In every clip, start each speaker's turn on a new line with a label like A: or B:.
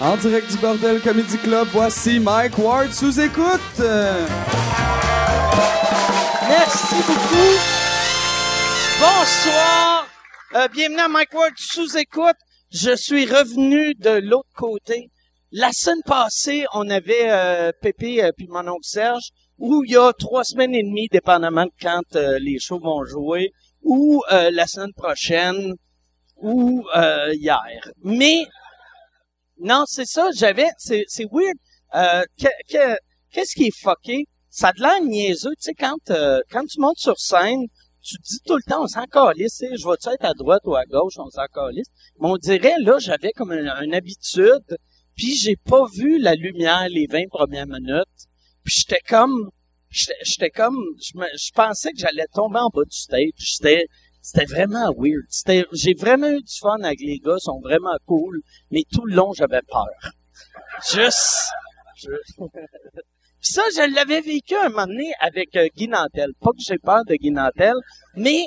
A: En direct du Bordel Comedy Club, voici Mike Ward sous écoute. Euh,
B: Merci beaucoup. Bonsoir. Euh, bienvenue à Mike Ward sous écoute. Je suis revenu de l'autre côté. La semaine passée, on avait euh, Pépé et puis mon oncle Serge, où il y a trois semaines et demie, dépendamment de quand euh, les shows vont jouer, ou euh, la semaine prochaine, ou euh, hier. Mais non, c'est ça, j'avais. C'est, c'est weird. Euh, que- que- qu'est-ce qui est fucké? Ça a de l'air niaiseux, tu sais, quand, euh, quand tu montes sur scène, tu te dis tout le temps, on s'en calisse, tu sais, je vais-tu être à droite ou à gauche, on s'en calisse. Mais on dirait, là, j'avais comme une, une habitude, puis j'ai pas vu la lumière les 20 premières minutes, puis j'étais comme, j'étais j'étais comme, je me- je pensais que j'allais tomber en bas du stage, j'étais, c'était vraiment weird. C'était, j'ai vraiment eu du fun avec les gars, ils sont vraiment cool mais tout le long, j'avais peur. Juste. je- Puis ça, je l'avais vécu un moment donné avec euh, Guy Nantel. Pas que j'ai peur de Guy Nantel, mais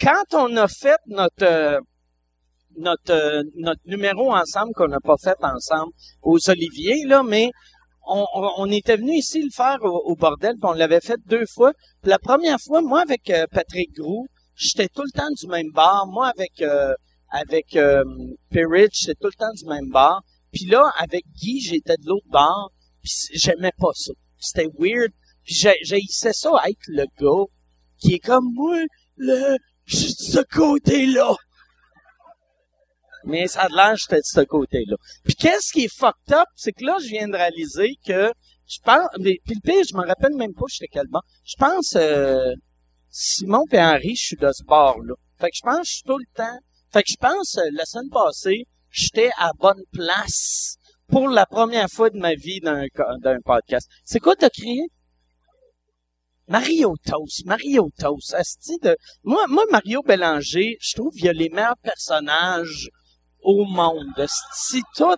B: quand on a fait notre euh, notre euh, notre numéro ensemble qu'on n'a pas fait ensemble aux Oliviers là, mais on, on- on était venu ici le faire au, au bordel, puis on l'avait fait deux fois. Puis la première fois, moi avec euh, Patrick Groux, j'étais tout le temps du même bar. Moi avec euh, avec euh, Peerage, c'est tout le temps du même bar. Puis là, avec Guy, j'étais de l'autre bar, puis c- j'aimais pas ça. C'était weird. Puis j'ai- j'haïssais ça être le gars qui est comme moi, le je suis de ce côté-là. Mais ça a de l'air, j'étais de ce côté-là. Puis qu'est-ce qui est fucked up, c'est que là, je viens de réaliser que je pense, mais puis le pire, je me rappelle même pas j'étais quel banc. Je pense euh, Simon et Henri, je suis de ce bord-là. Fait que je pense que je suis tout le temps fait que je pense, euh, la semaine passée, j'étais à bonne place pour la première fois de ma vie d'un co- d'un podcast. C'est quoi t'as crié? Mario Toast, Mario Toast, asti de... Moi, moi, Mario Bélanger, je trouve qu'il y a les meilleurs personnages au monde. asti tout.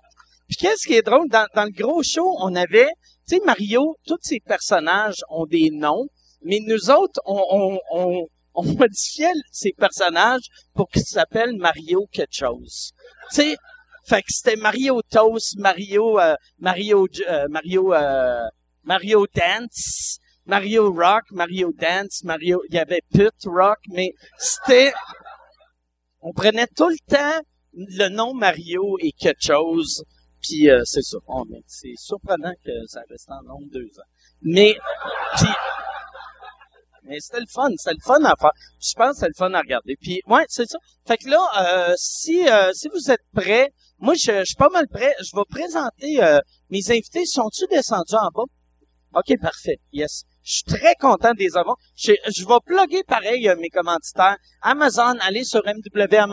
B: Puis qu'est-ce qui est drôle, dans, dans le gros show, on avait... Tu sais, Mario, tous ses personnages ont des noms, mais nous autres, on, on, on, on modifiait ses personnages pour qu'il s'appelle Mario quelque chose. Tu sais, fait que c'était Mario Toast, Mario, euh, Mario, J- euh, Mario, euh, Mario Dance, Mario Rock, Mario Dance, Mario. Il y avait Put Rock, mais c'était. On prenait tout le temps le nom Mario et quelque chose. Puis euh, c'est ça. On- mais c'est surprenant que ça reste en nombre deux ans. Mais puis, mais c'était le fun, c'était le fun à faire. Je pense que c'était le fun à regarder. Puis ouais, c'est ça. Fait que là, euh, si euh, si vous êtes prêts, moi je, je suis pas mal prêt. Je vais présenter euh, mes invités. Sont-tu descendus en bas? OK, parfait. Yes. Je suis très content des avoir. Je, je vais plugger pareil euh, mes commanditaires. Amazon, allez sur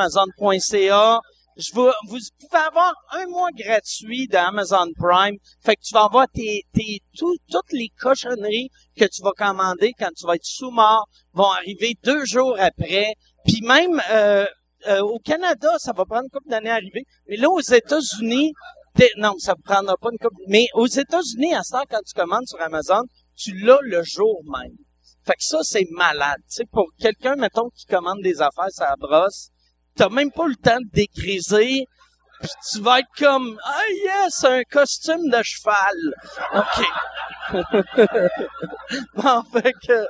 B: mwamazon.ca. Je vais, vous pouvez avoir un mois gratuit d'Amazon Prime. Fait que tu vas avoir tes, tes, tout- toutes les cochonneries que tu vas commander quand tu vas être sous mort vont arriver deux jours après. Puis même euh, euh, au Canada, ça va prendre une couple d'années à arriver. Mais là, aux États-Unis, t'es- non, ça ne prendra pas une couple. Mais aux États-Unis, à ce temps, quand tu commandes sur Amazon, tu l'as le jour même. Fait que ça, c'est malade. Tu sais, pour quelqu'un, mettons, qui commande des affaires, ça brosse, t'as même pas le temps de décriser. Puis tu vas être comme Ah yes, un costume de cheval. OK. bon, fait que.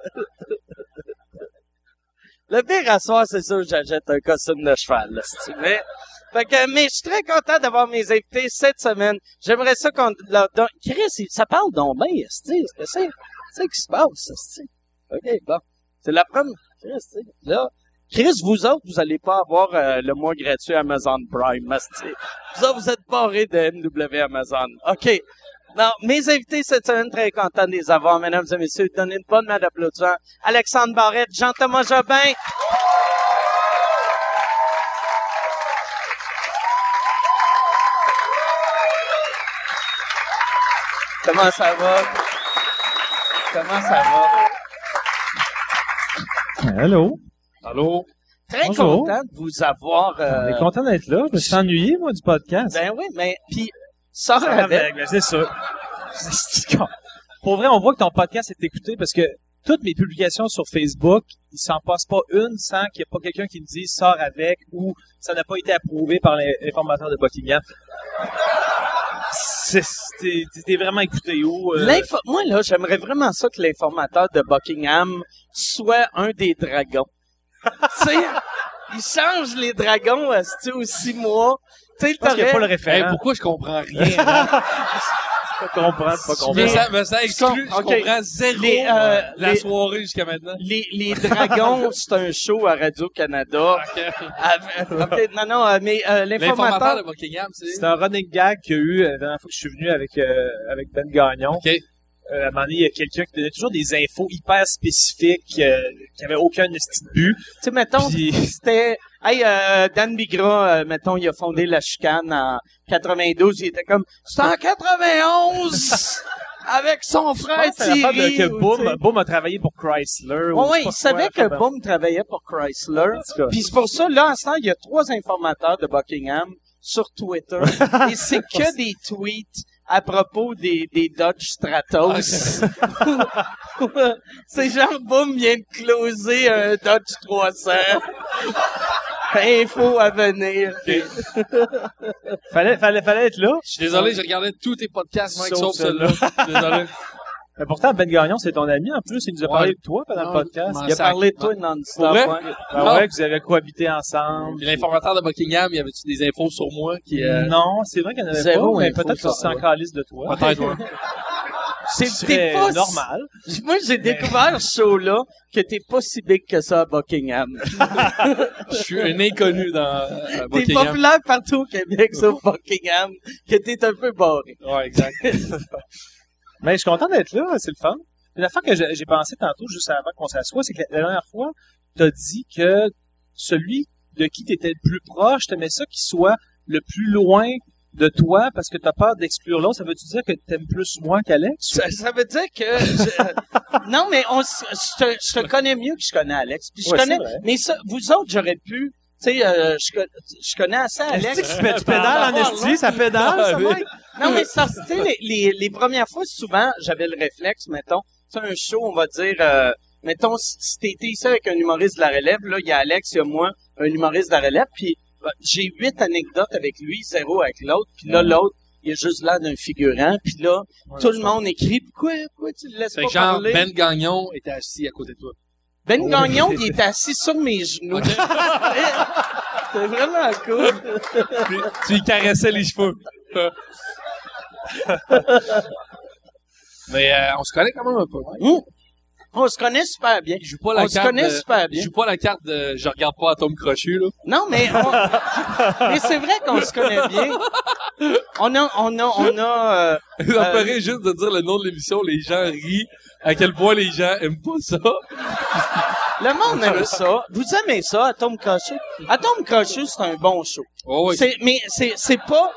B: Le pire à soir, c'est sûr que j'achète un costume de cheval, là, si tu veux. Fait que, mais je suis très content d'avoir mes invités cette semaine. J'aimerais ça qu'on leur donne... Chris, il- ça parle donc bien, esti. Qu'est-ce que c'est? C'est qui se passe, esti? OK, bon. C'est la première... Chris, tu sais, là... Chris, vous autres, vous allez pas avoir euh, le mois gratuit Amazon Prime, esti. Vous autres, vous êtes barrés de MW Amazon. OK. Non, mes invités cette semaine, très content de les avoir, mesdames et messieurs. Donnez une bonne main d'applaudissement. Alexandre Barrette, Jean-Thomas Jobin, Comment ça va? Comment ça va?
C: Allô?
D: Allô?
B: Très
C: Bonjour.
B: content de vous avoir. euh,
C: On est content d'être là. Je me suis ennuyé, moi, du podcast.
B: ben oui, mais puis sors
C: Ah,
B: avec.
C: ben, ben, c'est sûr. C'est con. Pour vrai, on voit que ton podcast est écouté parce que toutes mes publications sur Facebook, il s'en passe pas une sans qu'il n'y ait pas quelqu'un qui me dise sors avec ou ça n'a pas été approuvé par l'informateur de Buckingham. c'est- t'es t'es vraiment écouté haut. euh,
B: L'info- Moi, là, j'aimerais vraiment ça que l'informateur de Buckingham soit un des dragons. tu sais, il change les dragons à aux six mois. Tu sais,
C: je pense qu'il n'y a pas
B: t'aurais-
C: le
D: Hey,
C: référent.
D: pourquoi je comprends rien?
C: pas comprendre, pas
D: Je me
C: comprendre.
D: sens, me sens exclu, je
B: Ok.
D: comprends zéro
B: Les, euh,
D: de la
B: les-
D: soirée jusqu'à maintenant.
B: les, les dragons, c'est un show à Radio-Canada. Avec- avec- non, non, euh, mais euh,
D: L'informateur
B: l'informateur...
D: de Buckingham, c'est...
C: C'est un running gag qu'il y a eu euh, la dernière fois que je suis venu avec, euh, avec Ben Gagnon.
D: Ok.
C: Euh, à un moment donné, il y a quelqu'un qui donnait toujours des infos hyper spécifiques euh, qui n'avaient aucun esti de but.
B: Tu sais, mettons,
C: Puis-
B: c'était... Hey, euh, Dan Bigra, euh, mettons, il a fondé la chicane en 92. Il était comme, c'est en 91 avec son frère
C: Ah, c'est la femme
B: Thierry.
C: de- que
B: ou, tu sais.
C: Boom, Boom a travaillé pour Chrysler. ou
B: Ouais,
C: je
B: ouais,
C: sais pas
B: il savait
C: quoi,
B: que
C: ben,
B: Boom travaillait pour Chrysler.
C: en tout cas.
B: Puis c'est pour ça, là, en ce temps, il y a trois informateurs de Buckingham sur Twitter. et c'est que des tweets à propos des, des Dodge Stratos. c'est genre, boum, vient de closer un Dodge 300. Info à venir.
C: Fallait, fallait, fallait être là.
D: Je suis désolé, j'ai regardé tous tes podcasts, Mike, sauf,
C: Sauf
D: celui-là. désolé.
C: Mais pourtant, Ben Gagnon, c'est ton ami en plus. Il nous a
D: Ouais.
C: parlé de toi pendant
D: Non,
C: le podcast.
D: je
B: Il a parlé de toi non-stop.
D: Pour vrai?
B: hein.
C: Ah
D: Non.
C: ouais, que vous avez cohabité ensemble.
D: Puis l'informateur de Buckingham, il y avait-tu des infos sur moi qui... euh,
C: Non, c'est vrai qu'il n'y en avait
B: Zéro
C: pas, mais
B: info,
C: peut-être
B: ça,
C: qu'il s'en
D: ouais.
C: calisse de toi.
D: Peut-être, ouais.
B: C'est
C: Ce
B: t'es
C: serait
B: pas si-
C: normal.
B: Moi, j'ai découvert ce show-là que t'es pas si big que ça à Buckingham.
D: Je suis un inconnu dans euh,
B: T'es
D: Buckingham.
B: populaire partout au Québec, sauf Buckingham, que t'es un peu barré.
D: Ouais, exact.
C: Mais je suis content d'être là, c'est le fun. Une affaire que j'ai j'ai pensé tantôt, juste avant qu'on s'assoie, c'est que la dernière fois, t'as dit que celui de qui t'étais le plus proche, t'aimais ça qu'il soit le plus loin de toi parce que t'as peur d'exclure l'autre. Ça veut-tu dire que t'aimes plus moi qu'Alex?
B: Ça, ça veut dire que... je- euh, non, mais on, s- je, te, je te connais mieux que je connais Alex. Puis je
C: Ouais,
B: connais...
C: c'est vrai.
B: Mais ça, vous autres, j'aurais pu... Tu sais, euh, je, co- je connais assez Alex.
C: tu pédales
B: en esti,
C: ça
B: Ah,
C: pédale,
D: ça, Mike?
B: Non, mais ça, tu sais, les, les, les premières fois, souvent, j'avais le réflexe, mettons, tu sais, un show, on va dire... euh, mettons, si si t'étais ici avec un humoriste de la relève, là, il y a Alex, il y a moi, un humoriste de la relève, puis euh, j'ai huit anecdotes avec lui, zéro avec l'autre, puis
D: Mm.
B: là, l'autre, il est juste là d'un figurant, puis là, tout le monde écrit, pourquoi, pourquoi tu le laisses
D: Fait
B: pas
D: que genre,
B: parler?
D: Ben Oh. Gagnon était assis à côté de toi.
B: Ben Gagnon, il est assis sur mes genoux. C'est vraiment cool.
D: Puis, tu lui caressais les cheveux. Mais euh, on se connaît quand même un peu. Mike.
B: Hum. On se connaît super bien.
D: Il joue pas la
B: On se
D: carte
B: connaît
D: de...
B: super
D: Il
B: bien.
D: joue pas la carte de je regarde pas Tom Crochu là.
B: Non, mais, on- mais c'est vrai qu'on se connaît bien. On a, on a, on a, euh,
D: Ça me ferait juste de dire le nom de l'émission, les gens rient. À quel point les gens aiment pas ça.
B: le monde aime ça. Vous aimez ça, Atom Crochet? Atom Crochet, c'est un bon show.
D: Oh, oui.
B: C'est, mais c'est, c'est pas,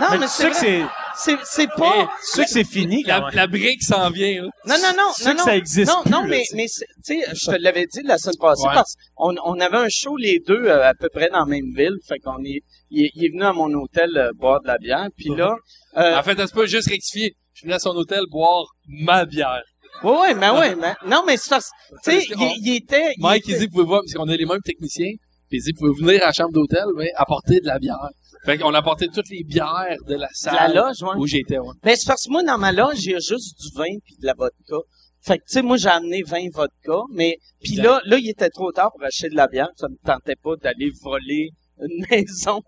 B: non, mais,
C: Mais tu
B: c'est,
C: sais que
B: vrai.
C: c'est,
B: c'est, c'est
D: Eh,
B: pas,
C: tu sais que c'est fini, quand
D: La,
C: même.
D: la brique s'en vient. Là.
B: Non, non, non,
C: Tu sais
B: non,
C: que
B: non.
C: ça existe
B: non,
C: plus,
B: non,
C: là,
B: mais,
C: tu sais.
B: mais c'est- tu sais, je te l'avais dit la semaine passée
D: Ouais.
B: parce qu'on on avait un show les deux euh, à peu près dans la même ville, fait qu'on est, il est, il est venu à mon hôtel euh, boire de la bière, puis là,
C: Ah.
B: euh,
D: En fait, elle se peut juste rectifier. Je suis venu à son hôtel boire ma bière.
B: ouais, ouais, mais ouais, mais non, mais c'est parce, tu sais,
D: Parce qu'on-
B: il, il était, il
D: Mike, il
B: était-
D: dit, pouvez voir, parce qu'on est les mêmes techniciens. Puis il dit, pouvez venir à la chambre d'hôtel, mais apporter de la bière. Fait qu'on a apporté toutes les bières de la
B: de la
D: salle
B: loge, hein? ouais.
D: où j'étais. Ouais.
B: Mais c'est parce que moi dans ma loge, il y a juste du vin puis de la vodka. Fait que tu sais, moi j'ai amené 20 vodka, mais puis
D: Exact.
B: là, là, il était trop tard pour acheter de la bière, ça me tentait pas d'aller voler une maison.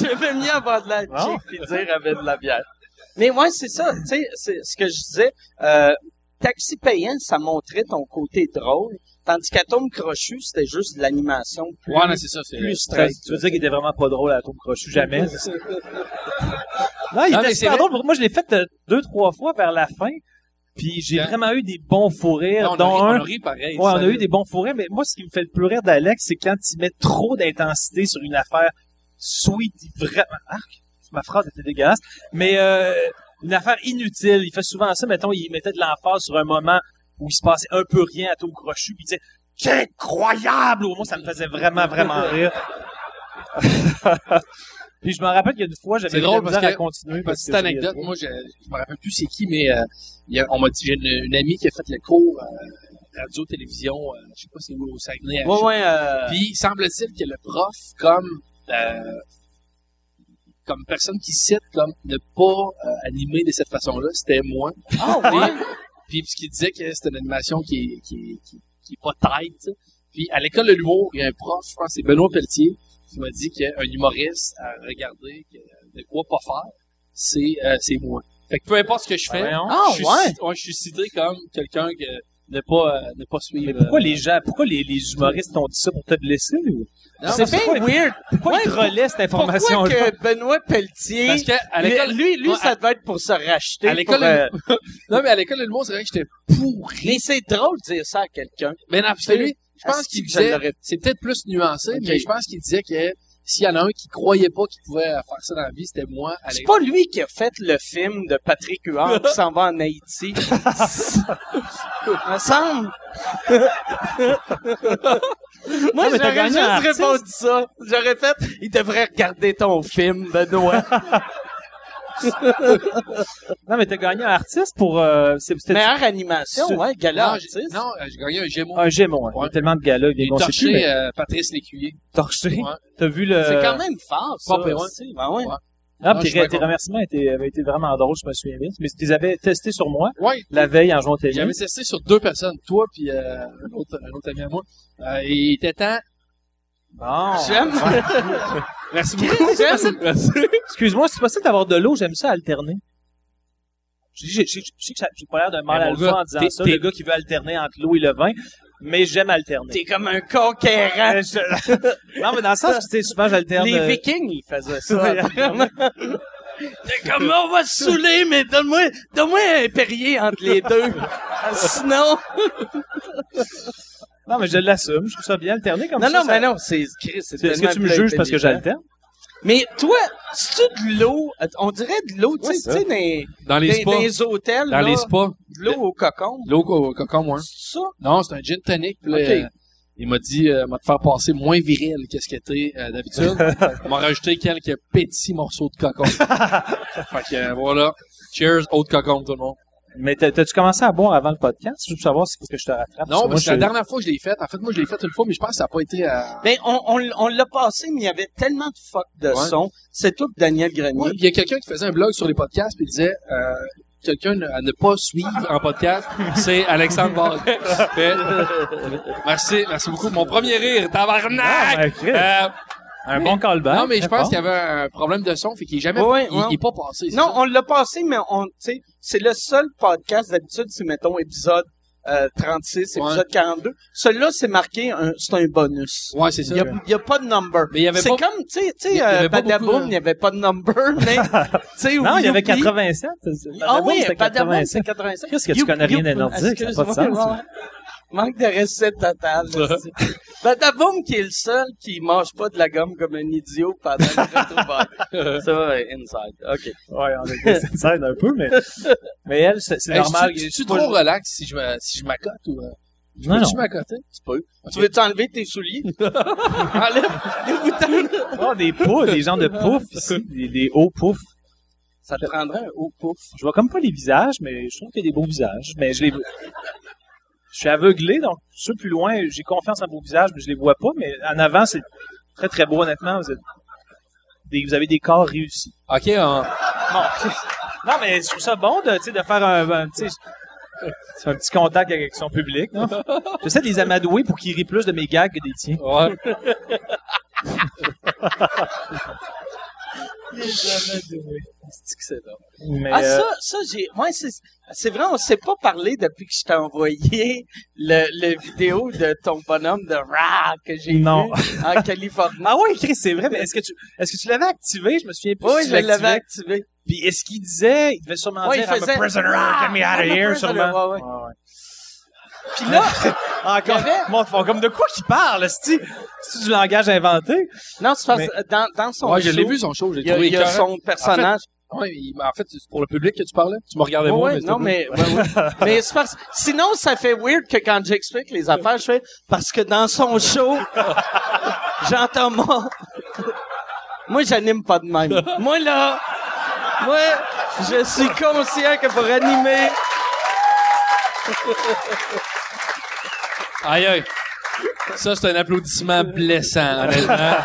B: J'avais mis à boire de la
C: Wow.
B: chick puis dire avait de la bière. Mais ouais, c'est ça, tu sais, c'est ce que je disais. Euh, taxi payant, ça montrait ton côté drôle, tandis qu'à Tom Crochu, c'était juste de l'animation plus,
D: Ouais, non, c'est ça. C'est
B: plus
C: Ça,
B: straight.
C: Tu veux dire qu'il était vraiment pas drôle à Tom Crochu, jamais? non, il
D: Non, mais
C: était
D: c'est
C: super
D: vrai.
C: drôle. Moi, je l'ai fait euh, deux, trois fois vers la fin. Puis j'ai
D: Quand-
C: vraiment eu des bons fous rires,
D: Hein? Non, on,
C: dont un.
D: a ri, on a ri pareil.
C: Ouais, on
D: ça,
C: a eu des bons fous rires, mais moi, ce qui me fait le plus rire d'Alex, c'est quand il met trop d'intensité sur une affaire sweet, vraiment. Arc, ma phrase était dégueulasse. Mais euh, une affaire inutile. Il fait souvent ça, mettons, il mettait de l'emphase sur un moment où il se passait un peu rien à Tom Crochu, puis il disait « C'est incroyable! » Au moins, ça me faisait vraiment, vraiment rire. puis je me rappelle qu'il y a une fois, j'avais
D: C'est
C: eu de la
D: drôle parce
C: misère à
D: que-
C: continuer. parce
D: Petite
C: que je riais
D: anecdote,
C: trop.
D: moi, je, je me rappelle plus c'est qui, mais euh, il y a- on m'a dit, j'ai une, une amie qui a fait le cours euh, radio-télévision, euh, je sais pas si c'est où, au Saguenay. à
B: Ouais, ouais, euh,
D: Puis semble-t-il que le prof, comme euh, comme personne qui cite comme ne pas euh, animer de cette façon-là, c'était moi.
B: Ah ouais?
D: Puis ce qu'il disait que c'était une animation qui est, qui, est- qui, qui est pas tête. tu sais. Puis à l'école de l'humour, il y a un prof, je pense que c'est Benoît Pelletier, qui m'a dit qu'un humoriste à regarder que- de quoi pas faire, c'est euh, c'est moi. Fait que peu importe ce que je fais,
C: Voyons.
B: Ah
D: je, suis,
B: ouais?
D: ci- je suis cité comme quelqu'un que ne pas euh, ne pas suivre.
C: Mais pourquoi les gens, pourquoi les, les humoristes t'ont dit ça pour te blesser ou?
D: Non,
B: C'est bien
C: pourquoi-
B: weird.
C: Pourquoi
B: Ouais,
C: ils te relaient cette
B: Pourquoi
C: information-là?
B: que Benoît Pelletier...
D: Parce que à l'école,
B: lui, lui,
D: Ouais,
B: ça devait être pour se racheter.
D: à l'école,
B: pour, euh,
D: non mais à l'école de l'humour, c'est vrai que j'étais pourri.
B: Mais c'est drôle de dire ça à quelqu'un.
D: Mais non, parce que lui, je
B: Ah,
D: pense
B: si,
D: qu'il
B: je
D: disait,
B: l'aurais-
D: c'est peut-être plus nuancé,
B: Ok.
D: mais je pense qu'il disait que s'il y en a un qui croyait pas qu'il pouvait euh, faire ça dans la vie, c'était moi. à
B: C'est
D: l'époque.
B: pas lui qui a fait le film de Patrick Huard qui s'en va en Haïti. Ensemble. Moi,
C: Ah, mais t'as
B: j'aurais
C: gagné
B: juste
C: un artiste.
B: répondu ça. J'aurais fait, il devrait regarder ton film, Benoît.
C: Non, mais t'as gagné un artiste pour, euh, c'est- c'était
B: Meilleure animation,
C: C'est-
B: ouais, gala
D: Oh, non, j'ai-
B: artiste.
D: non, euh, j'ai gagné un Gémeaux.
C: un gémon. hein. Il y a
D: Ouais.
C: tellement de gars là,
D: J'ai
C: on sait
D: torché
C: plus, mais
D: euh, Patrice Lécuyer.
C: torché.
D: Ouais.
C: T'as vu le...
B: C'est quand même fort, ça.
D: euh, pas pire, ouais.
B: aussi. Ben ouais.
D: Ouais.
C: Ah,
D: Non,
C: puis
D: je suis
C: tes
D: d'accord.
C: remerciements étaient, avaient été vraiment drôles, je me souviens bien. Mais tu les avais testés sur moi
D: Ouais,
C: la veille en jouant au tennis.
D: j'avais testé sur deux personnes, toi puis euh, un, autre, un autre ami à moi. Euh, et il était temps.
C: Bon.
B: J'aime.
D: Merci beaucoup.
B: J'aime.
D: Merci.
C: Excuse-moi, c'est possible d'avoir de l'eau, j'aime ça alterner. Je dis- je- je- je sais que ça- j'ai pas l'air d'un mal
D: Mais mon
C: alpha
D: gars,
C: en disant
D: t'es-
C: ça,
D: t'es-
C: le gars qui veut alterner entre l'eau et le vin, mais j'aime alterner.
B: T'es comme un conquérant.
C: Euh, je- non, mais dans le sens que, tu sais, souvent j'alterne.
B: Les
C: euh,
B: Vikings, ils faisaient
C: Ouais.
B: ça. T'es comme, on va se saouler, mais donne-moi, donne-moi un Perrier entre les deux. Sinon.
C: Non, mais je l'assume, je trouve ça bien alterné comme
B: Non,
C: ça.
B: non,
C: ça-
B: mais non, c'est Chris, c'est
C: Tu- Est-ce
B: tellement
C: que tu me
B: plus
C: juges parce que
B: intelligent.
C: j'alterne?
B: Mais toi, c'est-tu de l'eau? On dirait de l'eau, tu sais,
C: Ouais,
B: tu
C: ça.
B: sais, dans,
D: Dans les
B: les- dans
D: spas.
B: les hôtels,
D: Dans
B: là,
D: les spas.
B: de l'eau au cocon.
D: L'eau co- cocon, moi.
B: C'est ça?
D: Non, c'est un gin tonic. Puis là,
B: Ok.
D: euh, il m'a dit, euh, m'a te faire passer moins viril que ce que t'es euh, d'habitude. Il m'a rajouté quelques petits morceaux de cocon. fait que euh, voilà. Cheers, haut de cocon, tout le monde.
C: Mais t'as- t'as-tu commencé à boire avant le podcast? Je veux savoir s'il faut que je te rattrape. Ah,
D: Non,
C: parce que
D: mais c'est la
C: moi,
D: dernière fois que je l'ai faite. En fait, moi, je l'ai faite une fois, mais je pense que ça n'a pas été à...
B: Ben, on, on, l- on l'a passé, mais il y avait tellement de fuck de
D: Ouais.
B: son. C'est toi pis Daniel Grenier.
D: Ouais, puis il y a quelqu'un qui faisait un blog sur les podcasts, puis il disait... euh, Quelqu'un ne- à ne pas suivre en podcast, c'est Alexandre Barret. Fait- merci, merci beaucoup. Mon premier rire,
C: Ah,
D: tabarnak!
C: ben, Chris,
D: Euh,
C: un bon callback.
D: non, mais je
C: très
D: pense
C: fort.
D: qu'il y avait un problème de son, fait qu'il est jamais,
B: Ouais,
D: il,
B: ouais.
D: il est pas passé. c'est
B: Non,
D: ça?
B: on l'a passé, mais on, tu sais, c'est le seul podcast d'habitude, c'est mettons épisode euh, 36,
D: Ouais.
B: épisode 42. Celui-là, c'est marqué, un, c'est un bonus.
D: Ouais, c'est
B: Il
D: ça.
B: n'y a, il y a pas de number.
D: Mais il y avait
B: C'est
D: pas-
B: comme, tu sais, tu
D: il y
B: sais,
D: avait
B: euh,
D: pas beaucoup,
B: Badaboom,
D: hein.
B: il n'y avait pas de number, mais, tu sais,
C: Non, il y avait
B: Youpi-
C: 87.
B: Ah oui,
C: c'était
B: Badaboom,
C: 85.
B: c'est 85.
C: Qu'est-ce que tu
B: Youpi-
C: connais rien
B: Youpi-
C: des Nordiques? Ça n'a pas de
B: Excuse-moi,
C: sens.
B: ouais. Manque de recette totale. là, c'est- Badaboom qui est le seul qui mange pas de la gomme comme un idiot pendant le rétro Ça, euh, inside. OK.
C: Ouais, on était sincère un peu, mais. Mais elle, c'est c'est
D: Hey,
C: normal.
D: Je suis
C: Moi,
D: trop relax si je me- si je m'accote ou. euh, Je
C: Non,
D: peux-tu
C: non.
D: m'accoter? Tu peux.
B: Tu veux t'enlever tes souliers? Enlève les boutons.
C: je- oh, des poufs, des gens de poufs ici, des, des hauts poufs.
B: Ça te prendrait un haut pouf.
C: Je vois comme pas les visages, mais je trouve qu'il y a des beaux visages. Mais je les. Je suis aveuglé, donc ceux plus loin, j'ai confiance en vos visages, mais je les vois pas. Mais en avant, c'est très très beau, honnêtement. Vous, êtes des- vous avez des corps réussis.
D: Ok, euh, on-
C: Bon. Non, mais je trouve ça bon de, tu sais, de faire un, un petit, un petit contact avec son public. non? J'essaie de les amadouer pour qu'ils rient plus de mes gags que des tiens.
D: ouais.
C: C'est que c'est drôle. Mais,
B: Ah,
C: euh,
B: ça, ça, j'ai, ouais, c'est, c'est vrai, on s'est pas parlé depuis que je t'ai envoyé le, le vidéo de ton bonhomme de rah que j'ai
C: Non.
B: vu en Californie.
C: Ah oui, Chris, c'est vrai, mais est-ce que tu, est-ce que tu l'avais activé? Je me souviens plus.
B: Oui,
C: si tu
B: je l'avais
C: l'activais.
B: activé.
C: Puis est-ce qu'il disait, il devait sûrement
B: Ouais, il
C: dire, I'm a
B: faisait,
C: prisoner,
B: Ah,
C: get me out
B: I'm a
C: of here,
B: prisoner,
C: sûrement.
B: ouais, ouais.
C: Ouais, ouais.
B: Puis là,
C: Encore,
B: Il y avait-
C: Moi, ils font comme de quoi qu'il parle, c'est-tu, c'est-tu du langage inventé?
B: non, c'est parce
C: Mais-
B: que dans, dans son
D: Ouais, je l'ai
B: show,
D: vu son show, j'ai
B: Il y a,
D: trouvé
B: il y a
D: écœurant.
B: son personnage.
D: Ouais, il- mais en fait, c'est pour le public que tu parlais, tu me regardais moi,
B: Ouais,
D: mais c'était
B: non,
D: pas-
B: mais, ouais, ouais. mais c'est parce, sinon, ça fait weird que quand j'explique les affaires, je fais, parce que dans son show, j'entends moi. Moi, j'anime pas de même. Moi, là, moi, je suis conscient que pour animer,
D: Aïe, aïe. Ça, c'est un applaudissement blessant, honnêtement.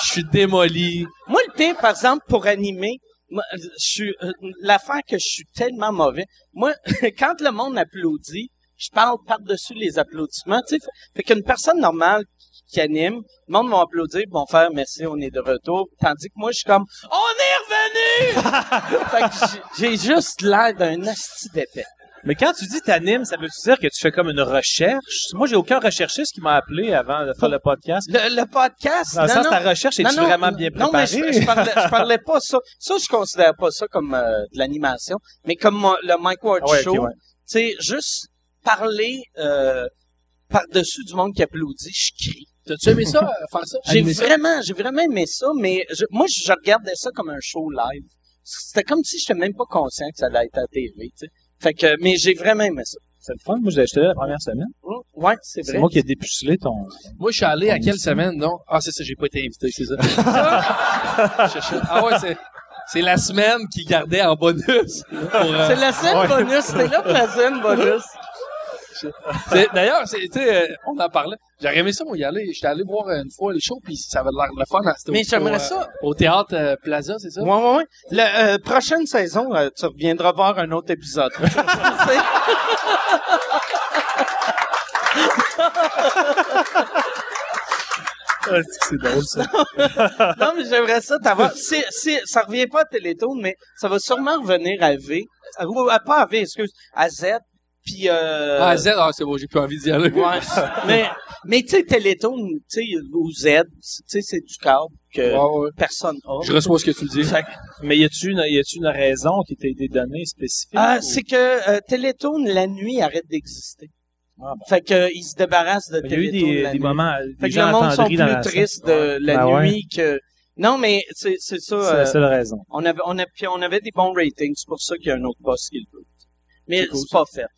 D: Je suis démoli.
B: moi, le pire, par exemple, pour animer, moi, je suis, euh, l'affaire que je suis tellement mauvais. Moi, quand le monde applaudit, je parle par-dessus les applaudissements, tu sais. Fait- Fait qu'une personne normale qui anime, le monde va applaudir, ils vont faire merci, on est de retour. Tandis que moi, je suis comme, on est revenu! fait que j'ai j'ai juste l'air d'un asti d'épais.
C: Mais quand tu dis t'animes, ça veut-tu dire que tu fais comme une recherche? Moi, j'ai aucun recherchiste qui m'a appelé avant de faire le podcast.
B: Le, le podcast,
C: Dans le
B: non,
C: sens,
B: non.
C: ta recherche est-tu vraiment bien
B: Non, mais
C: préparée?
B: je, je parlais, je parlais pas ça. Ça, je considère pas ça comme euh, de l'animation, mais comme mon- le Mike Ward
C: Ah ouais, ok,
B: Show,
C: ouais.
B: tu sais, juste parler euh, par-dessus du monde qui applaudit, je crie.
D: T'as-tu aimé ça, euh, faire
C: Ah,
D: ça?
B: J'ai
D: Animer ça?
B: vraiment, j'ai vraiment aimé ça, mais je- moi, je, je regardais ça comme un show live. C'était comme si j'étais même pas conscient que ça allait être à TV, tu sais. Fait que, mais j'ai vraiment aimé ça.
C: C'est le fun. Moi, j'ai acheté la première semaine.
B: Hum, Ouais, c'est
C: Hmm? C'est
B: vrai.
C: moi qui ai dépucelé ton...
D: Moi, je suis allé à
C: On
D: quelle
C: est-
D: semaine, non? Ah, c'est ça, j'ai pas été invité, c'est ça. Ça, je cherchais- ah ouais, c'est, c'est la semaine qui gardait en bonus. pour, euh,
B: C'est la
C: Ah,
B: scène bonus. C'était là pour la scène bonus.
D: c'est- d'ailleurs, c'est, tu sais, euh, on en parlait. J'aurais aimé ça, moi, y aller. J'étais allé voir euh, une fois le show, puis ça avait l'air de le fun. hein, c'était au-
B: Mais
D: au, euh,
B: j'aimerais ça
D: Au théâtre euh, Plaza, c'est ça?
B: Ouais, ouais, ouais. La euh, prochaine saison, euh, tu reviendras voir un autre épisode. C'est-
C: Ah, c'est que c'est drôle, ça.
B: non, mais j'aimerais ça t'avoir. Si, si, ça revient pas à Télétoon, mais ça va sûrement revenir à V. À, ou à- pas à V, excuse. À Z. Puis, euh,
D: Ah, Z, ah, c'est bon, j'ai plus envie d'y aller.
B: Ouais. mais, mais tu sais, Télétoon, tu sais, ou Z, tu sais, c'est du câble que
D: Ouais, ouais.
B: personne a.
D: Je reçois ce que tu me dis.
B: Fait que-
C: Mais y a-tu une, y a-tu une raison qui t'a été donnée spécifique?
B: Ah,
C: ou-
B: c'est que euh, Télétoon, la nuit, arrête d'exister.
C: Ah, bon.
B: Fait que, euh, ils se débarrassent de
C: Il y a eu
B: Télétoon
C: des,
B: la
C: des
B: nuit.
C: moments,
B: Fait
C: des
B: que le
C: gens
B: monde sont
C: attendris dans la
B: plus
C: salle.
B: tristes de la
C: Ben ouais.
B: nuit que. Non, mais c'est c'est ça.
C: C'est
B: euh,
C: la seule raison.
B: on avait on a, puis on avait des bons ratings, c'est pour ça qu'il y a un autre boss qui le veut. Mais
D: cool,
B: c'est pas fait. là.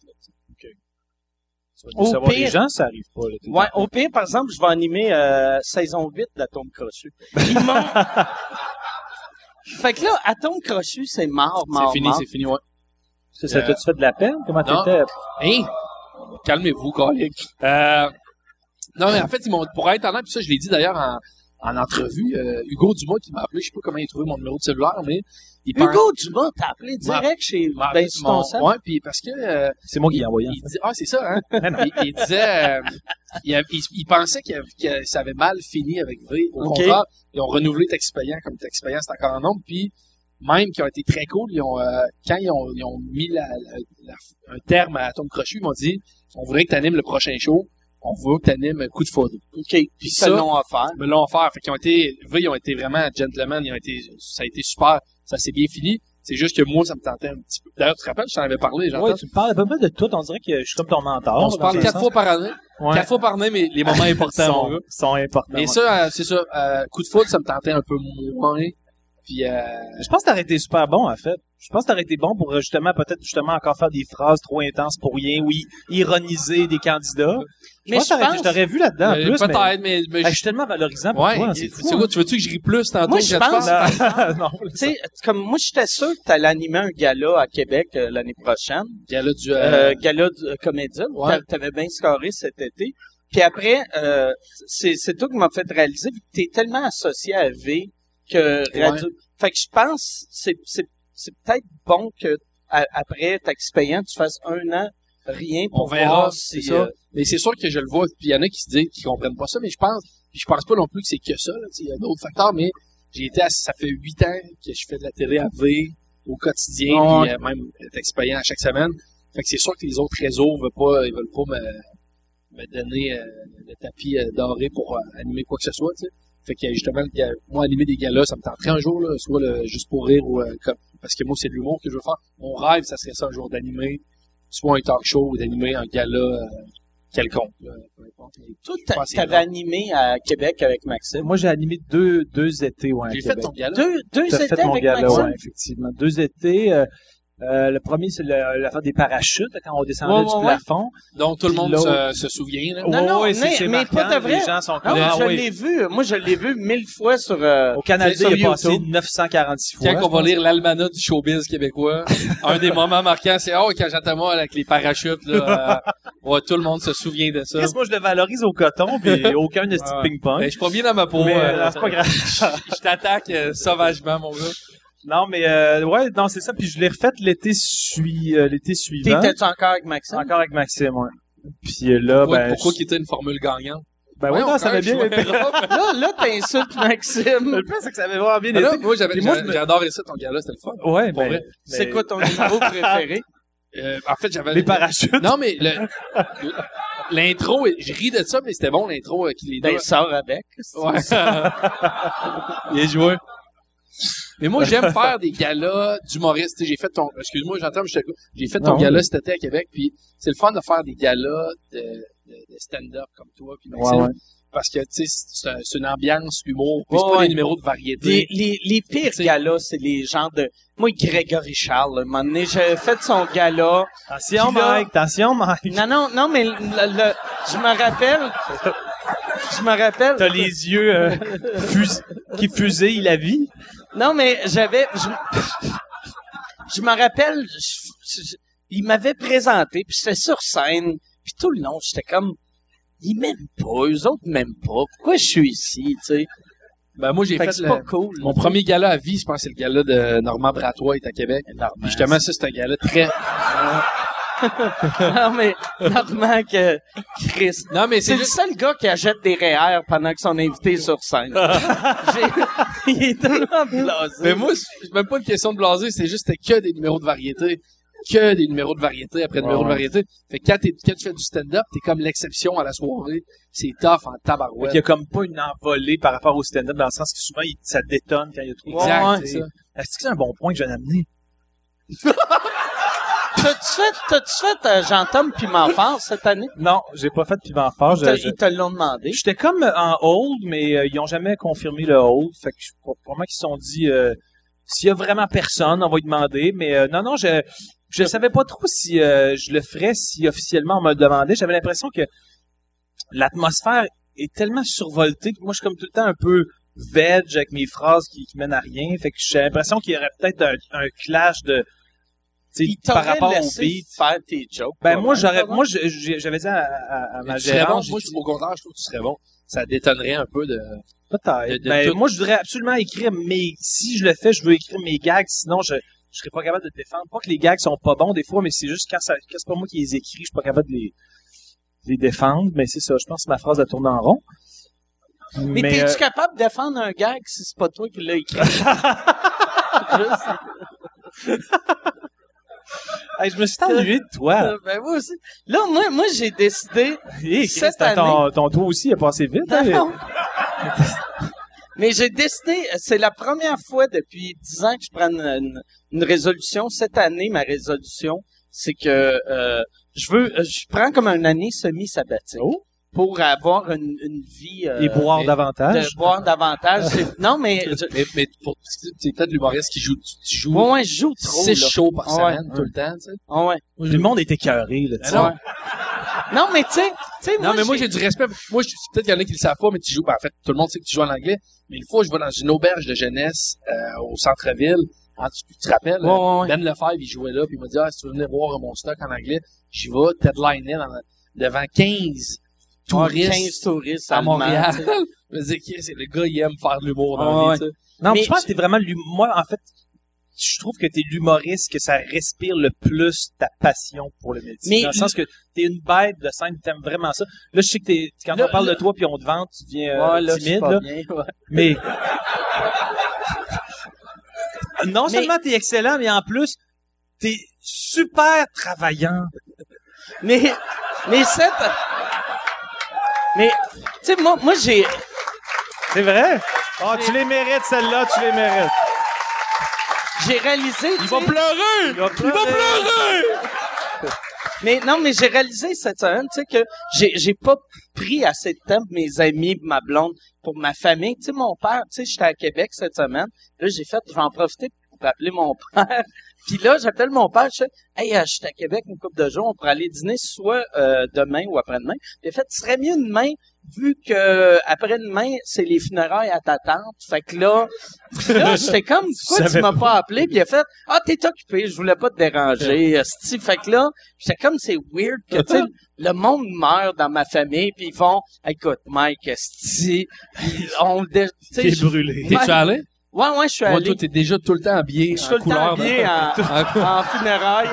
C: Tu vas
B: au
C: décevoir les
B: pire-
C: gens, ça arrive pas. Là, T'es-
B: Ouais, au pire, par exemple, je vais animer euh, saison 8 de la Tombe Crochue. Ils m'ont... fait que là, à Tombe Crochue, c'est mort, mort,
D: C'est fini,
B: mort.
D: c'est fini, ouais.
C: Ça, ça t'a-tu fait de la peine? Comment
D: Non.
C: t'étais?
D: Hein? Calmez-vous, collègue. Euh, non, mais en fait, ils m'ont, pour être honnête, puis ça, je l'ai dit d'ailleurs en, en entrevue, euh, Hugo Dumas qui m'a appelé, je sais pas comment il a trouvé mon numéro de cellulaire, mais il pense-
B: Hugo Dumas, t'as appelé direct chez
D: il m'a appelé
B: Ben sur
D: mon-
B: ton sel.
D: Ouais, puis parce que, euh,
C: C'est moi qui
D: il,
C: l'ai envoyé. en
D: il dit, ah, c'est ça, hein? il, il disait, euh, il, a- il- il pensait qu'il avait- que ça avait mal fini avec V. Au
B: Ok.
D: contraire, ils ont renouvelé Taxi Payant comme Taxi Payant, c'est encore en nombre, puis même qui ont été très cool, ils ont, euh, quand ils ont, ils ont mis la- la- la- un terme à Tom Crochu, ils m'ont dit, on voudrait que tu animes le prochain show, on veut que tu animes Coup de foudre.
B: OK, puis ça,
D: ça-
B: non à faire.
D: me l'ont offert. Fait qu'ils ont été, V, ils ont été vraiment gentlemen, ils ont été, ça a été super, ça s'est bien fini. C'est juste que moi, ça me tentait un petit peu. D'ailleurs, tu te rappelles, je t'en avais parlé, j'entends.
C: Ouais, tu Ah, me parles à peu près de tout. On dirait que je suis comme ton mentor.
D: on se parle quatre fois par année.
C: Ouais.
D: Quatre fois par année, mais les moments importants, mon
C: sont,
D: gars.
C: sont importants.
D: Mais
C: ouais.
D: ça, euh, c'est ça, euh, coup de foudre, ça me tentait un peu moins. Puis, euh,
C: Je pense que t'aurais été super bon, en fait. Je pense que t'aurais été bon pour euh, justement, peut-être justement encore faire des phrases trop intenses pour rien ou i- ironiser des candidats. Je
B: Mais
C: pense que t'aurais- je t'aurais vu là-dedans, en
D: euh,
C: plus. mais-
D: peut-être, mais, mais
C: Ah, je
D: je-
C: suis tellement valorisant pour
D: ouais,
C: toi, hein,
D: c'est
C: c'est fou.
D: quoi, tu veux-tu que je rie plus tantôt?
B: Moi,
D: que
B: je
D: te
B: pense-
C: hein.
D: parle?
C: Non,
B: Tu sais, comme moi, j'étais sûr que t'allais animer un gala à Québec euh, l'année prochaine.
D: Il y a là du, euh,
B: euh, gala du- euh, comédien.
D: Ouais.
B: T'a- T'avais bien scoré cet été. Puis après, euh, c'est c'est toi qui m'as fait réaliser que t'es tellement associé à V que
D: Ouais.
B: radio. Fait que je pense c'est c'est c'est peut-être bon que a- après taxi payant tu fasses un an rien
D: on
B: pour
D: verra,
B: voir
D: c'est
B: si
D: ça.
B: euh,
D: Mais c'est sûr que je le vois, puis il y en a qui se disent, qui comprennent pas ça, mais je pense, puis je pense pas non plus que c'est que ça, là, tu sais, il y a d'autres facteurs, mais j'ai été, à- ça fait huit ans que je fais de la télé à V, au quotidien,
B: Ouais.
D: puis, euh, même être expayant à chaque semaine. Fait que c'est sûr que les autres réseaux veulent pas, ils veulent pas me, me donner euh, le tapis euh, doré pour euh, animer quoi que ce soit, tu sais. Fait que justement, le gars- moi, animer des galas, ça me tenterait un jour, là, soit le juste pour rire ou euh, comme- parce que moi, c'est de l'humour que je veux faire. Mon rêve, ça serait ça un jour d'animer, soit un talk show ou d'animer un gala euh, quelconque. là, peu importe. Mais
B: toi
D: je
B: t'a-
D: pense que c'est
B: t'avais
D: vrai.
B: animé à Québec avec Maxime.
C: Moi, j'ai animé deux, deux étés, ouais, à
D: J'ai fait
C: Québec.
D: ton gala.
B: Deux deux
C: T'as
B: étés
C: fait mon
B: avec
C: gala,
B: Maxime.
C: ouais, effectivement. Deux étés. euh, euh, le premier, c'est le- l'affaire des parachutes, quand on descendait
B: Ouais,
C: du
B: ouais, ouais.
C: plafond.
D: Donc, tout le monde
C: L'autre.
D: se, se souvient. Là.
B: Non,
C: Oh, Ouais,
B: non,
C: ouais, c'est-
B: mais-
C: c'est
B: mais pas
C: marquant,
B: de vrai.
C: Les gens sont
B: Non,
C: comme, ah,
B: je
C: oui.
B: l'ai vu. Moi, je l'ai vu mille fois sur. euh,
C: Au Canada,
D: C'est sur
C: il est passé
D: YouTube.
C: 946 fois.
D: Quand
C: je
D: on va
C: pense.
D: lire l'almanach du showbiz québécois, un des moments marquants, c'est « Oh, quand j'attends moi avec les parachutes, là, euh, Ouais, tout le monde se souvient de ça.
C: Qu'est-ce que moi je le valorise au coton, puis aucun de
D: Ah.
C: petit ping-pong.
D: Ben, je suis pas bien dans ma peau.
C: mais
D: euh,
C: euh, c'est pas grave.
D: je t'attaque euh, sauvagement, mon gars.
C: Non, mais euh, ouais, non, c'est ça. Puis je l'ai refaite l'été sui- euh, l'été suivant.
B: T'étais-tu encore avec Maxime?
C: Encore avec Maxime, ouais. Puis euh, là,
D: Pourquoi,
C: ben,
D: pourquoi
C: je-
D: qu'il était une formule gagnante?
C: ben ouais,
D: Voyons,
C: non, ça va
D: quand
C: bien.
D: je
C: été.
D: jouais Rome.
B: Là, là, t'insultes Maxime.
C: Le pire, c'est que ça avait vraiment bien
D: Ah
C: été.
D: non, moi, j'avais,
C: Puis moi,
D: j'a-
C: je me-
D: j'ai adoré ça, ton gars-là, c'était le fun.
C: Ouais,
D: Pour
C: ben,
D: vrai.
C: mais-
B: C'est quoi ton numéro préféré?
D: Euh, en fait, j'avais...
C: Les parachutes.
D: Non, mais le- l'intro, je ris de ça, mais c'était bon, l'intro euh, qu'il est
B: Ben, sort avec.
D: Ouais. Bien joué. Mais moi, j'aime faire des galas d'humoristes. Tu sais, J'ai fait ton, excuse-moi, j'entends, mais je te coupe. J'ai fait ton
C: Non.
D: gala cet été à Québec, puis c'est le fun de faire des galas de, de, de stand-up comme toi, puis Maxime.
C: Ouais, ouais.
D: Parce que, tu sais, c'est un- c'est une ambiance, humour, puis c'est
B: Ouais,
D: pas
B: ouais.
D: des numéros de variété.
B: Les, les, les pires
D: T'sais.
B: galas, c'est les genres de... Moi, Grégory Charles, un moment donné, j'avais fait son gala.
C: Attention,
B: Puis là-
C: Mike. Attention, Mike.
B: Non, non, non, mais le- le- je me rappelle... Je me rappelle...
C: T'as les yeux euh, fus- qui fusillent la vie.
B: Non, mais j'avais. Je, m- je me rappelle, je- je- il m'avait présenté, puis j'étais sur scène, puis tout le long, j'étais comme. Ils m'aiment pas, eux autres m'aiment pas. Pourquoi je suis ici, tu sais?
D: Ben, moi, j'ai
B: Fait que
D: fait
B: c'est
D: le-
B: pas cool.
D: mon premier gala à vie, je pense, que c'est le gala de Normand Bratois, est à Québec. Puis justement, ça, c'est un gala très,
B: Non, mais normalement que Chris.
D: non, mais
B: C'est
D: c'est
B: le
D: juste,
B: seul gars qui achète des REER pendant que son invité est sur scène. J'ai- il est tellement blasé.
D: mais moi, c'est c'est même pas une question de blaser, c'est juste, c'était que des numéros de variété. Que des numéros de variété après
C: Ouais,
D: numéros de
C: ouais.
D: variété. Fait que quand, t'es- quand tu fais du stand-up, t'es comme l'exception à la soirée. C'est tough en
C: Il y
D: tabarouette.
C: a comme pas une envolée par rapport au stand-up dans le sens que souvent il- ça détonne quand il y a trop
D: Exact,
C: Ouais,
D: c'est ça.
C: Est-ce que c'est un bon point que je viens d'amener?
B: T'as-tu fait, t'as-tu fait euh, Jean-Tom puis M'enfort cette année?
C: Non, j'ai pas fait de piment fort. je-
B: Ils te-
C: je-
B: Ils te l'ont demandé.
C: J'étais comme euh, en hold, mais euh, ils ont jamais confirmé le hold. Fait que je pour- probablement qu'ils se sont dit euh, s'il y a vraiment personne, on va lui demander. Mais euh, non, non, je je savais pas trop si euh, je le ferais si officiellement on me le demandait. J'avais l'impression que l'atmosphère est tellement survoltée. Puis Moi, je suis comme tout le temps un peu veg avec mes phrases qui, qui mènent à rien. Fait que j'ai l'impression qu'il y aurait peut-être un, un clash de tu sais,
B: Ils
C: par
B: t'auraient
C: rapport au
B: laissé
C: beat.
B: faire tes jokes.
C: Ben
B: pas
C: moi
B: mal,
C: j'aurais
B: pas mal.
C: moi je- j'ai- j'avais dit à, à- à ma
D: Mais tu serais bon.
C: gérante,
D: Moi,
C: j'ai
D: je- au contraire, je trouve que tu serais bon. Ça détonnerait un peu de...
C: Peut-être.
D: De- de
C: Ben,
D: tout.
C: moi, je voudrais absolument écrire mes, si je le fais, je veux écrire mes gags, sinon je, je serais pas capable de le défendre. Pas que les gags sont pas bons des fois, mais c'est juste quand ça, quand c'est pas moi qui les écris, je suis pas capable de les, de les défendre. Mais c'est ça, je pense que ma phrase a tourné en rond.
B: Mais,
C: Mais,
B: t'es-tu
C: euh,
B: capable de défendre un gag si c'est pas toi qui l'as écrit? Juste,
C: hey, je me suis ennuyé de toi.
B: euh, ben moi aussi. Là, moi, moi j'ai décidé...
C: Hey,
B: cette
C: Chris, t'as- ton, ton doigt aussi a passé vite.
B: Non,
C: hein?
B: non. Mais j'ai décidé, c'est la première fois depuis dix ans que je prends une, une- une résolution. Cette année, ma résolution, c'est que euh, je veux, je prends comme une année semi-sabbatique
C: Oh.
B: pour avoir une, une vie... euh,
C: Et boire
D: mais-
C: davantage.
B: de boire davantage. C'est- Non, mais je-
D: Mais, mais pour, c'est peut-être l'humoriste qui joue, tu, tu joues
B: Moi, ouais, je joue trop.
D: six
B: là.
D: shows par
B: Ouais.
D: semaine tout le temps, tu sais.
B: Ah ouais.
C: Tout le monde est écœuré, là, tu sais.
D: ben, non.
B: Non, mais tu sais, tu sais,
D: Non,
B: moi,
D: mais moi,
B: j'ai-
D: j'ai du respect. Moi, je- peut-être qu'il y en a qui le savent pas, mais tu joues. ben, en fait, tout le monde sait que tu joues en anglais. Mais une fois, je vais dans une auberge de jeunesse euh, au centre-ville. En- tu, tu te rappelles?
B: Ouais, ouais, ouais.
D: Ben Lefebvre, il jouait là, puis il m'a dit ah, si tu veux venir voir mon stock en anglais, j'y vais, deadline devant 15 touristes
B: 15 Ah, touristes
D: à
B: allemands,
D: Montréal.
B: tu sais.
D: Je me disais, Chris, c'est le gars, il aime faire de l'humour
B: Ouais,
D: dans la vie, tu sais.
C: Non, mais
B: Mais
C: je pense que t'es vraiment l'hum- moi en fait je trouve que t'es l'humoriste que ça respire le plus ta passion pour le métier.
B: Mais
C: dans le sens que t'es une bête de scène, t'aimes vraiment ça. Là, je sais que t'es, quand
B: Là,
C: on parle
B: là-
C: de toi puis on te vante, tu deviens euh,
B: Ouais, là, c'est
C: timide,
B: pas
C: là.
B: bien, ouais.
C: Mais non
B: Mais-
C: seulement t'es excellent, mais en plus t'es super travaillant.
B: Mais, mais cette... Mais, tu sais, moi, moi j'ai...
C: C'est vrai? Ah, tu les mérites celle-là, tu les mérites.
B: J'ai réalisé... tu sais,
C: pleurer! Il va pleurer!
B: Mais non, mais j'ai réalisé cette semaine, tu sais, que j'ai, j'ai pas pris assez de temps pour mes amis, pour ma blonde, pour ma famille. Tu sais, mon père, tu sais, j'étais à Québec cette semaine. Là, j'ai fait, je vais en profiter pour appeler mon père. Puis là, j'appelle mon père, je fais, hey, euh, je suis à Québec une couple de jours, on pourrait aller dîner soit euh, demain ou après-demain. J'ai fait, ce serait mieux demain, vu que après-demain, c'est les funérailles à ta tante. Fait que là, là j'étais comme, pourquoi tu
C: savais
B: m'as pas appelé? Puis il a fait, ah, t'es occupé, je voulais pas te déranger. esti. Fait que là, j'étais comme, c'est weird que, tu sais, le monde meurt dans ma famille, puis ils font, écoute, Mike, esti, on le... dé- tu sais,
C: T'es
B: je-
C: brûlé.
B: Ouais.
D: T'es-tu allé?
B: Ouais, ouais, je suis
D: Moi,
B: allé.
D: toi, t'es déjà tout le temps habillé
B: Je suis
D: en
B: tout le temps
D: couleur. hein.
B: habillé en, en funérailles.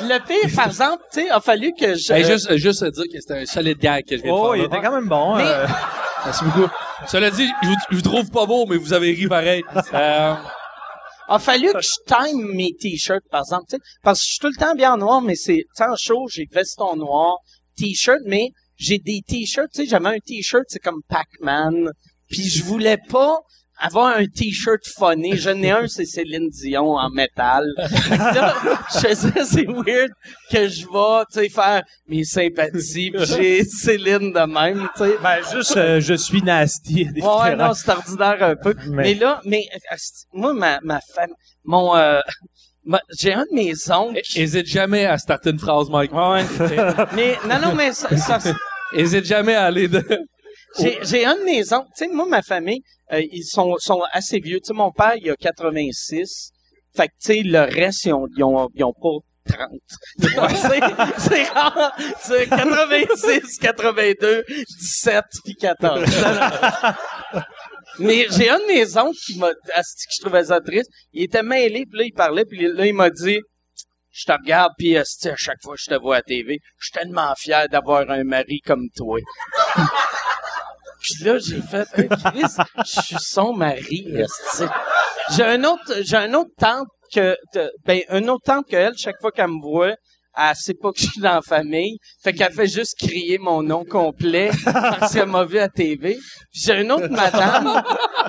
B: Le pire, par exemple, tu sais, a fallu que je...
D: Hey, juste, juste à dire que c'était un solide gag que je viens
C: Oh,
D: de
C: il
D: faire. là.
C: était quand même bon.
B: Mais-
C: euh,
D: Merci beaucoup. Cela dit, je vous, je vous trouve pas beau, mais vous avez ri pareil. Euh,
B: a fallu que je time mes t-shirts, par exemple, tu sais, parce que je suis tout le temps bien en noir, mais c'est tu sais, en chaud, j'ai veston noir, t-shirt, mais j'ai des t-shirts, tu sais, j'avais un t-shirt, c'est comme Pac-Man, puis je voulais pas avoir un t-shirt phoné. J'en ai un, c'est Céline Dion en métal. Fait que là, je faisais, c'est weird que je vais, tu sais, faire mes sympathies, puis j'ai Céline de même, tu sais.
C: ben, juste, euh, je suis nasty. des
B: Ouais, ouais,
C: funérailles.
B: non, c'est ordinaire un peu. Mais,
C: Mais-
B: là, mais euh, asti, moi, ma, ma femme, mon, euh, ma- j'ai un de mes oncles.
D: hésite jamais à starter une phrase, Mike. Ouais.
B: mais non, non, mais ça, ça-
D: hésite jamais à aller de...
B: j'ai, j'ai un de mes oncles. Tu sais, moi, ma famille, euh, ils sont, sont assez vieux. Tu sais, mon père, il a 86. Fait que, tu sais, le reste, ils ont, ils ont, ils ont pas 30. c'est, c'est rare. C'est 86, 82, 17, puis 14. Mais j'ai un de mes oncles qui m'a, asti, que je trouvais ça triste. Il était mêlé, puis là, il parlait, puis là, il m'a dit, je te regarde, puis asti, à chaque fois que je te vois à TV, je suis tellement fier d'avoir un mari comme toi. Puis là, j'ai fait, Hey, Chris, je suis son mari, esti. J'ai un autre, j'ai un autre tante que, de- ben, un autre tante que elle, chaque fois qu'elle me voit, elle sait pas que je suis dans la famille. Fait qu'elle fait juste crier mon nom complet parce qu'elle m'a vu à TV. Puis j'ai une autre madame,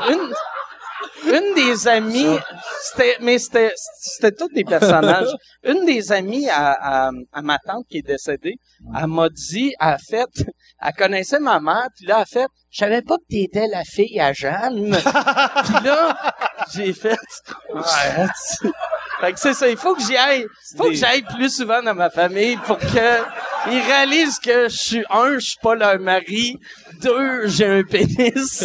B: une, une des amies, c'était, mais c'était, c'était tous des personnages. Une des amies à, à, à ma tante qui est décédée, elle m'a dit, elle a fait, elle connaissait ma mère, puis là, elle a fait, je savais pas que t'étais la fille à Jeanne. puis là, j'ai fait, ouais. tu- Fait que c'est ça, il faut que j'y aille, faut que
C: des-
B: j'aille plus souvent dans ma famille pour que ils réalisent que je suis un, je suis pas leur mari, deux, j'ai un pénis.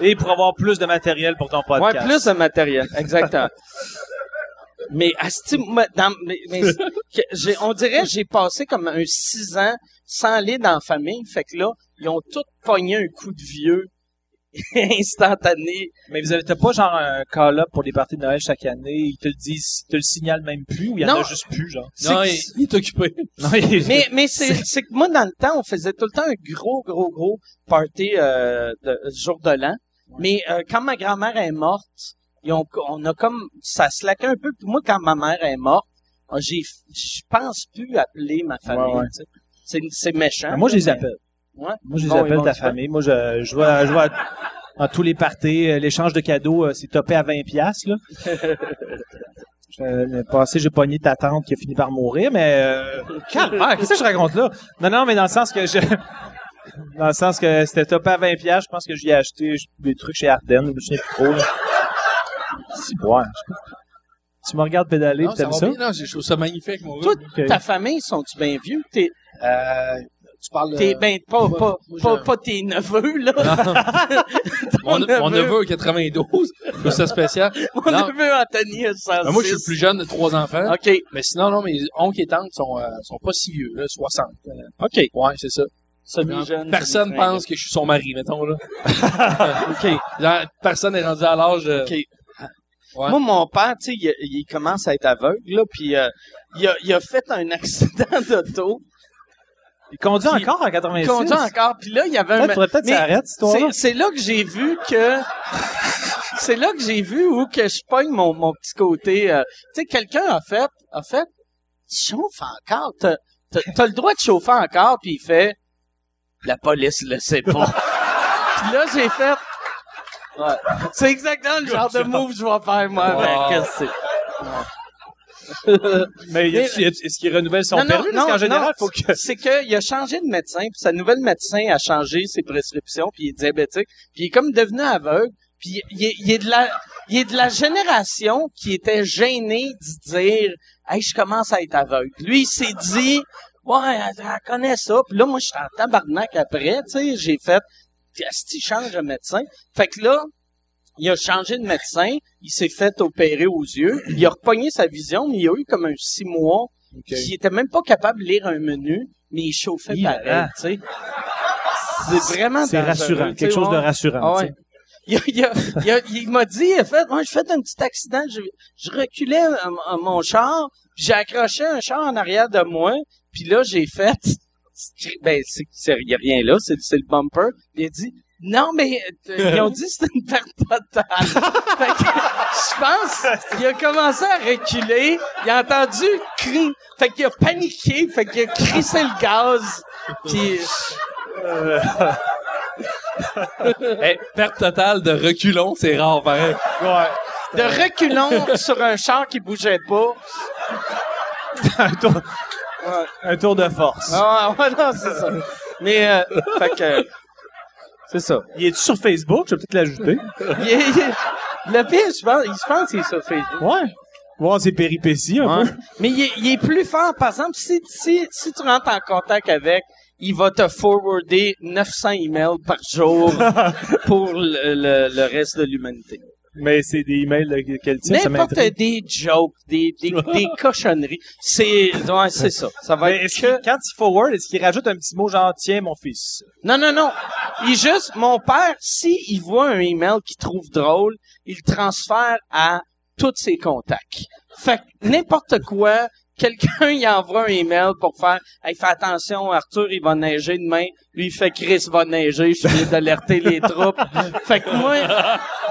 C: Et pour avoir plus de matériel pour ton
B: Ouais,
C: podcast.
B: plus de matériel, exactement. mais asti, moi, dans, mais, mais- que j'ai- on dirait que j'ai passé comme un six ans sans aller dans la famille. Fait que là, ils ont tous pogné un coup de vieux instantané.
C: Mais vous avez t'as pas genre un call-up pour les parties de Noël chaque année, ils te le disent, ils te le signalent même plus ou il y en
B: Non.
C: a juste plus genre.
D: Non,
B: C'est-
D: il, il est occupé.
C: Non, il-
B: Mais, mais c'est, c'est que moi, dans le temps, on faisait tout le temps un gros, gros, gros party euh, de, jour de l'an. Mais euh, quand ma grand-mère est morte, ils ont- on a comme... Ça slaquait un peu. Puis moi, quand ma mère est morte, euh, j'ai, je pense plus appeler ma famille.
C: Ouais, ouais.
B: tu sais. C'est, c'est méchant.
C: Mais moi je les
B: mais-
C: appelle.
B: Ouais.
C: Moi je les
B: Bon, ils
C: appelle
B: vont
C: ta
B: le faire.
C: famille. Moi je je vois je vois à tous les parties, euh, l'échange de cadeaux euh, c'est topé à 20 pièces là. Euh, le passé, j'ai pogné ta tante qui a fini par mourir, mais euh, calvaire, qu'est-ce que je raconte là Non non, mais dans le sens que je dans le sens que c'était topé à 20 pièces, je pense que j'y ai acheté des trucs chez Ardennes, je me souviens plus trop. là. C'est bon. hein. Tu me regardes pédaler,
D: Non,
C: tu
D: ça
C: t'aimes
D: va
C: ça
D: bien. Non, j'ai- je trouve ça magnifique, mon gars.
B: Toi,
C: Ok.
B: ta famille, sont-tu bien vieux? T'es,
D: Euh, tu parles...
B: t'es
D: euh,
B: ben, pas,
D: moi-
B: pas,
D: moi,
B: pas,
D: j'ai-
B: pas tes neveux, là.
D: mon,
B: neveu.
D: mon neveu a 92. Je trouve ça spécial.
B: Mon
D: Non.
B: neveu Anthony a 106.
D: Ben, moi, je suis le plus jeune de trois enfants.
B: OK.
D: Mais sinon, non, mes oncles et tantes sont, euh, sont pas si vieux, là, 60. euh,
B: OK.
D: Ouais, c'est ça.
B: Semi-jeune,
D: Personne
B: semi-fringant.
D: pense que je suis son mari, mettons, là. OK. Genre, personne n'est rendu à l'âge de...
B: OK.
D: Ouais.
B: Moi, mon père, tu sais, il, il commence à être aveugle, là, puis euh, il, a, il a fait un accident d'auto.
C: Il conduit
B: Puis-
C: encore en
B: Il
C: 86.
B: conduit encore, puis là, il y avait un...
C: Ouais, faudrait peut-être
B: mais
C: que ça arrête, cette
B: c'est,
C: histoire-là.
B: c'est là que j'ai vu que... c'est là que j'ai vu où que je pogne mon, mon petit côté... euh, tu sais, quelqu'un a fait... A fait... Tu chauffes encore? T'as, t'as, t'as le droit de chauffer encore, puis il fait... La police le sait pas. puis là, j'ai fait... Ouais. C'est exactement le genre de move que je vais faire, moi,
D: Wow.
B: avec... c'est-
C: Mais y a-tu- y a-tu- est-ce qu'il renouvelle son permis? Parce qu'en général,
B: non,
C: faut que...
B: C'est qu'il a changé de médecin, puis sa nouvelle médecin a changé ses prescriptions, puis il est diabétique, puis il est comme devenu aveugle, puis il est, il est de la... Il est de la génération qui était gênée de dire Hey, je commence à être aveugle. Lui, il s'est dit ouais, elle, elle connaît ça. Puis là, moi, je suis en tabarnak après, tu sais, j'ai fait, si change de médecin. Fait que là, il a changé de médecin, il s'est fait opérer aux yeux, il a repogné sa vision, mais il a eu comme un six mois, qui était même pas capable de lire un menu, mais il chauffait
C: Il
B: pareil,
C: a-
B: tu sais. C'est vraiment
C: ah. C'est
B: dangereux,
C: rassurant,
B: tu sais,
C: quelque chose de
B: ouais.
C: rassurant.
B: Ah
C: tu
B: ouais. Il, a- il a- il a- il m'a dit, en fait, moi, j'ai fait un petit accident, je, je reculais à, m- à mon char, puis j'ai accroché un char en arrière de moi, puis là, j'ai fait, ben, c'est- c'est y a rien là, c'est c'est le bumper, il a dit, non, mais euh, ils ont dit que c'était une perte totale. fait que, je pense, il a commencé à reculer, il a entendu cri, fait qu'il a paniqué, fait qu'il a crissé le gaz, puis...
C: sais. Euh,
D: Hey, perte totale de reculons, c'est rare, pareil.
C: ouais.
B: de reculons sur un char qui bougeait pas.
C: un, tour, un tour de force.
B: Ah, ouais, non, c'est ça. Mais, euh, fait que, c'est ça.
C: Il est sur Facebook? Je vais peut-être l'ajouter.
B: Il est- il est- le pire, je pense, il se pense qu'il est sur Facebook.
C: Ouais. Voir ses péripéties un
B: Ouais.
C: peu.
B: Mais il est, il est plus fort, par exemple, si, si, si tu rentres en contact avec, il va te forwarder 900 emails par jour pour le, le- le reste de l'humanité.
C: Mais c'est des emails de quel type? ça
B: N'importe
C: m'intrigue.
B: des jokes, des, des, des cochonneries. C'est, ouais, c'est ça. Ça va
C: Mais
B: être
C: est-ce
B: que...
C: qu'il- quand il forward, est-ce qu'il rajoute un petit mot genre « Tiens, mon fils
B: Non, non, non. Il juste, mon père, si il voit un email qu'il trouve drôle, il le transfère à tous ses contacts. Fait que n'importe quoi, quelqu'un y envoie un email pour faire, hey, fais attention, Arthur, il va neiger demain. Lui, il fait Chris va neiger, je suis obligé d'alerter les troupes. Fait que moi,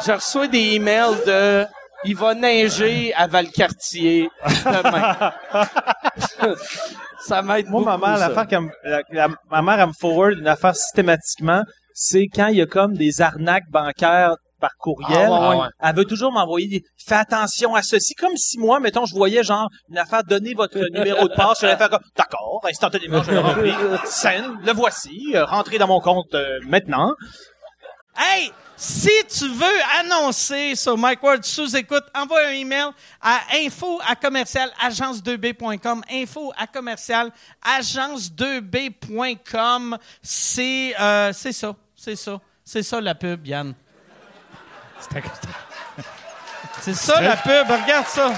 B: je reçois des emails de, il va neiger à Valcartier demain. ça m'aide ».
C: Moi,
B: beaucoup.
C: ma mère,
B: ça.
C: l'affaire qu'elle me- la- la- ma mère, elle me forward une affaire systématiquement, c'est quand il y a comme des arnaques bancaires par courriel,
B: Ah ouais,
D: ouais.
C: elle veut toujours m'envoyer des « Fais attention à ceci ». Comme si moi, mettons, je voyais genre une affaire « Donnez votre numéro de passe », je vais faire comme « D'accord, instantanément, je vais le remplir, scène, le voici, euh, rentrez dans mon compte euh, maintenant
E: Hey, si tu veux annoncer sur Mike Ward sous écoute, envoie un email à info à commercial agence2b.com. Info à commercial agence2b.com. C'est euh, c'est ça, c'est ça, c'est ça la pub, Yann. C'est ça la pub, regarde ça.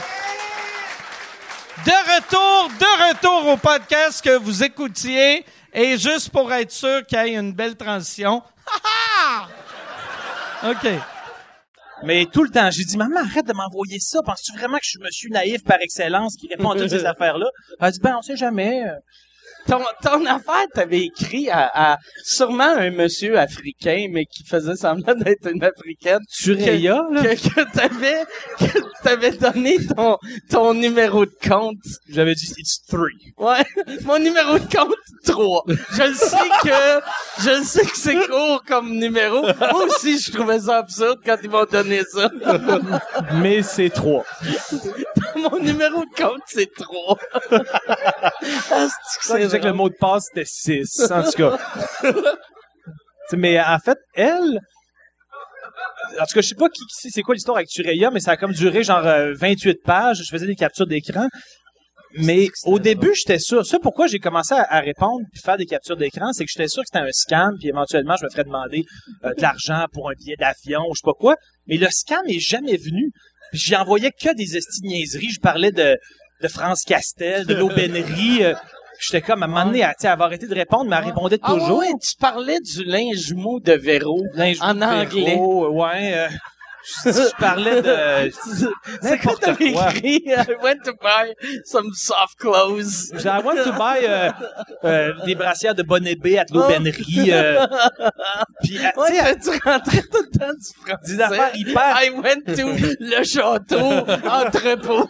E: De retour, de retour au podcast que vous écoutiez. Et juste pour être sûr qu'il y ait une belle transition. Ha ha! OK. ».
C: Mais tout le temps, j'ai dit « Maman, arrête de m'envoyer ça, penses-tu vraiment que je suis monsieur naïf par excellence qui répond à toutes ces affaires-là » Elle dit « Ben, on sait jamais ».
B: Ton, ton affaire, t'avais écrit à, à sûrement un monsieur africain, mais qui faisait semblant d'être une africaine.
C: Tureya, là.
B: Que, que t'avais, que t'avais donné ton, ton numéro de compte.
C: J'avais dit « It's three ».
B: Ouais. Mon numéro de compte, 3. Je le sais que, je le sais que c'est court comme numéro. Moi aussi, je trouvais ça absurde quand ils m'ont donné ça.
C: mais c'est trois.
B: Mon numéro de compte, c'est 3.
C: C'est vrai que le mot de passe c'était 6, en tout cas. T'sais, mais euh, en fait, elle. En tout cas, je sais pas qui, qui- c'est quoi l'histoire avec Tureya, mais ça a comme duré genre euh, 28 pages. Je faisais des captures d'écran. Mais au début, j'étais sûr. Ça, pourquoi j'ai commencé à, à répondre puis faire des captures d'écran, c'est que j'étais sûr que c'était un scam, puis éventuellement, je me ferais demander euh, de l'argent pour un billet d'avion ou je sais pas quoi. Mais le scam est jamais venu. Puis J'y envoyais que des estigniaiseries. Je parlais de, de France Castel, de l'aubainerie. euh, J'étais comme, à un moment donné, elle, tu sais, elle avait arrêté de répondre, mais elle répondait
B: Ah
C: toujours.
B: ouais, tu parlais du linge mou de Véro.
C: Linge
B: En
C: de Véro,
B: anglais.
C: ouais. euh, je, je parlais de...
B: C'est quoi
C: N'importe
B: t'avais
C: quoi.
B: écrit? euh, I went to buy some soft clothes.
C: J'ai I want to buy euh, euh, des brassières de bonnet B à de l'aubainerie. euh, Puis, elle- tu sais,
B: Ouais, tu rentrais tout le temps du français.
C: Des affaires hyper-
B: I went to le château, entrepôt.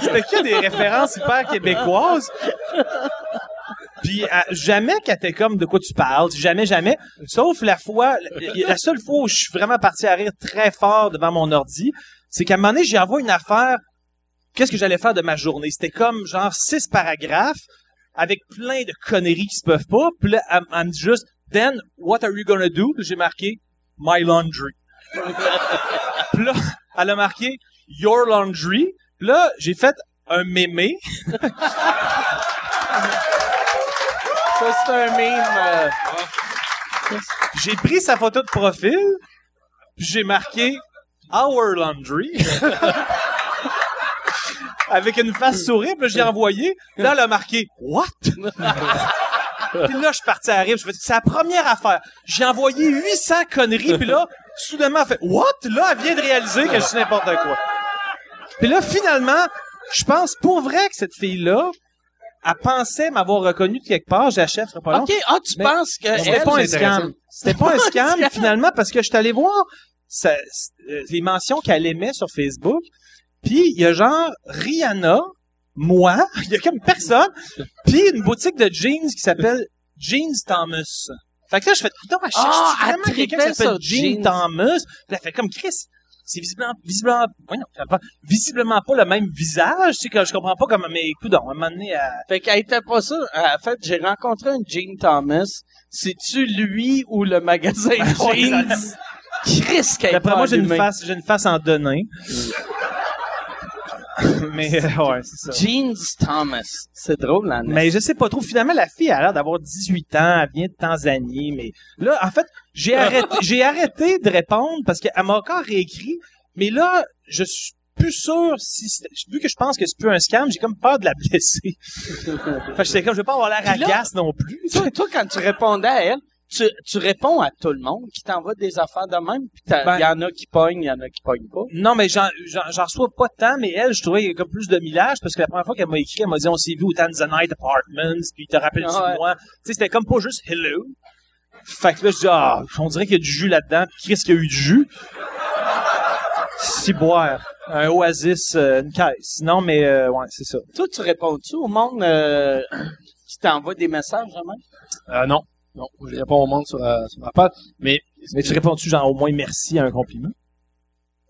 C: C'était que des références hyper québécoises. Puis à- jamais qu'elle était comme de quoi tu parles, jamais, jamais. Sauf la fois, la, la seule fois où je suis vraiment parti à rire très fort devant mon ordi, c'est qu'à un moment donné, j'y envoie une affaire. Qu'est-ce que j'allais faire de ma journée? C'était comme genre six paragraphes avec plein de conneries qui se peuvent pas. Puis là, elle, elle me dit juste, Then, what are you gonna do? Puis j'ai marqué, My laundry. Puis là, elle a marqué, Your laundry. Puis là, j'ai fait un mémé.
B: Ça, c'est un meme. euh,
C: J'ai pris sa photo de profil, puis j'ai marqué Our Laundry. Avec une face sourire, puis là, je l'ai envoyé. Là, elle a marqué What? puis là, je suis parti à la rive. Je fais, c'est la première affaire. J'ai envoyé 800 conneries, puis là, soudainement, elle fait What? Là, elle vient de réaliser que je suis n'importe quoi. Puis là, finalement, je pense pour vrai que cette fille-là, elle pensait m'avoir reconnu de quelque part. J'achète, ce sera pas long.
B: OK. Ah, tu
C: Mais
B: penses que...
C: C'était
B: elle,
C: pas un
B: c'est-
C: scam. C'était pas un scam,
B: scam.
C: finalement, parce que je suis allé voir sa- euh, les mentions qu'elle aimait sur Facebook. Puis, il y a genre Rihanna, moi, il y a comme personne, puis une boutique de jeans qui s'appelle Jeans Thomas. Fait que là, je fais, putain, elle cherche
B: Ah, elle
C: vraiment quelqu'un qui
B: tripait
C: s'appelle
B: sur
C: Jean
B: Jeans.
C: Thomas. Puis elle fait comme Chris. C'est visiblement, visiblement, voyons, elle parle- visiblement pas le même visage. Tu sais, que je comprends pas comment, mais écoute, on un moment donné, elle-
B: Fait qu'elle était pas sûre. Euh, En fait, j'ai rencontré un Gene Thomas. C'est-tu lui ou le magasin Jeans? Chris, qu'elle est
C: D'après
B: pas
C: moi, j'ai une
B: allumée.
C: face, j'ai une face en donné. Mais euh, ouais, c'est ça.
B: Jeans Thomas. C'est drôle, hein, là.
C: Mais je sais pas trop. Finalement, la fille a l'air d'avoir 18 ans. Elle vient de Tanzanie. Mais là, en fait, j'ai arrêté, j'ai arrêté de répondre parce qu'elle m'a encore réécrit. Mais là, je suis plus sûr si c'était- vu que je pense que c'est plus un scam, j'ai comme peur de la blesser. Fait que j'étais comme, je veux pas avoir l'air
B: Puis là-
C: agace non plus.
B: toi, toi, quand tu répondais à elle, tu, tu réponds à tout le monde qui t'envoie des affaires de même, puis il
C: Ben-
B: y en a qui pognent, il y en a qui pognent pas.
C: Non, mais j'en j'en- j'en reçois pas tant, mais elle, je trouvais qu'il y a comme plus de millage parce que la première fois qu'elle m'a écrit, elle m'a dit on s'est vu au Tanzanite Apartments, puis te rappelles-tu
B: Ah ouais.
C: de moi? Tu sais, c'était comme pas juste hello. Fait que là, je dis ah, on dirait qu'il y a du jus là-dedans, puis Chris, qu'il y a eu du jus. Si boire, un oasis, euh, une caisse. Non, mais euh, ouais, c'est ça.
B: Toi, tu réponds-tu au monde euh, qui t'envoie des messages, jamais?
D: Euh, non. Non, je réponds au monde sur, euh, sur ma page. Mais,
C: Mais tu réponds-tu genre au moins merci à un compliment?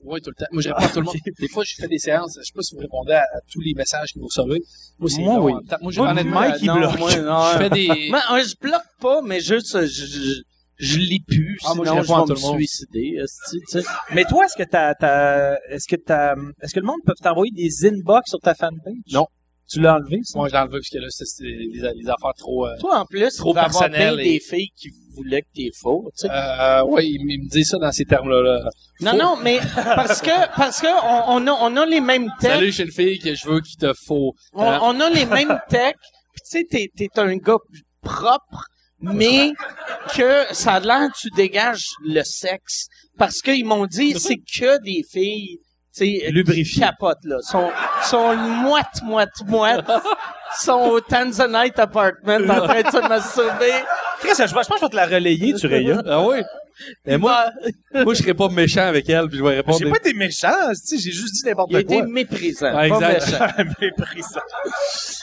D: Oui, tout le temps. Moi, je réponds à tout le monde. Des fois, je fais des séances. Je sais pas si vous répondez à, à tous les messages que vous recevez. Moi, c'est
C: Moi,
D: long,
C: oui.
D: en même temps. Moi, je,
C: Moi,
D: honnêtement,
C: Mike, il
B: Euh, non,
C: bloque.
B: moi, non.
D: je fais des...
B: Moi, euh, je bloque pas, mais juste, euh, je, je, je lis plus,
D: Ah, moi, je
B: sinon je,
D: réponds
B: vais
D: à tout
B: me
D: le monde.
B: suicider. esti, tu sais.
C: Mais toi, est-ce que t'as, t'as- est-ce que t'as, est-ce que le monde peut t'envoyer des inbox sur ta fanpage?
D: Non.
C: Tu l'as enlevé, ça?
D: Moi, je l'enlève parce que là, ça, c'est des, des affaires trop... Euh,
B: Toi, en plus,
D: Trop
B: il va avoir
D: personnel
B: bien
D: et-
B: des filles qui voulaient que t'es faux, tu sais.
D: euh, ouais, il, il me dit ça dans ces termes-là. là.
B: non,
D: Faux.
B: non, mais parce que, parce que on, on, a, on a les mêmes textes.
D: Salut, j'ai une fille que je veux qu'il te faut.
B: On, on a les mêmes techs. Puis tu sais, t'es, t'es un gars propre, mais que ça a l'air que tu dégages le sexe. Parce qu'ils m'ont dit, c'est que des filles, tu sais, euh, qui
C: Lubrifié.
B: capotent, là. Sont, sont moite, moite, moite. sont au Tanzanite Apartment en train de se masturber.
C: Chris, je, je pense que je vais te la relayer, tu rayas.
F: Ah oui? Mais moi, moi, je serais pas méchant avec elle, puis je vais répondre.
C: J'ai pas été méchant, tu sais, j'ai juste dit n'importe
B: Il a
C: quoi.
B: été méprisant.
D: Ouais,
B: pas
D: exact.
B: méchant.
C: Méprisant.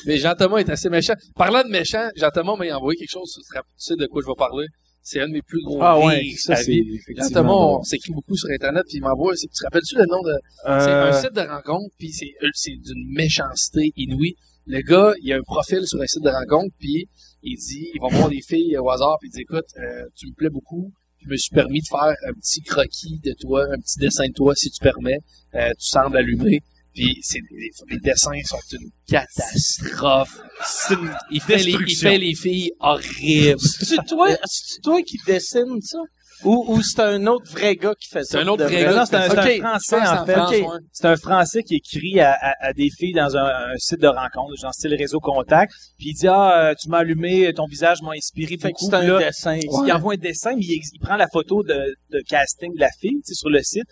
D: Mais Jean-Thomas est assez méchant. Parlant de méchant, Jean-Thomas m'a envoyé quelque chose. Tu te rappelles- tu sais de quoi je vais parler? C'est un de mes plus gros
C: Ah ouais,
D: rires.
C: ça,
D: Ah,
C: c'est
D: oui. Jean-Thomas,
C: bon.
D: on s'écrit beaucoup sur Internet, puis il m'envoie... c'est- Tu te rappelles-tu le nom de... C'est un
C: Euh,
D: site de rencontre, puis c'est euh, c'est d'une méchanceté inouïe. Le gars, il a un profil sur un site de rencontre, puis il dit, il va voir des filles au hasard, puis il dit, écoute, euh, tu me plais beaucoup, je me suis permis de faire un petit croquis de toi, un petit dessin de toi, si tu permets. Euh, tu sembles allumé. Puis c'est les, les dessins sont une catastrophe.
C: C'est une
D: Il fait, les, il
C: Destruction.
D: fait les filles horribles.
B: C'est toi, c'est toi qui dessine ça? Ou, ou c'est un autre vrai gars qui fait ça?
D: C'est un autre
B: de
D: vrai
C: Mais
B: vrai?
C: non, c'est un, c'est un
B: euh, Ok,
C: français,
D: je pense
C: en fait.
D: que c'est en
C: Ok.
D: France, ouais.
C: C'est un français qui écrit à, à- à des filles dans un, un site de rencontre, genre style réseau contact. Puis il dit, ah, euh, tu m'as allumé, ton visage m'a inspiré
B: Fait que
C: beaucoup.
B: c'est un
C: Puis là,
B: dessin.
C: il envoie un dessin, mais il, ex- il prend la photo de, de casting de la fille, tu sais, sur le site.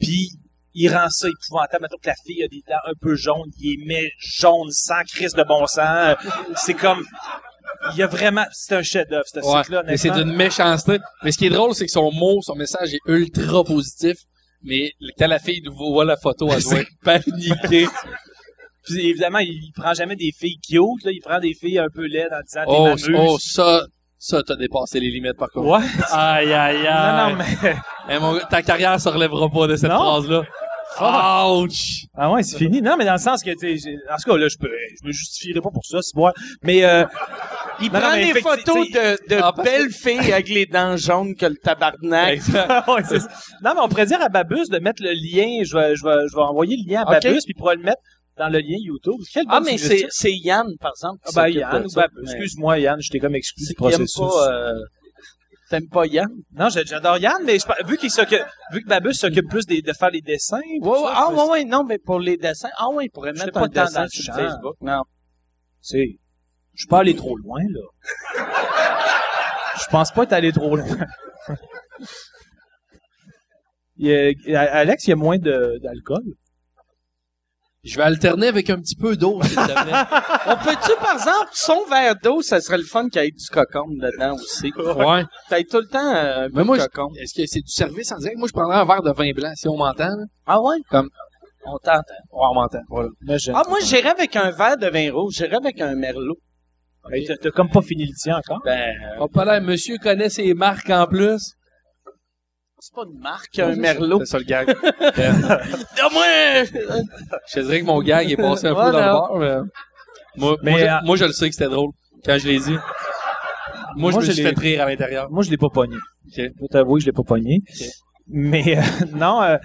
C: Puis il rend ça épouvantable. Mettons que la fille a des dents un peu jaunes, il les met jaune sans crise de bon sang. C'est comme, il y a vraiment, c'est un chef-d'œuvre, ce
D: Ouais,
C: site-là.
D: mais c'est
C: honnêtement.
D: d'une méchanceté. Mais ce qui est drôle, c'est que son mot, son message est ultra positif. Mais quand la fille nous voit la photo, elle doit être paniquée.
C: Puis évidemment, il prend jamais des filles cute, là, il prend des filles un peu laides en disant
D: oh,
C: des
D: c- oh, ça, ça, t'as dépassé les limites, par contre.
C: Ouais.
D: Aïe, aïe,
C: Non,
D: aïe.
C: non, mais.
D: Eh, mon gars, ta carrière se relèvera pas de cette
C: Non.
D: phrase-là. Ouch!
C: Ah ouais, c'est fini. Non, mais dans le sens que, tu sais, j'ai- en tout cas, là, je peux, je me justifierai pas pour ça, c'est moi. Mais, euh,
B: Il
C: Non, non,
B: prend
C: mais
B: des
C: effecti-
B: photos
C: tu
B: de, de
D: Ah, parce que-
B: belles filles avec les dents jaunes que le tabarnak.
C: Ah ouais, c'est ça. non, mais on pourrait dire à Babus de mettre le lien, je vais, je vais, je vais envoyer le lien à
B: Ok.
C: Babus, puis il pourra le mettre dans le lien YouTube. Quelle
B: Ah,
C: bonne
B: mais c'est
C: suggestion.
B: c'est Yann, par exemple. qui
C: Ah, ben,
B: s'occupe de
C: Yann,
B: ça.
C: ben, excuse-moi, Yann, je t'ai comme exclu
B: C'est
C: du
B: qu'il aime
C: processus.
B: pas, euh, T'aimes pas Yann?
C: Non, j'ai- j'adore Yann, mais je par- vu qu'il s'occupe, vu que Babus s'occupe plus des- de faire les dessins. tout
B: Ouais, ouais,
C: ça,
B: ah,
C: je-
B: ouais, ouais, non, mais pour les dessins. Ah, ouais, il pourrait
C: Je fais
B: mettre
C: pas
B: un
C: de temps dans
B: dessin
C: le
B: sur
C: champ.
B: Facebook. Non.
C: c'est, je suis pas allé trop loin, là. je pense pas être allé trop loin. Il y a- Alex, il y a moins de- d'alcool.
D: Je vais alterner avec un petit peu d'eau, s'il te plaît.
B: On peut-tu, par exemple, son verre d'eau, ça serait le fun qu'il y ait du cocombe dedans aussi.
D: ouais.
B: T'as tout le temps euh, un peu
D: Mais moi,
B: de
D: je-
B: cocombe.
D: est-ce que c'est du service en direct? Moi, je prendrais un verre de vin blanc, si on m'entend. là.
B: Ah, ouais?
D: Comme-
B: On t'entend.
D: Ouais, on m'entend, voilà.
C: Imagine.
B: Ah, moi, j'irais avec un verre de vin rouge. J'irais avec un merlot.
C: Hey, t'as- T'as comme pas fini le tien encore.
B: Ben,
D: On peut l'air, monsieur connaît ses marques en plus.
B: c'est pas une marque, un merlot. Ah,
D: C'est ça le gag. Euh, je te dirais que mon gag est passé un peu
B: Voilà.
D: dans le bar, mais... Moi,
C: Mais,
D: moi, je-
C: euh,
D: moi, je le sais que c'était drôle quand je l'ai dit.
C: Moi,
D: Moi, je
C: je
D: me suis
C: l'ai-
D: fait rire à l'intérieur.
C: Moi, je l'ai pas pogné.
D: Ok.
C: Je vais t'avouer, que je l'ai pas pogné. Mais euh, non, euh,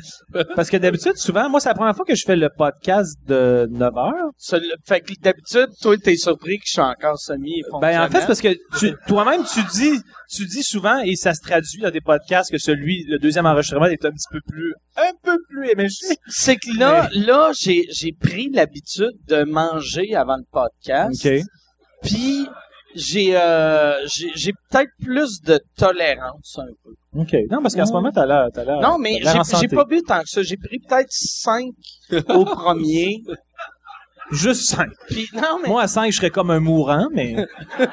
C: parce que d'habitude, souvent, moi, c'est la première fois que je fais le podcast de 9 heures.
B: Ça, le- Fait que d'habitude, toi, t'es surpris que je suis encore semi-fonctionnel.
C: Ben, en fait, c'est parce que tu- toi-même, tu dis, tu dis souvent, et ça se traduit dans des podcasts, que celui, le deuxième enregistrement est un petit peu plus, un peu plus éméché.
B: C'est que là, là, j'ai, j'ai pris l'habitude de manger avant le
D: Ah,
B: podcast. Puis j'ai, euh, j'ai, j'ai peut-être plus de tolérance un peu.
C: OK. Non, parce qu'en ce moment, t'as l'air, t'as l'air.
B: non, mais
C: t'as l'air
B: j'ai, j'ai
C: en Ah, ben, santé.
B: pas bu tant que ça. J'ai pris peut-être cinq au premier.
C: Juste 5.
B: Puis non, mais
C: Moi, à 5, je serais comme un mourant, mais
B: non,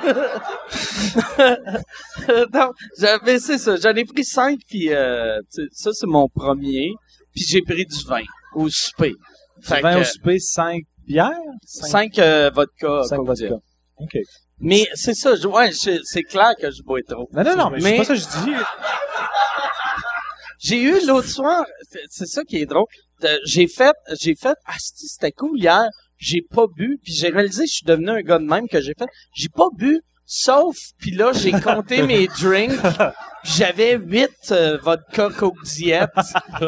B: je- mais c'est ça. J'en ai pris cinq. Puis euh, tu- ça, c'est mon premier. Puis j'ai pris du vin au souper. Fait que,
C: 20 au
B: euh,
C: souper, 5 bières?
B: cinq euh, vodka.
C: 5
B: cocktail.
C: vodka. OK.
B: Mais c'est ça. je- ouais, je- c'est clair que je bois trop.
C: Non, non, non, mais,
B: Mais-
C: c'est pas ça que je dis.
B: J'ai eu l'autre soir, c'est- c'est ça qui est drôle. de- J'ai fait, j'ai fait, ah, c'ti, c'était cool hier. J'ai pas bu, puis j'ai réalisé que je suis devenu un gars de même que j'ai fait. J'ai pas bu, sauf, puis là j'ai compté mes drinks. puis J'avais huit euh, vodka Coke Diet,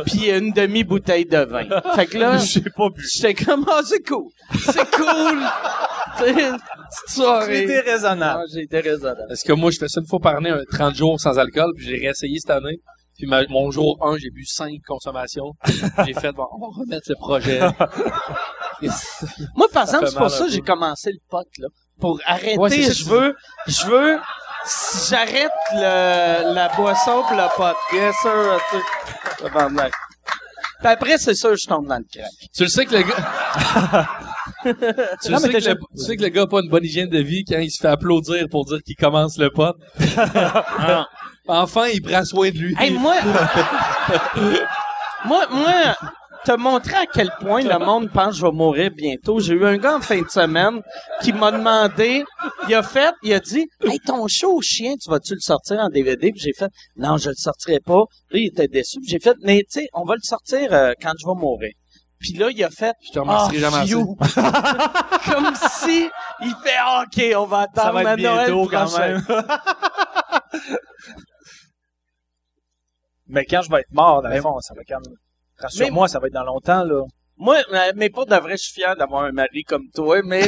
B: puis une demi bouteille de vin. Fait que
D: Ah.
B: là,
C: J'ai pas bu.
B: j'étais comme ah c'est cool, c'est cool. C'est une petite soirée.
C: J'étais raisonnable.
B: Ah, j'ai été raisonnable.
D: Parce que moi, je fais ça une fois par année, un 30 jours sans alcool, puis j'ai réessayé cette année. Puis ma- mon jour 1, j'ai bu 5 consommations. j'ai fait, bon, on va remettre le projet.
B: Moi, par exemple,
D: fait
B: c'est pour
D: mal un
B: ça que
D: peu.
B: j'ai commencé le pot, là. Pour arrêter,
D: Ouais, c'est ça que
B: je
D: tu
B: veux, je veux, si j'arrête le, la boisson pour le pot. Yes, sir, tu sais. Tabarnak. Puis après, c'est sûr, je tombe dans le crack.
D: tu le sais que le gars... tu, le
C: Non, mais
D: sais que
C: t'as-
D: le, tu sais que le gars a pas une bonne hygiène de vie quand il se fait applaudir pour dire qu'il commence le pot.
C: Ah.
D: enfin, il prend soin de lui.
B: Hey, moi, moi, moi, te montrer à quel point le monde pense que je vais mourir bientôt. J'ai eu un gars en fin de semaine qui m'a demandé, il a fait, il a dit, hey, ton show au chien, tu vas-tu le sortir en DVD? Puis j'ai fait, non, je le sortirai pas. Là, il était déçu. Puis j'ai fait, mais tu sais, on va le sortir euh, quand je vais mourir. Puis là, il a fait,
D: Je te remercierai
B: Ah,
D: jamais assez.
B: phew. comme si il fait, OK, on va attendre
C: Ça va
B: à
C: être
B: Noël
C: bientôt quand
B: prochain.
C: même. mais quand je vais être mort, dans le fond, ça va quand même. Rassure-moi, ça va être dans longtemps, là.
B: Moi, euh, mais pour de vrai, je suis fier d'avoir un mari comme toi, mais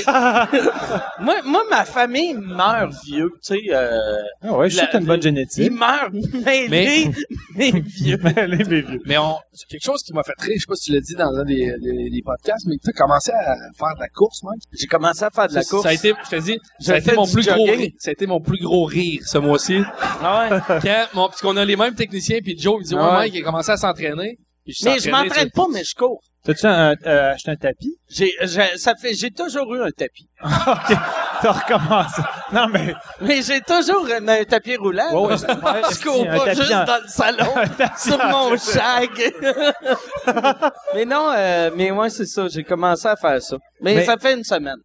B: moi, moi, ma famille meurt vieux, tu sais. euh,
C: Ah ouais, je suis
B: La-
C: sûr que t'as une bonne
B: ils
C: génétique.
B: meurent mêlés, mais vieux.
C: Les vieux.
D: Mais on, c'est quelque chose qui m'a fait rire, je sais pas si tu l'as dit dans un des, des- des podcasts, mais tu as commencé à faire de la course, man.
B: J'ai commencé à faire de la
D: Ça-
B: course.
D: Ça a été, je te dis, ça a
B: J'ai
D: été
B: fait
D: mon
B: du
D: plus gros
B: jogging.
D: rire. Ça a été mon plus gros rire ce mois-ci.
B: Ah ouais.
D: Quand mon, parce qu'on a les mêmes techniciens, puis Joe, il dit, ouais,
B: Ouais.
D: Mike, il a commencé à s'entraîner. Puis suis
B: Mais je
D: entraîné,
B: m'entraîne pas, mais je cours.
C: T'as-tu un- euh, acheté un tapis?
B: J'ai, j'ai- ça fait, j'ai toujours eu un tapis.
C: T'as recommencé. Non, mais.
B: Mais j'ai toujours un, un tapis roulant.
C: Ouais, ouais, j'espère.
B: Je cours
C: Un
B: pas
C: tapis
B: juste
C: en-
B: dans le salon,
C: tapis
B: sur
C: en-
B: mon shag. mais non, euh, mais ouais, c'est ça. J'ai commencé à faire ça. Mais,
C: Mais-
B: ça fait une semaine.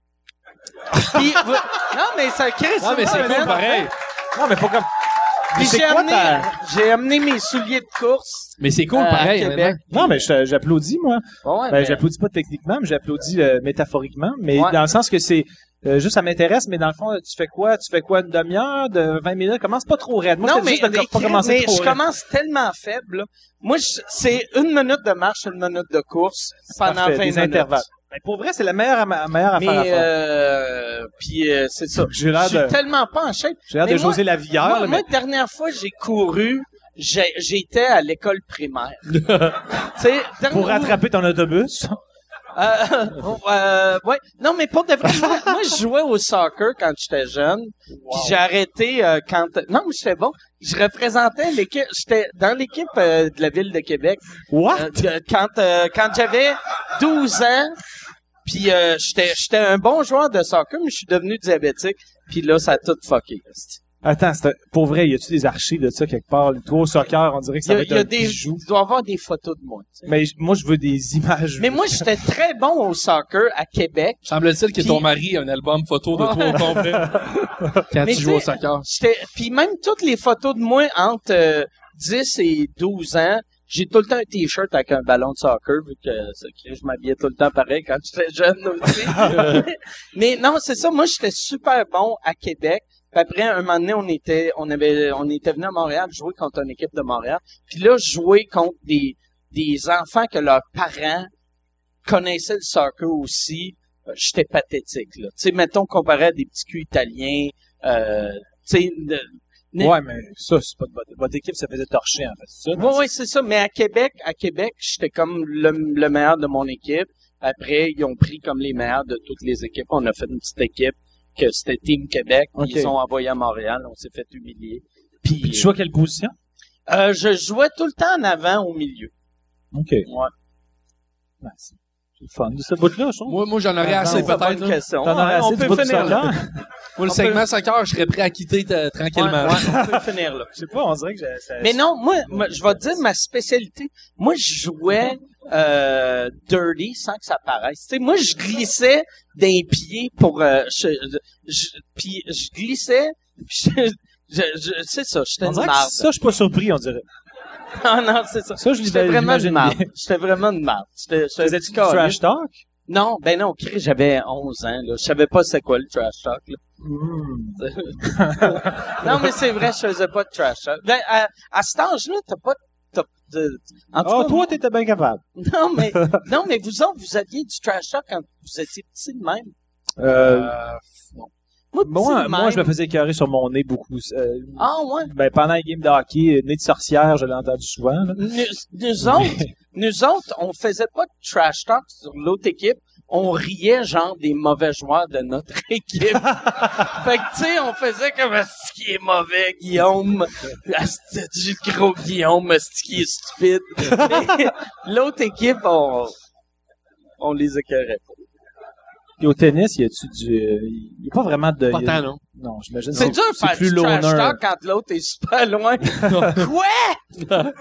B: Puis, vous- Non, mais ça crée
D: tu sais. Non, mais c'est
B: une
D: cool,
B: semaine.
D: pareil.
C: Non, mais faut comme.
B: Puis
C: C'est
B: j'ai
C: quoi
B: amené,
C: ta-
B: j'ai amené mes souliers de course.
D: Mais c'est cool,
B: Euh,
D: pareil.
B: Québec.
D: honnêtement.
C: Non, mais je- j'applaudis, moi.
B: Ouais, ouais,
C: Ben,
B: mais-
C: j'applaudis pas techniquement, mais j'applaudis euh, métaphoriquement, mais
B: Ah, Ouais.
C: dans le sens que c'est euh, juste ça m'intéresse, mais dans le fond, tu fais quoi Tu fais quoi une demi-heure, de 20 minutes Commence pas trop raide. Moi,
B: non,
C: t'as
B: mais,
C: juste de
B: mais-
C: pas commencer
B: mais
C: trop
B: je
C: raide.
B: commence tellement faible. là. Moi, je- c'est une minute de marche, une minute de course pendant
C: Parfait,
B: 20
C: des
B: minutes.
C: intervalles. Ben, pour vrai, c'est la meilleure, ma- meilleure affaire à
B: Mais,
C: faire.
B: euh, puis euh, c'est ça.
C: J'ai
B: Je
C: l'air
B: suis
C: de,
B: tellement pas en shape.
C: j'ai l'air
B: mais
C: de
B: moi-
C: José Lavigueur,
B: moi,
C: là,
B: moi,
C: mais
B: la dernière fois que j'ai couru, j'ai- j'étais à l'école primaire. Tu sais,
C: pour
B: dernière-
C: rattraper ton autobus.
B: Euh, euh, ouais. Non, mais pour de vrai, moi, moi, je jouais au soccer quand j'étais jeune. Puis j'ai arrêté euh, quand... Non, mais j'étais bon. Je représentais l'équipe... J'étais dans l'équipe euh, de la ville de Québec.
C: What?
B: Euh, de- quand euh, quand j'avais 12 ans, puis euh, j'étais j'étais un bon joueur de soccer, mais je suis devenu diabétique. Puis là, ça a tout fucké. esti.
C: Attends, c'est un- pour vrai, y a-tu des archives de ça quelque part? Toi, au soccer, on dirait que
B: Il y
C: ça
B: a,
C: va
B: il
C: être
B: y a
C: un
B: des...
C: bijou.
B: Il doit y avoir des photos de moi. tu sais.
C: Mais j- moi, je veux des images.
B: Mais moi, j'étais très bon au soccer à Québec.
D: Semble-t-il que
B: Puis-
D: ton mari a un album photo de toi au complet quand
B: Mais
D: tu joues
B: tu
D: au
B: sais-
D: soccer.
B: J'étais, puis même toutes les photos de moi entre euh, 10 et 12 ans, j'ai tout le temps un t-shirt avec un ballon de soccer vu que ça, que je m'habillais tout le temps pareil quand j'étais jeune aussi. Mais non, c'est ça. Moi, j'étais super bon à Québec. Puis après, un moment donné, on était, on avait, on était venu à Montréal jouer contre une équipe de Montréal. Puis là, jouer contre des, des enfants que leurs parents connaissaient le soccer aussi. euh, J'étais pathétique, là. Tu sais, mettons, comparé à des petits culs italiens, euh, tu sais, de- mais-
C: Ouais, mais ça, c'est pas de votre, votre équipe, ça faisait torcher, en fait. c'est Ça,
B: Oui, oui, c'est ça. Mais à Québec, à Québec, j'étais comme le, le meilleur de mon équipe. Après, ils ont pris comme les meilleurs de toutes les équipes. On a fait une petite équipe que c'était Team Québec. puis
C: Ok.
B: Ils ont envoyé à Montréal. On s'est fait humilier. Puis,
C: Puis tu vois quelle position?
B: euh, je jouais tout le temps en avant, au milieu.
C: OK.
B: Ouais.
C: Ouais, c'est c'est le fun de ce bout-là, je trouve.
D: Moi, moi j'en aurais
C: Ah,
D: assez
B: C'est pas
D: peut-être.
B: bonne
D: là.
B: question.
C: T'en aurais
E: on
C: assez
E: peut
C: du bout du
E: finir
C: soccer?
D: Pour le
B: On peut-
D: segment soccer, je serais prêt à quitter euh,
B: Ouais,
D: tranquillement.
B: ouais, on peut finir là.
C: Je sais pas, on dirait que j'ai... ça-
B: Euh, Mais non, moi, moi, je vais te dire ma spécialité. Moi, je jouais euh, dirty sans que ça paraisse. Tu sais, moi, je glissais d'un pied pour... euh, je, je- puis je glissais... puis je, je, je- c'est ça, j'étais
C: On
B: une
C: dirait que
B: marde.
C: ça, je suis pas surpris, on dirait.
B: Ah non, c'est ça.
C: Ça, je
B: J'étais
C: l'imagine
B: vraiment une
C: bien.
B: marde. J'étais vraiment une marde. J'étais- j'étais
C: Faisais-tu du
B: calice.
C: trash talk?
B: Non, ben non, Chris, j'avais 11 ans. Là. Je savais pas c'est quoi le trash talk. Là. Mm. Non, mais c'est vrai, je faisais pas de trash talk. Ben, à, à cet âge-là, t'as pas... T'as, de- en tout
C: Oh,
B: cas,
C: toi, t'étais bien capable.
B: Non, mais, non, mais vous autres, vous aviez du trash talk quand vous étiez petit de même.
C: Euh,
D: Euh,
B: Moi, petit
C: moi,
B: de
C: moi,
B: même-
C: je me faisais écœurer sur mon nez beaucoup. Euh,
B: Ah, ouais.
C: ben, pendant les games de hockey, euh, nez de sorcière, je l'ai entendu souvent. là.
B: Nous, nous autres, nous autres, on faisait pas de trash talk sur l'autre équipe. On riait, genre, des mauvais joueurs de notre équipe. fait que, tu sais, on faisait comme, est-ce qui est mauvais, Guillaume? Est-ce que gros Guillaume? Est-ce qui est stupide? Mais l'autre équipe, on, on les écœurait pas.
C: Puis au tennis, y a-tu du... Il y a pas vraiment de...
D: pas
C: y a-
D: tant, non.
C: Non, j'imagine
B: C'est dur de faire
C: plus
B: du trash
C: loner.
B: talk quand l'autre est super loin. Quoi? Quoi?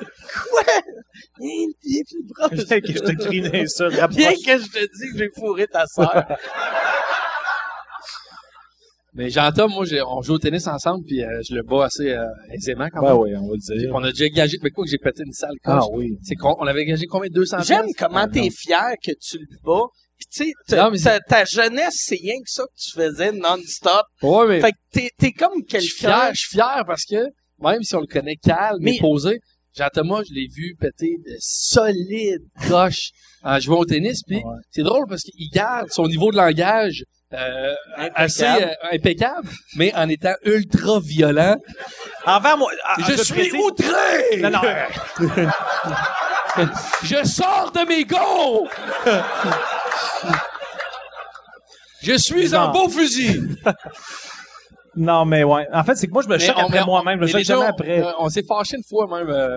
B: Il est plus proche.
C: Bien que je te crinais ça,
B: Bien
C: rapproche.
B: que je te dis que j'ai fourré ta sœur.
D: Mais j'entends, moi, j'ai- on joue au tennis ensemble, puis euh, je le bats assez euh, aisément quand
C: Ben
D: même.
C: oui, on va le dire.
D: On a déjà gagé, mais quoi que j'ai pété une sale coche.
C: Ah oui.
D: C'est qu'on on avait gagé combien? 200
B: J'aime
D: piastres?
B: comment t'es fier que tu le bats. Puis tu sais, ta-
D: Non, mais
B: ta, ta jeunesse, c'est rien que ça que tu faisais non-stop.
D: Ouais, mais
B: Fait que t'es, t'es comme
D: je suis fier,
B: quelqu'un...
D: je suis fier parce que même si on le connaît calme
B: Mais-
D: et posé, Jean-Thomas, je l'ai vu péter de solides coches en jouant au tennis. Puis
C: Ouais.
D: c'est drôle parce qu'il garde son niveau de langage euh, assez euh, impeccable, mais en étant ultra violent.
C: Envers moi... ah,
D: je suis
C: précise-
D: outré!
C: Non, non,
D: Je sors de mes gonds! Je suis
C: Non.
D: un beau fusil.
C: non, mais ouais. En fait, c'est que moi, je me
D: Mais
C: choque
D: on- mais
C: après
D: on-
C: moi-même. Je me
D: mais
C: choque
D: les deux,
C: jamais
D: on-
C: après.
D: euh, on s'est fâché une fois même. euh,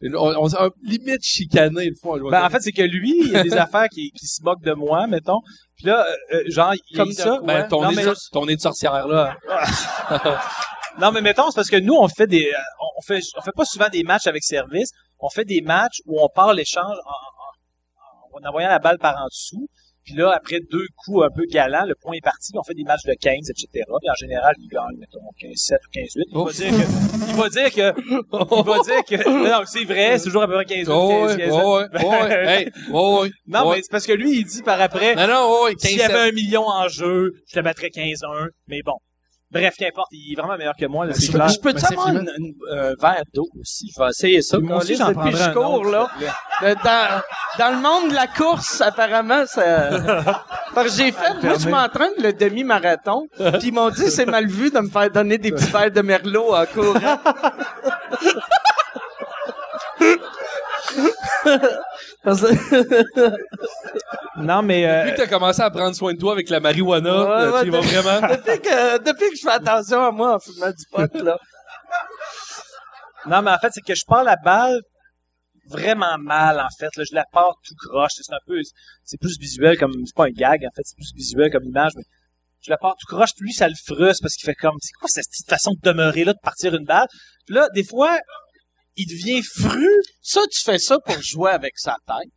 D: une- on on s'est un- limite chicané une fois. je vois
C: Ben,
D: dire.
C: en fait, c'est que lui, il y a des affaires qui, qui se moquent de moi, mettons. Puis là, euh, euh, genre, il
D: Comme
C: dit
D: de
C: ça.
D: quoi? Ben, ton,
C: non,
D: nez,
C: mais,
D: de- ton nez de sorcière, là.
C: non, mais mettons, c'est parce que nous, on fait des, euh, on fait, on fait pas souvent des matchs avec service. On fait des matchs où on part l'échange en, en- en- en envoyant la balle par en dessous. Puis là, après deux coups un peu galants, le point est parti. puis On fait des matchs de 15, etc. Puis en général, il gagne, mettons, 15-7 ou 15-8. Il va
D: Ouf.
C: dire que, il va dire que, il va dire que, mais non, c'est vrai, c'est toujours à peu près 15-8,
D: Oh, ouais,
C: 15-8.
D: oh, ouais, oh, ouais, hey, oh, ouais,
C: Non,
D: ouais.
C: mais c'est parce que lui, il dit par après,
D: Non, non, oh, ouais,
C: S'il
D: 15
C: y avait un million en jeu, je te battrais 15-1. Mais bon. Bref, qu'importe, il est vraiment meilleur que moi, là, c'est
D: je-
C: clair.
B: Je peux-tu
D: Merci,
B: avoir
D: Freeman.
B: une- une- un verre d'eau aussi? Je vais essayer ça.
C: Moi aussi,
B: Colis,
C: j'en
B: depuis
C: prendrais
B: que je
C: un
B: cours,
C: autre,
B: là. Euh, Dans, dans le monde de la course, apparemment, ça... Parce que j'ai fait... Moi, je m'entraîne le demi-marathon, puis ils m'ont dit c'est mal vu de me faire donner des petits verres de merlot en courant. Parce que-
C: Non, mais, euh,
F: Vu que t'as commencé à prendre soin de toi avec la marijuana,
B: Ouais,
F: là,
B: ouais,
F: tu y vas
B: t'es-
F: vraiment.
B: depuis, que, depuis que je fais attention à moi en fumant du pot, là.
C: non, mais en fait, c'est que je pars la balle vraiment mal, en fait. Là, je la pars tout croche. C'est un peu, c'est plus visuel comme, c'est pas un gag, en fait, c'est plus visuel comme image, mais je la pars tout croche. Puis lui, ça le frustre parce qu'il fait comme, c'est quoi cette petite façon de demeurer là, de partir une balle? Puis là, des fois, il devient fru.
B: Ça, tu fais ça pour jouer avec sa tête.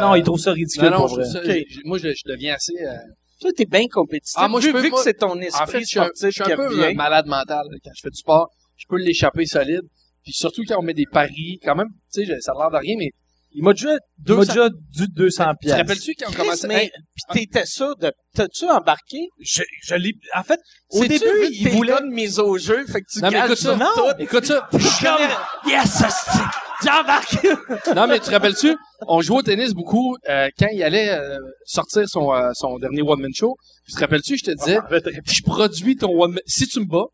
C: Non, il trouve ça ridicule
D: Euh, Non, non,
C: pour
D: je
C: vrai.
D: trouve ça-
B: Ok.
D: je- moi, je, je deviens assez... euh,
B: Toi, t'es bien compétitif.
D: Ah, moi, je
B: vu,
D: peux-
B: vu
D: moi-
B: que c'est ton esprit
D: en fait, je suis un,
B: sportif
D: je suis un
B: qui
D: peu
B: revient.
D: euh, malade mental. Quand je fais du sport, je peux l'échapper solide. Puis surtout quand on met des paris, quand même, tu sais, je- ça a l'air de rien, mais
C: Il m'a déjà, il m'a
D: 200
C: déjà dû 200
D: te
C: pièces.
D: rappelles-tu quand on
B: Chris,
D: commençait...
B: mais
D: Hey,
B: pis t'étais sûr de t'as-tu embarqué
C: Je, je l'ai, en fait, au
B: Sais-tu,
C: début,
B: vu que
C: il
B: t'es
C: voulait,
B: gars de mise au jeu, fait que tu
D: Non, mais
B: caches
D: écoute ça.
B: sur
C: Non.
B: tout.
D: écoute ça,
B: Yes, hostie. j'embarque.
D: Non, mais tu te rappelles-tu, on jouait au tennis beaucoup euh, quand il allait euh, sortir son, euh, son dernier one-man show. Tu te rappelles-tu, je te disais,
C: Ah,
D: je produis ton one-man... Si tu me bats,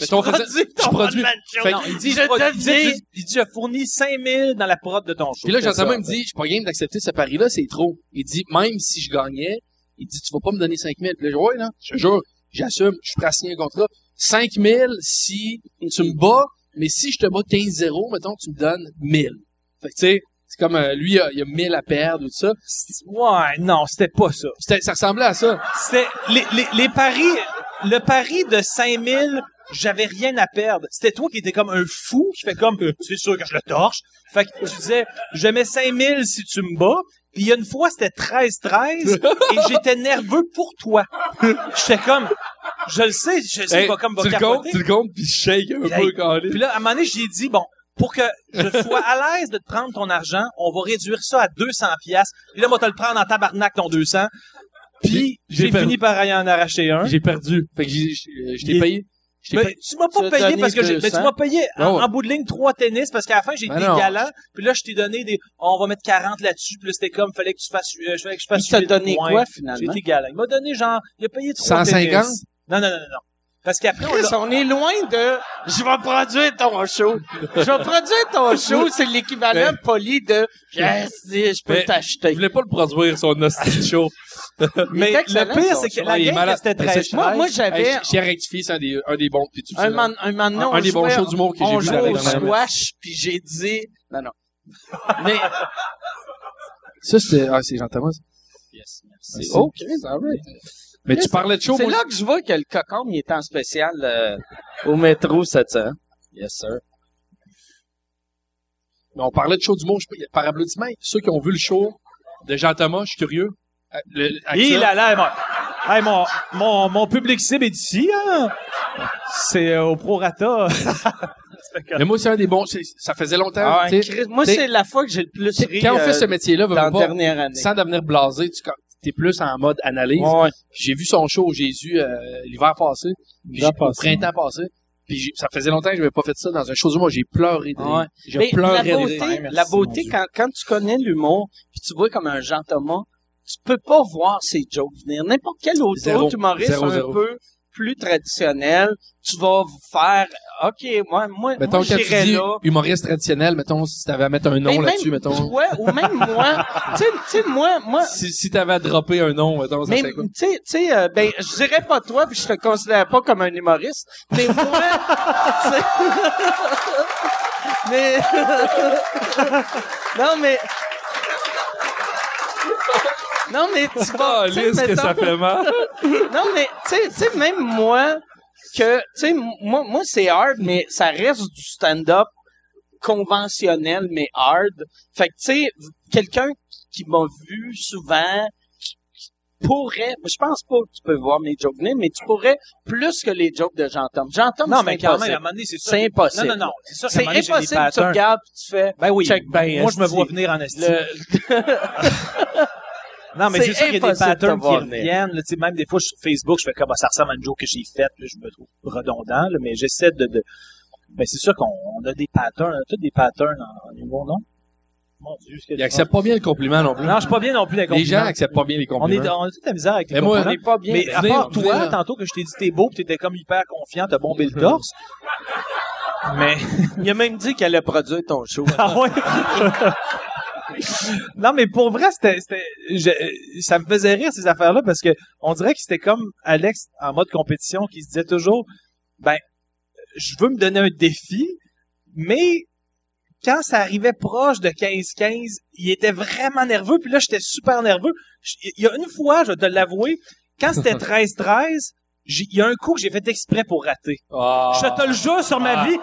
D: mettons, faisais- je produis. Fait que
C: il dit,
B: je
C: je produis-
B: deviens-
C: il dit, il dit, je fournis 5000 dans la prod de ton show.
D: Puis là,
C: C'est ça.
D: j'entends même, il me dit, je suis pas game d'accepter ce pari-là, c'est trop. Il dit, même si je gagnais, il dit, tu vas pas me donner 5000. Puis là, je dis, ouais, là, je te jure, j'assume, je suis prêt à signer un contrat. 5000 si tu me bats, mais si je te bats 15-0, mettons, tu me donnes 1000. Fait que, tu sais, c'est comme, euh, lui, il a, il a 1000 à perdre ou tout ça.
C: Ouais, non, c'était pas ça.
D: C'était- ça ressemblait à ça.
C: C'était, les, les, les paris, le pari de 5000, j'avais rien à perdre. C'était toi qui étais comme un fou, qui fait comme, tu es sûr que je le torche. Fait que tu disais, je mets 5000 si tu me bats. Puis il y a une fois, c'était 13-13, et j'étais nerveux pour toi. J'étais comme, je le sais, je sais,
F: Hey,
C: il va comme, va
F: tu le comptes,
C: capoter.
F: tu le comptes, puis je shake un
C: Hey.
F: peu, calé.
C: Puis là, à un moment donné, j'ai dit, bon, pour que je sois à l'aise de te prendre ton argent, on va réduire ça à 200 piastres. Et là, moi, te le prendre en tabarnak, ton 200. Puis,
F: J'ai-
C: j'ai
F: j'ai perdu.
C: fini par y en arracher un.
F: J'ai perdu.
D: Fait que j'ai- j'ai- je
C: Il
D: t'ai
C: est-
D: payé. Je t'ai
C: Mais
D: payé.
C: tu m'as
B: Tu
C: pas
B: as
C: payé
B: donné
C: parce que j'ai, mais
B: 200.
C: tu m'as payé en-
D: Ah ouais.
C: en, bout de ligne trois tennis parce qu'à la fin j'ai
D: Ben
C: été
D: non.
C: galant. Puis là je t'ai donné des, on va mettre 40 là-dessus. Puis là c'était comme fallait que tu fasses, euh, fallait que je fasse.
B: Il t'a
C: huit
B: donné
C: points.
B: quoi,
C: J'ai
B: finalement?
C: été galant. Il m'a donné genre, il a payé trois
D: 150?
C: tennis. Non non non non non. Parce qu'après on
B: Chris,
C: l'a-
B: on est loin de « je vais produire ton show ». Je vais produire ton show, c'est l'équivalent poli de « yes, si, je peux
F: Mais- Il
B: t'acheter
F: voulait pas le produire, son hostie de show. ».
C: Mais
B: Il est excellent,
C: le pire
B: son
C: c'est que
B: show.
C: la
F: il est
C: game
F: malade.
C: que c'était
F: Mais c'est-
C: 13
B: Moi, moi j'avais
D: Hey, J'ai rectifié, c'est un des, un des bons. Puis tu le
B: un,
D: sais, là.
B: man, un man,
D: un, un des bons shows d'humour que j'ai
B: on
D: vu
B: jouait
D: la
B: au
D: dernière.
B: squash, puis j'ai dit... Non, non. Mais,
D: Ça, c'est, ah, c'est Jean-Thomas.
B: c'est
D: Merci.
B: oh, Chris, all right.
D: Mais tu parlais de show,
B: C'est
D: moi.
B: là que je vois que le cocon il est en spécial euh, au métro cette semaine. Yes, sir.
D: Mais on parlait de show d'humour. Je peux- Par applaudissement, ceux qui ont vu le show de Jean-Thomas, je suis curieux. Euh, le- Axel,
C: Il a l'air, moi. Hey, mon, mon, mon public cible est d'ici, hein? C'est euh, au prorata.
D: Mais moi, c'est un des bons. c'est- Ça faisait longtemps.
C: Ah ouais.
D: tu sais.
B: Chris, moi,
D: T'es-
B: c'est la fois que j'ai le plus
D: Tu sais,
B: ri
D: quand on fait
B: euh,
D: ce métier-là, veux,
B: dans la
D: veux pas,
B: dernière année.
D: sans devenir blasé, tu es plus en mode analyse.
B: Ouais.
D: J'ai vu son show au Jésus euh, l'hiver passé, puis j'ai-
C: L'hiver
D: au
C: passé.
D: printemps passé. Puis j'ai- ça faisait longtemps que je n'avais pas fait ça dans un show d'humour. J'ai pleuré. de rire.
B: Ouais.
D: J'ai
B: Mais la
D: pleuré. de
B: beauté,
D: rire.
C: merci,
B: la beauté
C: mon Dieu.
B: quand, quand tu connais l'humour, puis tu vois comme un Jean Thomas, tu peux pas voir ses jokes venir. N'importe quel autre,
D: Zéro.
B: autre humoriste
D: Zéro,
B: un
D: zéro.
B: peu plus traditionnel, tu vas faire OK, moi moi,
D: Mettons,
B: moi
D: quand
B: j'irais
D: tu dis
B: là.
D: humoriste traditionnel, mettons, si t'avais à mettre un
B: Mais
D: nom
B: même
D: là-dessus, mettons.
B: Toi ou même moi, tu sais- tu sais moi moi
D: Si, si t'avais à dropper un nom, mettons, ça
B: Mais
D: serait quoi?
B: tu sais, tu sais, euh, ben, je dirais pas toi, puis je te considère pas comme un humoriste, mais moi, tu sais, mais non mais non mais tu vas,
F: Ah,
B: tu sais,
F: lisse que
B: mettons-
F: ça fait mal.
B: non mais tu sais, tu sais, même moi que, tu sais, m- moi, moi c'est hard, mais ça reste du stand-up conventionnel mais hard. Fait que tu sais, quelqu'un qui m'a vu souvent qui- qui pourrait, je pense pas que tu peux voir mes jokes venir, mais tu pourrais plus que les jokes de Jean-Tom. Jean-Tom,
C: Non,
B: c'est
C: mais quand même, à un
B: impossible.
C: moment donné, c'est sûr.
B: C'est impossible.
C: Non, non, non. C'est sûr qu'à un
B: C'est
C: moment donné, j'ai des
B: impossible. Tu
C: patterns.
B: regardes puis tu fais.
C: Ben oui.
B: Check ben,
C: Moi, je me
B: esti.
C: vois venir en esti.
B: Le-
C: Non, mais c'est sûr qu'il y a des
B: impossible de
C: patterns
B: te
C: qui
B: voir venir.
C: reviennent. là. Tu sais, même des fois, je suis sur Facebook, je fais comme Ah, ça ressemble à une joke que j'ai faite, puis je me trouve redondant, là, mais j'essaie de. de... Ben, c'est sûr qu'on on a des patterns, on a tous des patterns en, en humour, non? Mon Dieu, ce que
D: Ils acceptent pas bien le compliment non plus.
C: Non, je suis pas bien non plus les
D: les gens
C: compliments.
D: acceptent pas bien les
C: on est,
D: compliments.
C: on a toute la misère avec les
D: Mais moi,
C: compliments.
D: on
G: pas bien.
C: Mais à
D: venez,
C: part
D: venez,
C: toi,
D: là.
C: tantôt que je t'ai dit t'es beau, pis t'étais comme hyper confiant, t'as bombé le torse. Mais
B: Il a même dit qu'elle a produit ton show.
C: ah ouais. non, mais pour vrai, c'était, c'était, je- ça me faisait rire ces affaires-là parce que on dirait que c'était comme Alex en mode compétition qui se disait toujours, ben, je veux me donner un défi, mais quand ça arrivait proche de 15-15, il était vraiment nerveux, puis là, j'étais super nerveux. Je- Il y a une fois, je vais te l'avouer, quand c'était 13-13, j'ai- il y a un coup que j'ai fait exprès pour rater.
D: Ah.
C: Je te le jure sur ma
D: Ah.
C: vie.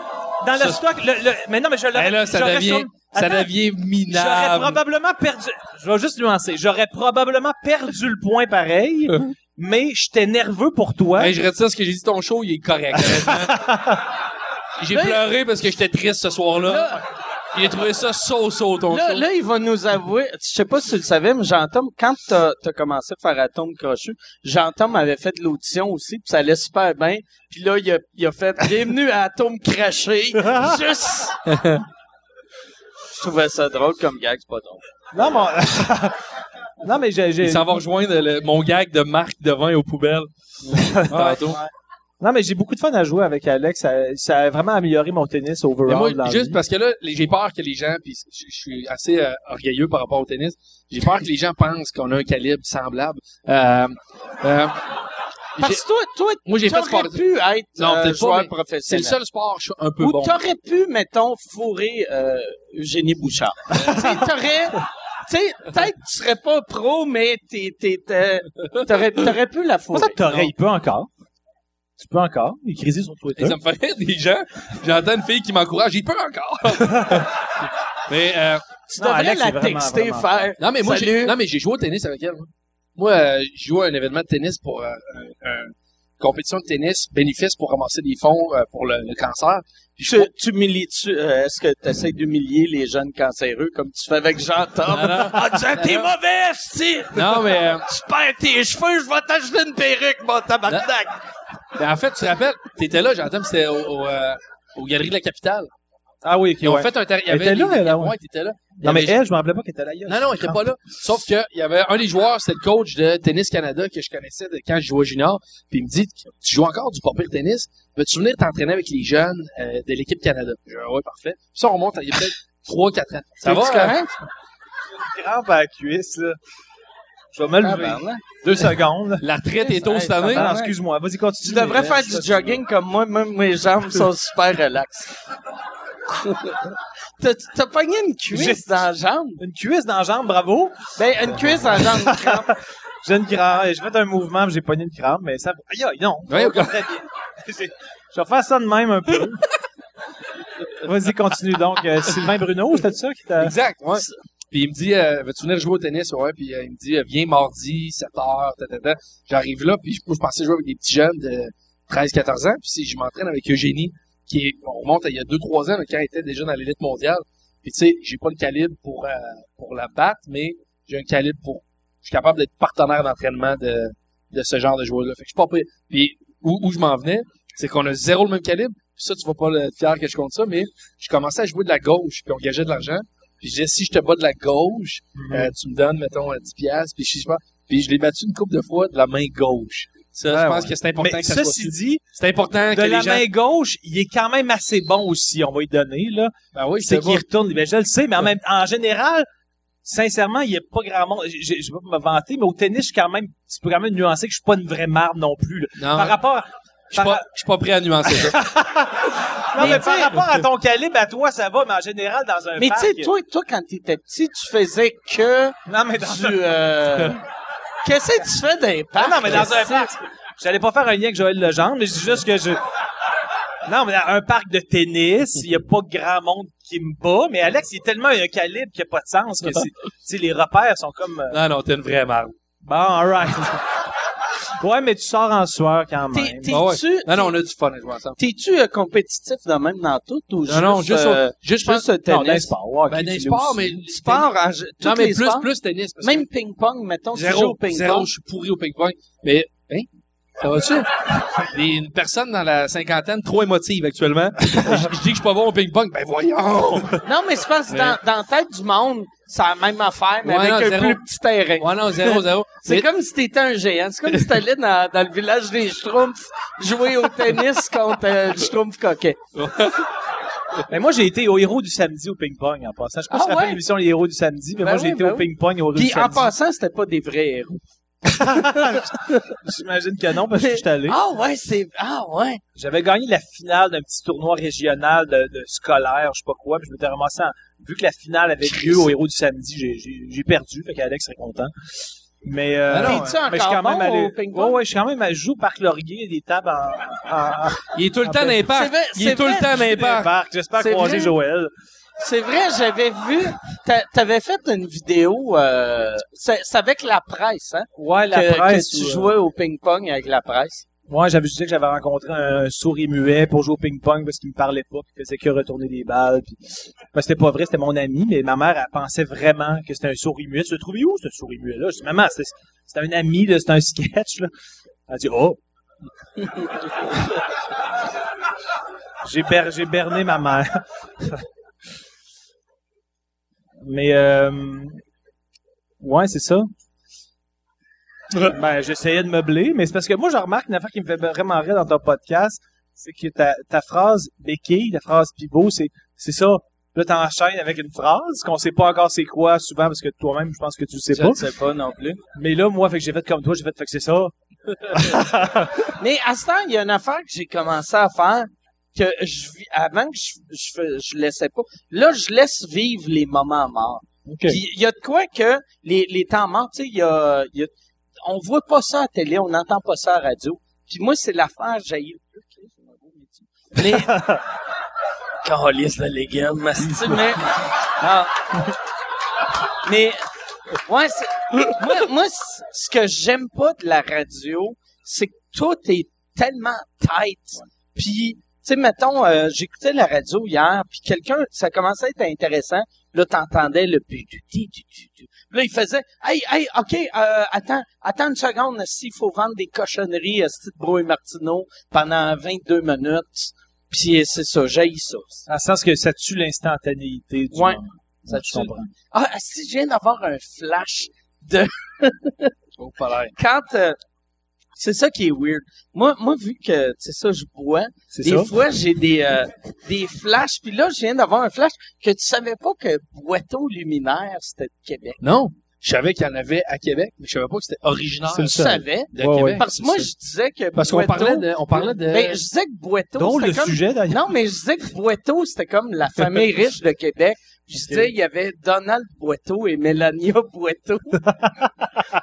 C: Dans le
D: Ça,
C: stock, le, le- mais non, mais je l'aurais.
D: Eh là, ça
C: j'aurais
D: devient,
C: sûrement-
D: ça
C: Attends,
D: devient
C: J'aurais
D: minable.
C: probablement perdu. Je vais juste nuancer. J'aurais probablement perdu le point pareil, mais j'étais nerveux pour toi.
D: Hey, je retire ce que j'ai dit, ton show, il est correct. honnêtement. j'ai pleuré parce que j'étais triste ce soir-là. J'ai trouvé ça so-so, ton
B: Là,
D: show.
B: là, il va nous avouer, je sais pas si tu le savais, mais Jean-Tom, quand t'as as commencé à faire Atome Crochu, Jean-Tom avait fait de l'audition aussi, puis ça allait super bien. Puis là, il a, il a fait « Bienvenue à Atome Craché », juste... Je trouvais ça drôle comme gag, c'est pas drôle.
C: Non, mais, non, mais j'ai, j'ai-
D: Il s'en va rejoindre le- mon gag de Marc devant aux poubelles. Tantôt.
C: non, mais j'ai beaucoup de fun à jouer avec Alex. Ça, ça a vraiment amélioré mon tennis
D: Mais
C: overall.
D: moi,
C: dans la
D: juste
C: vie.
D: parce que là, les- j'ai peur que les gens, puis je je suis assez euh, orgueilleux par rapport au tennis, j'ai peur que les gens pensent qu'on a un calibre semblable. Euh, euh,
B: Parce que toi, toi,
D: moi, j'ai fait sport.
B: t'aurais pu être
D: Non,
B: euh,
D: peut-être pas,
B: joueur
D: mais C'est le
B: professionnel.
D: seul sport, où je suis un peu
B: Ou
D: bon.
B: t'aurais pu, mettons, fourrer euh, Eugénie Bouchard. tu sais, t'aurais... Tu sais, peut-être que tu serais pas pro, mais t'es- t'es- t'es- t'aurais t'aurais pu la
C: Pour
B: fourrer.
C: ça, t'aurais, il peut encore. Tu peux encore. Il crise sur Twitter.
D: Et ça me fait rire, des gens. J'entends une fille qui m'encourage, il peut encore. mais euh,
B: Tu
C: Non,
B: devrais
C: Alex,
B: la
C: c'est vraiment,
B: texter,
C: vraiment
B: faire.
D: non mais moi
B: Salut.
D: j'ai non mais j'ai joué au tennis avec elle. moi. Moi, euh, j'ai joué à un événement de tennis pour euh, un- un- compétition de tennis bénéfice pour ramasser des fonds euh, pour le, le cancer. Puis je-
B: Tu, tu humilies- tu, euh, est-ce que tu essaies d'humilier les jeunes cancéreux comme tu fais avec Jean-Tom? Ah, En disant, t'es mauvais, si!
D: non mais euh,
B: Tu perds tes cheveux, je vais t'acheter une perruque, mon tabarnak!
D: Mais Ben, en fait, tu te rappelles, t'étais là, j'entends, c'était au, au, euh, aux Galeries de la Capitale.
C: Ah oui, ok,
D: Ils ont
C: ouais.
D: fait un terrain.
C: Elle était là, elle, ah ouais.
D: Ouais, t'étais là. Il y
C: Non, mais
D: avait-
C: elle, je me rappelais pas qu'elle était là.
D: Non, non, il était pas là. Sauf que, il y avait un des joueurs, c'était le coach de Tennis Canada que je connaissais de quand je jouais junior. Puis il me dit, tu joues encore du papier tennis? Veux-tu venir t'entraîner avec les jeunes euh, de l'équipe Canada? Je dis, ouais, parfait. Puis ça, on remonte à il y a peut-être 3-4 ans. Ça va?
C: T'es-tu
D: hein?
C: correct? Crampe à la cuisse, là. Je
D: Ah,
C: vais me
B: Ah, ben,
C: lever.
D: ben.
C: Deux secondes.
D: La retraite est tôt cette année.
C: Non, non, excuse-moi. Vas-y, continue.
B: Tu devrais
C: Mais,
B: faire
C: euh, je
B: du
C: sais
B: jogging comme moi, même mes jambes sont super relaxes. T'as- T'as pogné une cuisse
C: J'ai-
B: dans la jambe?
C: pas. Une cuisse dans la jambe, bravo.
B: Ben, une cuisse dans la jambe. une crampe.
C: J'ai une crampe. J'ai fait un mouvement, puis j'ai pogné une crampe, mais ça... Aïe, aïe, non.
D: Ouais, ok.
C: Très bien. J'ai- Je vais faire ça de même un peu. Vas-y, continue donc. Euh, Sylvain Bruno, c'était ça qui t'a...
D: Exact, ouais. Puis il me dit, euh, veux-tu venir jouer au tennis? Ouais, puis euh, il me dit, euh, viens mardi, 7 heures, ta, ta, ta. J'arrive là, puis je, moi, je pensais jouer avec des petits jeunes de 13-14 ans, puis si je m'entraîne avec Eugénie, qui est, on remonte à il y a 2-3 ans, mais quand elle était déjà dans l'élite mondiale. Puis tu sais, j'ai pas le calibre pour, euh, pour la battre, mais j'ai un calibre pour... Je suis capable d'être partenaire d'entraînement de, de ce genre de joueur-là. Fait que je suis pas pire. Puis où, où je m'en venais, c'est qu'on a zéro le même calibre. Puis ça, tu vas pas le fier que je compte ça, mais je commençais à jouer de la gauche, puis on gageait de l'argent. Puis je disais, si je te bats de la gauche, euh, tu me donnes, mettons, euh, 10 piastres. Puis je, sais pas. puis je l'ai battu une couple de fois de la main gauche. Ça,
C: Ouais,
D: je pense
C: Ah ouais.
D: que c'est important
C: Mais
D: que ça soit
C: ceci
D: su.
C: dit,
D: C'est important
C: de
D: que
C: la
D: les gens...
C: main gauche, il est quand même assez bon aussi, on va lui donner, là.
D: Ben oui,
C: c'est
D: c'est
C: qu'il
D: bon.
C: retourne. Ben, je le sais, mais en, même, en général, sincèrement, il n'y a pas grand monde. Je je- je vais pas me vanter, mais au tennis, je suis quand même, tu peux quand même nuancer que je suis pas une vraie marde non plus. là.
D: Non,
B: Ah.
C: Par rapport, à-
D: je
C: par-
D: suis pas, je suis pas prêt à nuancer ça.
C: non, mais par rapport à ton calibre, à toi, ça va, mais en général, dans un
B: Mais tu
C: parc,
B: sais, toi, toi, quand t'étais petit, tu faisais que...
C: non, mais dans
B: Tu,
C: un,
B: euh, Qu'est-ce que tu fais d'un
C: Ah
B: parc?
C: non, mais dans un
B: Christy?
C: parc, j'allais pas faire un lien avec Joël Legendre, mais c'est juste que je, non, mais dans un parc de tennis, il y a pas grand monde qui me bat, mais Alex, il est tellement un calibre qu'il n'y a pas de sens que c'est, tu sais, les repères sont comme, euh,
D: Non, non, t'es une vraie marde.
C: Bon, alright. Ouais, mais tu sors en sueur quand même.
B: T'es- T'es-tu
F: Ah ouais. Non, non, on a du fun à jouer ensemble.
B: t'es-tu, euh, compétitif dans même dans tout ou juste,
F: Non, non, juste au-
B: euh,
F: juste
B: juste au
C: Non, dans le
B: tennis?
C: sport, ouais, ok,
F: Ben, dans
C: tu
F: les
C: l'as
F: sports,
C: aussi.
F: mais. hein.
B: Sport, en, g-
F: Non,
B: tous
F: mais
B: les
F: plus,
B: sports?
F: plus tennis. Parce
B: Même ping-pong, mettons,
F: que
B: tu joues au
F: zéro, zéro,
B: ping-pong.
F: je suis pourri au ping-pong. Mais, hein? Ça va-tu? Des- Une personne dans la cinquantaine, trop émotive actuellement. je, je dis que je suis pas bon au ping-pong. Ben, voyons!
B: Non, mais je pense que dans, dans la tête du monde, c'est la même affaire, mais
F: Ouais,
B: avec
F: non,
B: un
F: zéro.
B: plus petit terrain.
F: Ouais, non, zéro, zéro.
B: C'est
F: Mais-
B: comme si t'étais un géant. C'est comme si t'allais dans, dans le village des Schtroumpfs jouer au tennis contre euh, le Schtroumpf coquet.
C: Mais Ben, moi, j'ai été au héros du samedi au ping-pong en passant. Je sais pas
B: Ah
C: si tu te rappelles
B: ouais?
C: l'émission Les héros du samedi, mais
B: Ben
C: moi, j'ai
B: oui,
C: été
B: ben
C: au
B: oui.
C: ping-pong et au héros du
B: Puis en
C: samedi.
B: passant, c'était pas des vrais héros.
C: J'imagine que non, parce que je suis allé.
B: Ah ouais, c'est... Ah ouais!
C: J'avais gagné la finale d'un petit tournoi régional de, de scolaire, je sais pas quoi, mais je m'étais ramassé en... Vu que la finale avait lieu au héros du samedi, j'ai- j'ai j'ai perdu, fait qu'Alex serait content. Mais, euh,
F: Ben non,
C: mais
B: T'es-tu encore
C: je suis quand même
B: bon
C: allé.
B: au ping-pong?
C: ouais, ouais, je suis quand même à jouer au Parc Laurier, des tables en, en- en-
F: Il est tout le temps dans les
D: Ah,
F: parcs.
B: C'est vrai,
F: Il est
B: c'est
F: tout le
B: vrai.
F: temps dans les parcs.
C: parc. J'espère
B: C'est
C: croiser
B: vrai?
C: Joël.
B: C'est vrai, j'avais vu... t'a- T'avais fait une vidéo... Euh, c'est c'est avec la presse, hein?
C: Ouais, la
B: que,
C: presse.
B: que tu
C: ou, euh,
B: jouais au ping-pong avec la presse.
C: Moi, j'avais je disais que j'avais rencontré un souris muet pour jouer au ping-pong parce qu'il me parlait pas, puis il faisait que retourner des balles. Puis... Ben, c'était pas vrai, c'était mon ami, mais ma mère, elle pensait vraiment que c'était un souris muet. Tu l'as trouvé où, ce souris muet-là? Je dis, maman, c'est c'est un ami, là, c'est un sketch, là. Elle dit, oh! j'ai, ber- j'ai berné ma mère. mais, euh... ouais, c'est ça. Ben, j'essayais de meubler, mais c'est parce que moi, je remarque une affaire qui me fait vraiment rire dans ton podcast, c'est que ta, ta phrase béquille, la phrase pivot, c'est, c'est ça. Là, t'enchaînes avec une phrase qu'on sait pas encore c'est quoi, souvent, parce que toi-même, je pense que tu le sais pas.
B: sais pas non plus.
C: Mais là, moi, fait que j'ai fait comme toi, j'ai fait, fait que c'est ça.
B: Mais à ce temps, il y a une affaire que j'ai commencé à faire que je vis- avant que je, je, fais- je laissais pas. Là, je laisse vivre les moments morts.
C: OK.
B: Puis il y a de quoi que les, les temps morts, tu sais, il y a, il y a- on voit pas ça à la télé, on n'entend pas ça à la radio. Puis moi, c'est l'affaire, j'ai Mais. Carolise de légumes, asti, mais. Ah. Mais. Ouais, c'est- moi, moi, c- ce que j'aime pas de la radio, c'est que tout est tellement tight. Puis, tu sais, mettons, euh, j'écoutais la radio hier, puis quelqu'un, ça commençait à être intéressant. Là, t'entendais le but du ti- du- du- du. Puis Là, il faisait, hey, hey, ok, euh, attends, attends une seconde, s'il faut vendre des cochonneries à Bro et Martineau pendant 22 minutes. Puis c'est ça, j'haïs ça.
C: Dans le sens que ça tue l'instantanéité du
B: Ouais.
C: moment.
B: Ça
C: Ouais, je
B: tue.
C: comprends.
B: Ah, si je viens d'avoir un flash de
F: Oh, pas l'air.
B: quand euh, c'est ça qui est weird. Moi, moi vu que c'est ça, je bois.
C: C'est
B: Des
C: ça?
B: fois, j'ai des euh, des flashs. Puis là, je viens d'avoir un flash que tu savais pas que Boiteau Luminaire c'était de Québec.
F: Non. Je savais qu'il y en avait à Québec, mais je savais pas que c'était originaire
C: C'est
B: Tu
C: le seul.
B: savais
F: de
C: Ouais,
F: Québec.
B: parce que moi, je disais que
F: Parce qu'on
B: Boiteau-
F: parlait de, on parlait de,
B: Ben, je disais que Boiteau
C: Drôle de
B: c'était comme
C: sujet, d'ailleurs.
B: non, mais je disais que Boiteau c'était comme la famille riche de Québec. Je disais il y avait Donald Boiteau et Mélania Boiteau.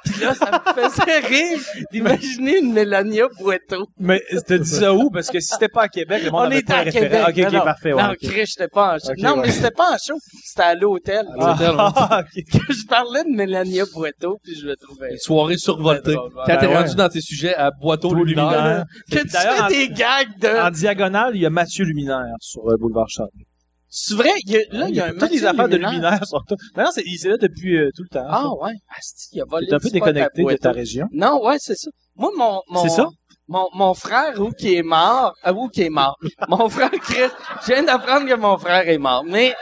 B: Puis là, ça me faisait rire d'imaginer une Mélania Boiteau.
C: Mais euh, t'as dit ça où? Parce que si c'était pas à Québec, le monde
B: On
C: avait
B: était
C: pas
B: à
C: de
B: Québec.
C: référent. OK, OK,
B: non, non.
C: parfait. ouais,
B: non,
C: ok.
B: Chris, j'étais pas en show.
C: Ok,
B: non,
C: ouais.
B: mais c'était pas en show. C'était à l'hôtel.
F: l'hôtel, ouais.
C: Ah, ok.
B: Je parlais de Mélania Boiteau, puis je le trouvais.
F: une soirée survoltée.
B: Ben, ben,
F: Quand t'es
C: ouais.
F: rendu dans tes sujets à Boiteau luminaire, là,
B: Que tu
C: D'ailleurs,
B: fais
C: en-
B: des gags de...
C: En diagonale, il y a Mathieu Luminaire sur euh, Boulevard Charles.
B: C'est vrai, il
C: Ah,
B: y a- là, il y a un
C: toutes les
B: Mathieu
C: affaires de
B: Luminaire.
C: luminaire sont toutes. Mais non, c'est, il est là depuis euh, tout le temps.
B: Ah ouais, Asti, il a volé
C: T'es un
B: le
C: peu
B: spot à
C: déconnecté de
B: Boiteau.
C: ta région.
B: Non, ouais, c'est ça. Moi, mon, mon,
C: C'est ça?
B: mon, mon frère, ou qui est mort, euh, ou qui est mort. mon frère, Chris, je viens d'apprendre que mon frère est mort, mais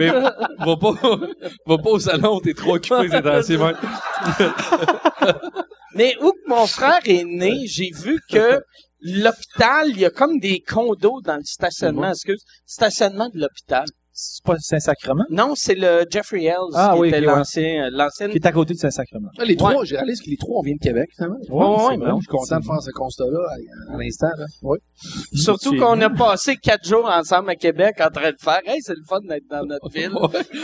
F: mais va pas, va pas au salon, t'es trop occupé ces temps-ci, mec.
B: Mais où que mon frère est né, j'ai vu que l'hôpital, il y a comme des condos dans le stationnement, excuse, stationnement de l'hôpital.
C: C'est pas Saint-Sacrement?
B: Non, c'est le Jeffrey Ells
C: Ah
B: qui
C: oui,
B: était
C: ok, ouais.
B: l'ancien, euh, l'ancienne.
C: Qui est à côté de Saint-Sacrement.
F: Ah, Les trois, j'ai réalisé que les trois, on vient de Québec, finalement.
C: Ouais,
B: ouais,
C: c'est
B: ouais,
C: vrai.
F: je suis content de faire ce constat-là à, à l'instant, là. Oui.
B: Surtout
C: C'est-
B: qu'on a passé quatre jours ensemble à Québec en train de faire, hey, c'est le fun d'être dans notre ville.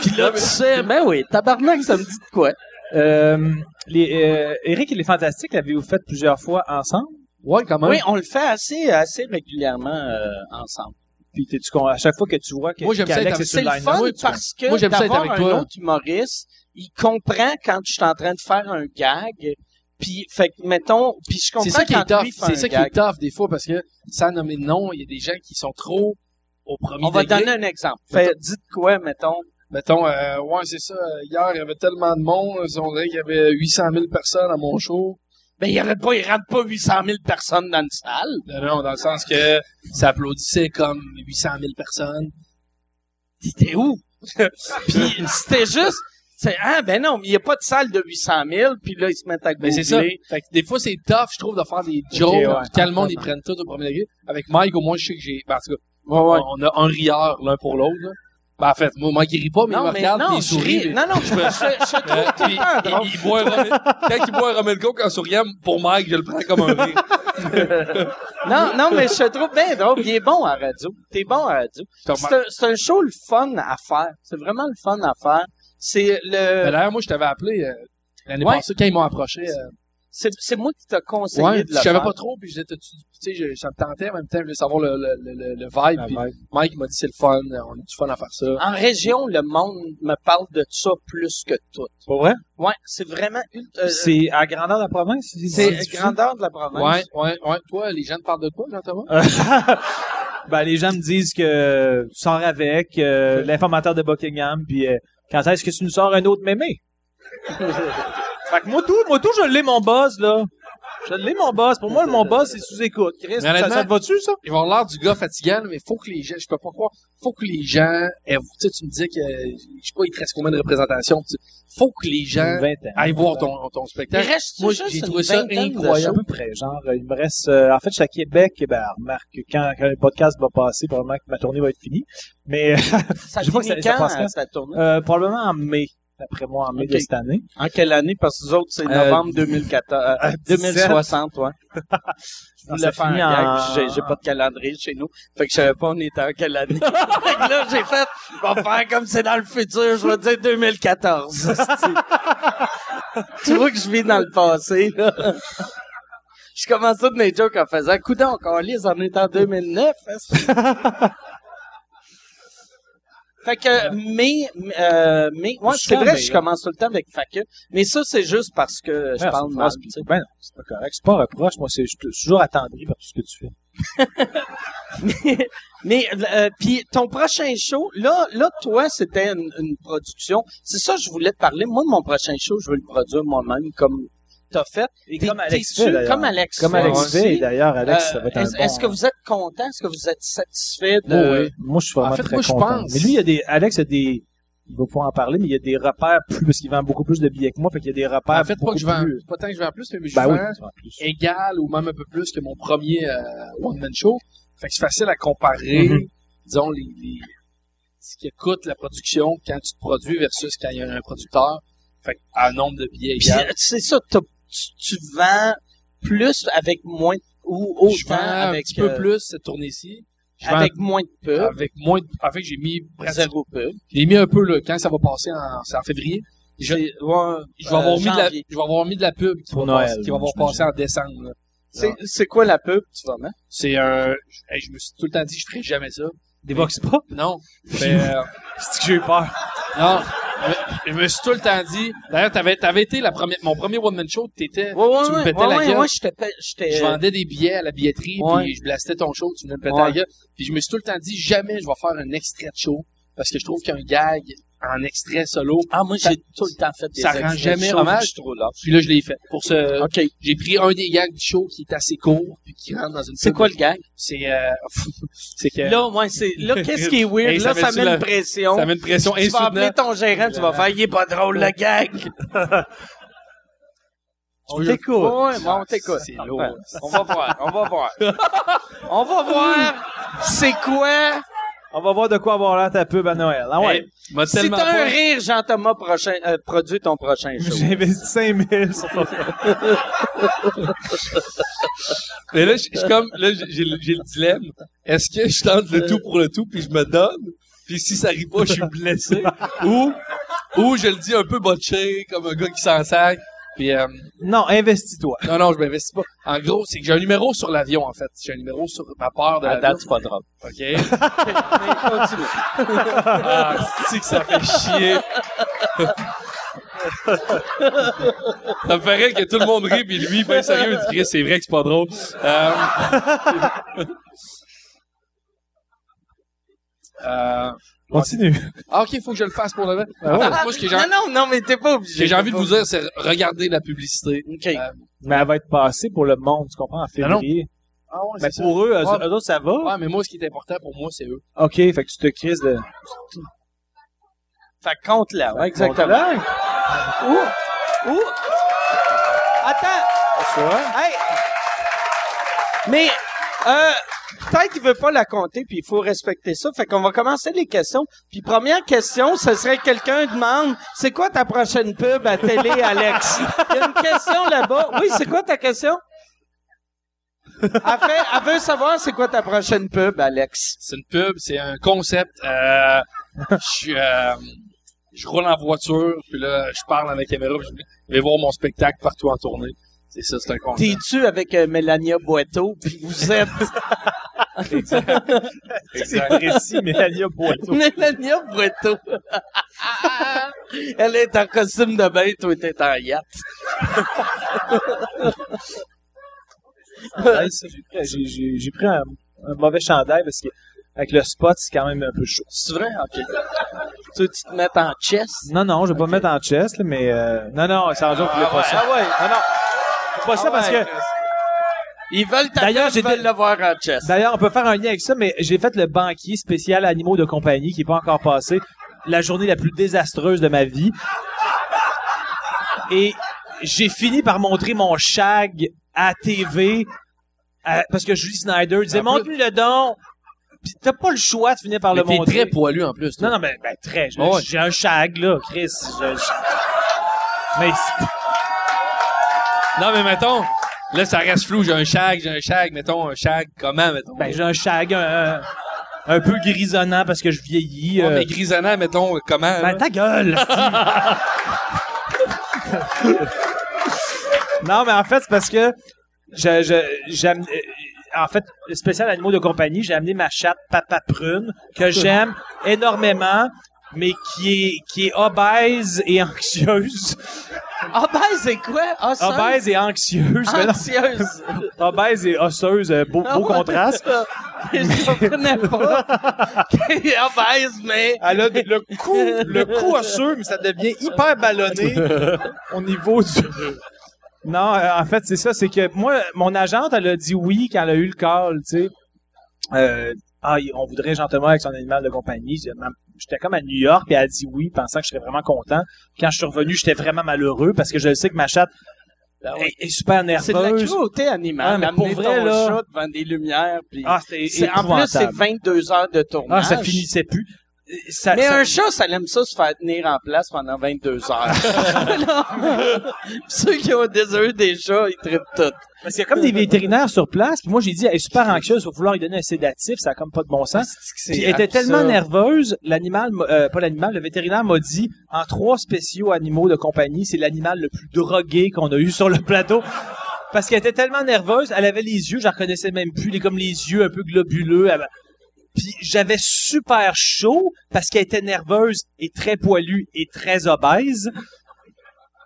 B: Puis là, tu sais, ben oui, tabarnak, ça me dit de quoi?
C: Euh, les, euh, Eric et les Fantastiques l'avez-vous fait plusieurs fois ensemble?
F: Ouais, quand même.
B: Oui, on le fait assez, assez régulièrement, euh, ensemble.
C: Puis t'es-tu con, à chaque fois que tu vois que
F: Moi, j'aime ça être
C: qu'Alex
F: avec-
C: est sur
B: C'est
C: le
B: le
C: line-up,
B: fun
F: Oui, tu
B: parce que
F: Moi, j'aime ça être
B: d'avoir
F: avec
B: un
F: toi.
B: autre humoriste, il comprend quand je suis en train de faire un gag, Puis, fait que, mettons, puis je comprends
D: C'est ça qui est
B: quand
D: tough.
B: lui fait un
D: C'est ça qui
B: gag.
D: est tough des fois parce que sans nommer de nom, il y a des gens qui sont trop au premier
B: On va
D: degré.
B: donner un exemple. Fait, dites quoi, mettons.
D: Mettons, euh, ouais, c'est ça. euh, Hier, il y avait tellement de monde. On dirait qu'il y avait 800 000 personnes à mon show.
B: Ben, il y avait pas, il rentre pas 800 000 personnes dans une salle.
D: Non, non, dans le sens que ça applaudissait comme 800 000 personnes.
B: T'étais où? puis, c'était juste, c'est, ah, ben non, mais il y a pas de salle de 800 000, puis là, ils se mettent à googler.
D: Mais Ben, c'est ça. Fait que des fois, c'est tough, je trouve, de faire des jokes
C: ouais,
D: quand le monde, ils
C: ouais.
D: prennent tout au premier degré. Avec Mike, au moins, je sais que j'ai... Ben, en tout cas, on a un rieur l'un pour l'autre. là. Ben, en fait, moi, Mike, il rit pas, mais il
B: Non,
D: me
B: mais
D: regarde, puis
B: non,
D: il
B: je
D: sourit.
B: ris. Non, non, je je- je- je-
D: Euh, puis, il, il boit un Rommel- quand il boit un Rommel Coke en souriant, pour Mike, je le prends comme un rire.
B: non, non, mais je te trouve bien drôle. Il est bon à la radio. T'es bon à la radio.
D: Je te remarque.
B: C'est un, c'est un show le fun à faire. C'est vraiment le fun à faire. C'est
D: Ben,
B: le,
D: D'ailleurs, moi, je t'avais appelé euh, l'année
B: Ouais.
D: passée, quand ils m'ont approché. euh,
B: c'est c'est moi qui t'ai conseillé
D: ouais,
B: de le
D: je savais
B: faire.
D: pas trop, puis je disais, t'as-tu- tu sais, je- ça me tentait, en même temps, je voulais savoir le, le, le, le- le vibe. puis Mike il m'a dit, c'est le fun, euh, on a du fun à faire ça.
B: En région, le monde me parle de ça plus que tout.
C: Pas vrai?
B: Ouais, c'est vraiment ult- euh, c'est
C: C'est à grandeur de la province? diffusé?
B: grandeur de la
C: Ah,
B: province.
D: Ouais, ouais, ouais. Toi, les gens te parlent de quoi, Jean-Thomas?
C: Euh, ben, les gens me disent que tu sors avec euh, l'informateur de Buckingham, puis euh, quand est-ce que tu nous sors un autre mémé? fait que moi tout, moi tout, je l'ai mon buzz, là. Je l'ai mon buzz. Pour moi, mon buzz, c'est sous-écoute. Chris, ça,
D: honnêtement-
C: ça te va-tu, ça?
D: Il va avoir l'air du gars fatigant, mais faut que les gens, je peux pas croire, faut que les gens, aient- tu sais, tu me disais que, euh, je sais pas, il te reste combien de représentations, tu- faut que les gens
C: 20 ans.
D: aillent voir ton, ton
B: Il
D: spectacle.
B: reste
D: Moi,
B: juste
D: j'ai
B: une
D: trouvé ça
B: vingtaine de
C: à
D: incroyable.
B: shows.
C: peu près. Genre, il me reste. euh, en fait, je suis à Québec. Ben, remarque, quand, quand le podcast va passer, probablement que ma tournée va être finie. Mais
B: Ça
C: Je sais pas
B: finit
C: que ça- ça
B: quand
C: passe quand?
B: euh, ta tournée?
C: euh, probablement en mai, d'après moi, en mai
B: Ok.
C: de cette année.
B: En quelle année? Parce que nous autres, c'est
C: Euh,
B: novembre 2014, euh, 2060, ouais. Je
C: Non,
B: voulais
C: ça
B: faire un
C: finit
B: gag,
C: en-
B: puis j'ai- j'ai pas de calendrier chez nous. Fait que je savais pas on était en quelle année. fait que là, j'ai fait, je vais faire comme c'est dans le futur, je vais dire 2014. esti. tu vois que je vis dans le passé, là. Je commençais de mes jokes en faisant, coudon, encore lisse, on est en 2009. esti. Fait que mai, euh, mai, ouais, c'est
C: Jusqu'en
B: vrai,
C: mai,
B: je
C: là.
B: commence tout le temps avec facu, mais ça c'est juste parce que je
C: Ouais,
B: parle
C: Ah, c'est
B: mal.
C: France,
B: tu sais.
C: puis- Ben non, c'est pas correct. C'est pas un reproche. Moi, c'est, je suis toujours attendri par tout ce que tu fais.
B: Mais euh, puis ton prochain show, là, là toi, c'était une, une production. C'est ça que je voulais te parler. Moi, de mon prochain show, je veux le produire moi-même, comme t'as fait.
C: Et
B: T'es-
C: comme Alex
B: t'es-tu
C: fait, d'ailleurs.
B: Comme Alex.
C: Comme
B: fait
C: Alex
B: aussi?
C: fait, et d'ailleurs, Alex, ça va être
B: Euh,
C: un
B: est-ce,
C: bon...
B: est-ce que vous êtes content? Est-ce que vous êtes satisfait de...
D: Oui,
C: Moi, je suis vraiment
D: En fait,
C: très
D: moi, je
C: content.
D: pense-
C: Mais lui, il y a des... Alex, il y a des... Il va pouvoir en parler, mais il y a des repères plus... Parce qu'il vend beaucoup plus de billets que moi, fait qu'il y a des repères
D: Ben, En fait, pas
C: beaucoup
D: que je vends,
C: plus...
D: pas tant que je vends plus, mais je
C: Ben oui,
D: vends
C: tu vends plus.
D: égal ou même un peu plus que mon premier euh, one-man show. Fait que c'est facile à comparer,
C: Mhm.
D: disons, les, les- ce qui coûte la production quand tu te produis versus quand il y a un producteur. Fait que à un nombre de billets
B: Puis,
D: égal.
B: euh, c'est ça, t'as- tu, tu vends plus avec moins ou autant
D: Je vends un
B: avec,
D: petit peu
B: euh,
D: plus cette tournée-ci. euh, Je vends
B: avec moins de pub.
D: avec moins de- en fait j'ai mis presque-
B: Zéro pub.
D: j'ai mis un peu là quand ça va passer en, c'est en février je,
B: C'est- ouais,
D: je vais avoir
B: euh,
D: mis de la
B: janvier.
D: je vais avoir mis de la pub qui va,
C: Pour Noël,
D: passer, qui va avoir
C: j'imagine.
D: passé en décembre là.
B: C'est, c'est quoi la pub, tu vas mettre?
D: c'est un je, hey, je me suis tout le temps dit je ferai jamais ça
C: Des vox pop?
D: non mais, euh,
C: C'est que j'ai eu peur.
D: non je me- je me suis tout le temps dit d'ailleurs t'avais t'avais été la première mon premier one man show t'étais
B: Ouais, ouais,
D: tu me
B: ouais,
D: pétais
B: ouais,
D: la
B: ouais,
D: gueule
B: ouais, je te pa- je te-
F: Euh,
D: je vendais des billets à la billetterie,
B: Ouais.
D: puis je blastais ton show, tu venais me péter
B: Ouais.
D: la gueule. Puis je me suis tout le temps dit, jamais je vais faire un extrait de show, parce que je trouve qu'un gag en extrait solo,
B: Ah, moi,
D: Ça-
B: j'ai tout le temps fait des
D: ça rend
B: extraits
D: jamais
B: chauds,
D: hommage.
B: je suis trop lâche.
D: puis là, je l'ai fait. Pour ce,
B: OK.
D: j'ai pris un des gags du show qui est assez court, puis qui rentre dans une...
B: C'est quoi le gag?
D: C'est, euh, c'est que...
B: Là, moi, c'est, là, qu'est-ce qui est weird?
D: Hey, ça
B: là, ça
D: met-tu
B: met
D: la-
B: une pression.
D: ça met une pression
B: tu vas appeler
D: insoutenable.
B: ton gérant, tu vas faire, il est pas drôle, le gag.
C: On t'écoute.
B: Ouais, bon, on t'écoute.
D: C'est lourd.
B: On va voir, on va voir. on va voir, c'est quoi?
C: On va voir de quoi avoir l'air ta pub à Noël. Ah ouais.
D: Hey, m'a
B: Si
D: tellement
B: t'as un
D: pas-
B: rire, Jean-Thomas, prochain, euh, produis ton prochain show.
C: J'ai investi 5000 sur ton
F: Mais là, je je suis comme, là, j'ai- j'ai le j'ai le dilemme. Est-ce que je tente le tout pour le tout, puis je me donne, puis si ça arrive pas, je suis blessé, ou, ou je le dis un peu botché, comme un gars qui s'en sac, puis euh,
C: Non, investis-toi.
F: non, non, je m'investis pas. En gros, c'est que j'ai un numéro sur l'avion, en fait. J'ai un numéro sur ma peur de
B: À
F: l'avion.
B: date, c'est pas drôle.
F: OK?
B: Mais continue.
F: Ah, c'est que ça fait chier. Ça me fait rire que tout le monde rit, puis lui, ben sérieux, il dit Chris, c'est vrai que c'est pas drôle. Euh, euh,
C: Continue.
F: Ah, ok, il faut que je le fasse pour le vrai.
B: Ah
D: Oh,
F: Moi, ce que j'ai
B: non, non, non, mais t'es pas
F: ce
B: obligé.
F: que j'ai envie de vous dire, c'est regarder la publicité.
B: OK.
F: Euh,
C: Mais elle va être passée pour le monde, tu comprends, en
F: non.
C: février.
F: Ah ouais,
C: Mais
F: c'est ça.
C: Ben, pour eux, eux,
F: Ouais.
C: eux autres, ça va.
F: Ouais, mais moi, ce qui est important pour moi, c'est eux.
C: OK, fait que tu te crises de...
B: Fait que compte là, ouais, exactement.
C: Exactement.
B: Ou, ou, attends, hey. Mais, euh, peut-être qu'il veut pas la compter, puis il faut respecter ça. Fait qu'on va commencer les questions. Puis première question, ce serait quelqu'un demande, c'est quoi ta prochaine pub à télé, Alex? Il y a une question là-bas. Oui, c'est quoi ta question? Elle, fait, elle veut savoir c'est quoi ta prochaine pub, Alex.
F: C'est une pub, c'est un concept. Euh, je suis, euh, je roule en voiture, puis là, je parle à la caméra, puis je dis, Venez voir mon spectacle partout en tournée. C'est ça, c'est un concept.
B: T'es-tu avec euh, Mélania Boiteau, puis vous êtes
C: C'est
F: Exact.
C: précis, Mélania Boiteau.
B: Mélania Breteau. Elle est en costume de bain, toi, t'es en yacht.
C: Hey, ça, j'ai pris- j'ai- J'ai j'ai pris un, un mauvais chandail parce que avec le spot, c'est quand même un peu chaud.
B: C'est vrai? OK. Tu veux que tu te mets en chest?
C: Non, non, je vais pas me mettre en chest, là, mais... euh, Non, non, c'est un jour qu'il est pas ça.
B: ouais.
C: Non, non, c'est pas ça
B: Ah
C: parce
B: ouais.
C: que...
B: Ils veulent ta
C: D'ailleurs, Ben-
B: ils
C: j'étais-
B: veulent le voir en chest.
C: D'ailleurs, on peut faire un lien avec ça, mais j'ai fait le banquier spécial animaux de compagnie qui est pas encore passé. La journée la plus désastreuse de ma vie. Et j'ai fini par montrer mon shag à TV à- parce que Julie Snyder disait
F: En plus-
C: montre-lui le don. Puis t'as pas le choix de finir par
F: Mais
C: le
F: t'es
C: montrer.
F: très poilu en plus. toi.
C: Non, non, mais ben, très. J'ai
F: Ouais.
C: j'ai un shag, là, Chris. Je- je- Mais c'est-
F: Non, mais mettons, là, ça reste flou. J'ai un shag, j'ai un shag, mettons, un shag, comment, mettons.
C: ben, j'ai un shag un, un peu grisonnant parce que je vieillis.
F: Ouais,
C: euh,
F: mais grisonnant, mettons, comment. là?
C: Ben, ta gueule! Steve. non, mais en fait, c'est parce que je, je- j'aime- euh, en fait, le spécial animaux de compagnie, j'ai amené ma chatte Papa Prune, que j'aime énormément, mais qui est, qui est obèse et anxieuse.
B: Ah ben, c'est quoi? Ah, ça?
C: Obèse et anxieuse. mais non,
B: Anxieuse.
C: obèse et osseuse, euh, beau,
B: Ah
C: beau contraste.
B: Je comprenais pas. Ah ben, mais...
C: Elle a le cou, le cou osseux, mais ça devient hyper ballonné au niveau du. Non, euh, en fait, c'est ça, c'est que moi, mon agente, elle a dit oui quand elle a eu le call, tu sais. Euh, ah, il- on voudrait gentiment avec son animal de compagnie. J'ai- ma- J'étais comme à New York, et elle a dit oui, pensant que je serais vraiment content. Quand je suis revenu, j'étais vraiment malheureux parce que je sais que ma chatte est, est super
B: Ben C'est de la
C: nerveuse.
B: cruauté
C: Ah,
B: animale.
C: mais pour
B: Amener
C: vrai,
B: ton
C: là-
B: chat devant des lumières. Puis...
C: Ah, c'était
B: C'est- en plus, c'est
C: épouvantable.
B: 22 heures de tournage.
C: Ah, ça finissait plus. Ça-
B: Mais
C: ça-
B: un chat, ça aime ça se faire tenir en place pendant 22 heures. Non. Puis Ceux qui ont déjà eu des chats, ils trippent tout.
C: Parce qu'il y a comme des vétérinaires sur place. Puis moi, j'ai dit, elle est super anxieuse, il faut vouloir lui donner un sédatif, ça a comme pas de bon sens. Puis elle était tellement nerveuse, l'animal, m'a- euh, pas l'animal, le vétérinaire m'a dit, en trois spéciaux animaux de compagnie, c'est l'animal le plus drogué qu'on a eu sur le plateau. Parce qu'elle était tellement nerveuse, elle avait les yeux, je la reconnaissais même plus, les, comme les yeux un peu globuleux. elle- Puis j'avais super chaud parce qu'elle était nerveuse et très poilue et très obèse.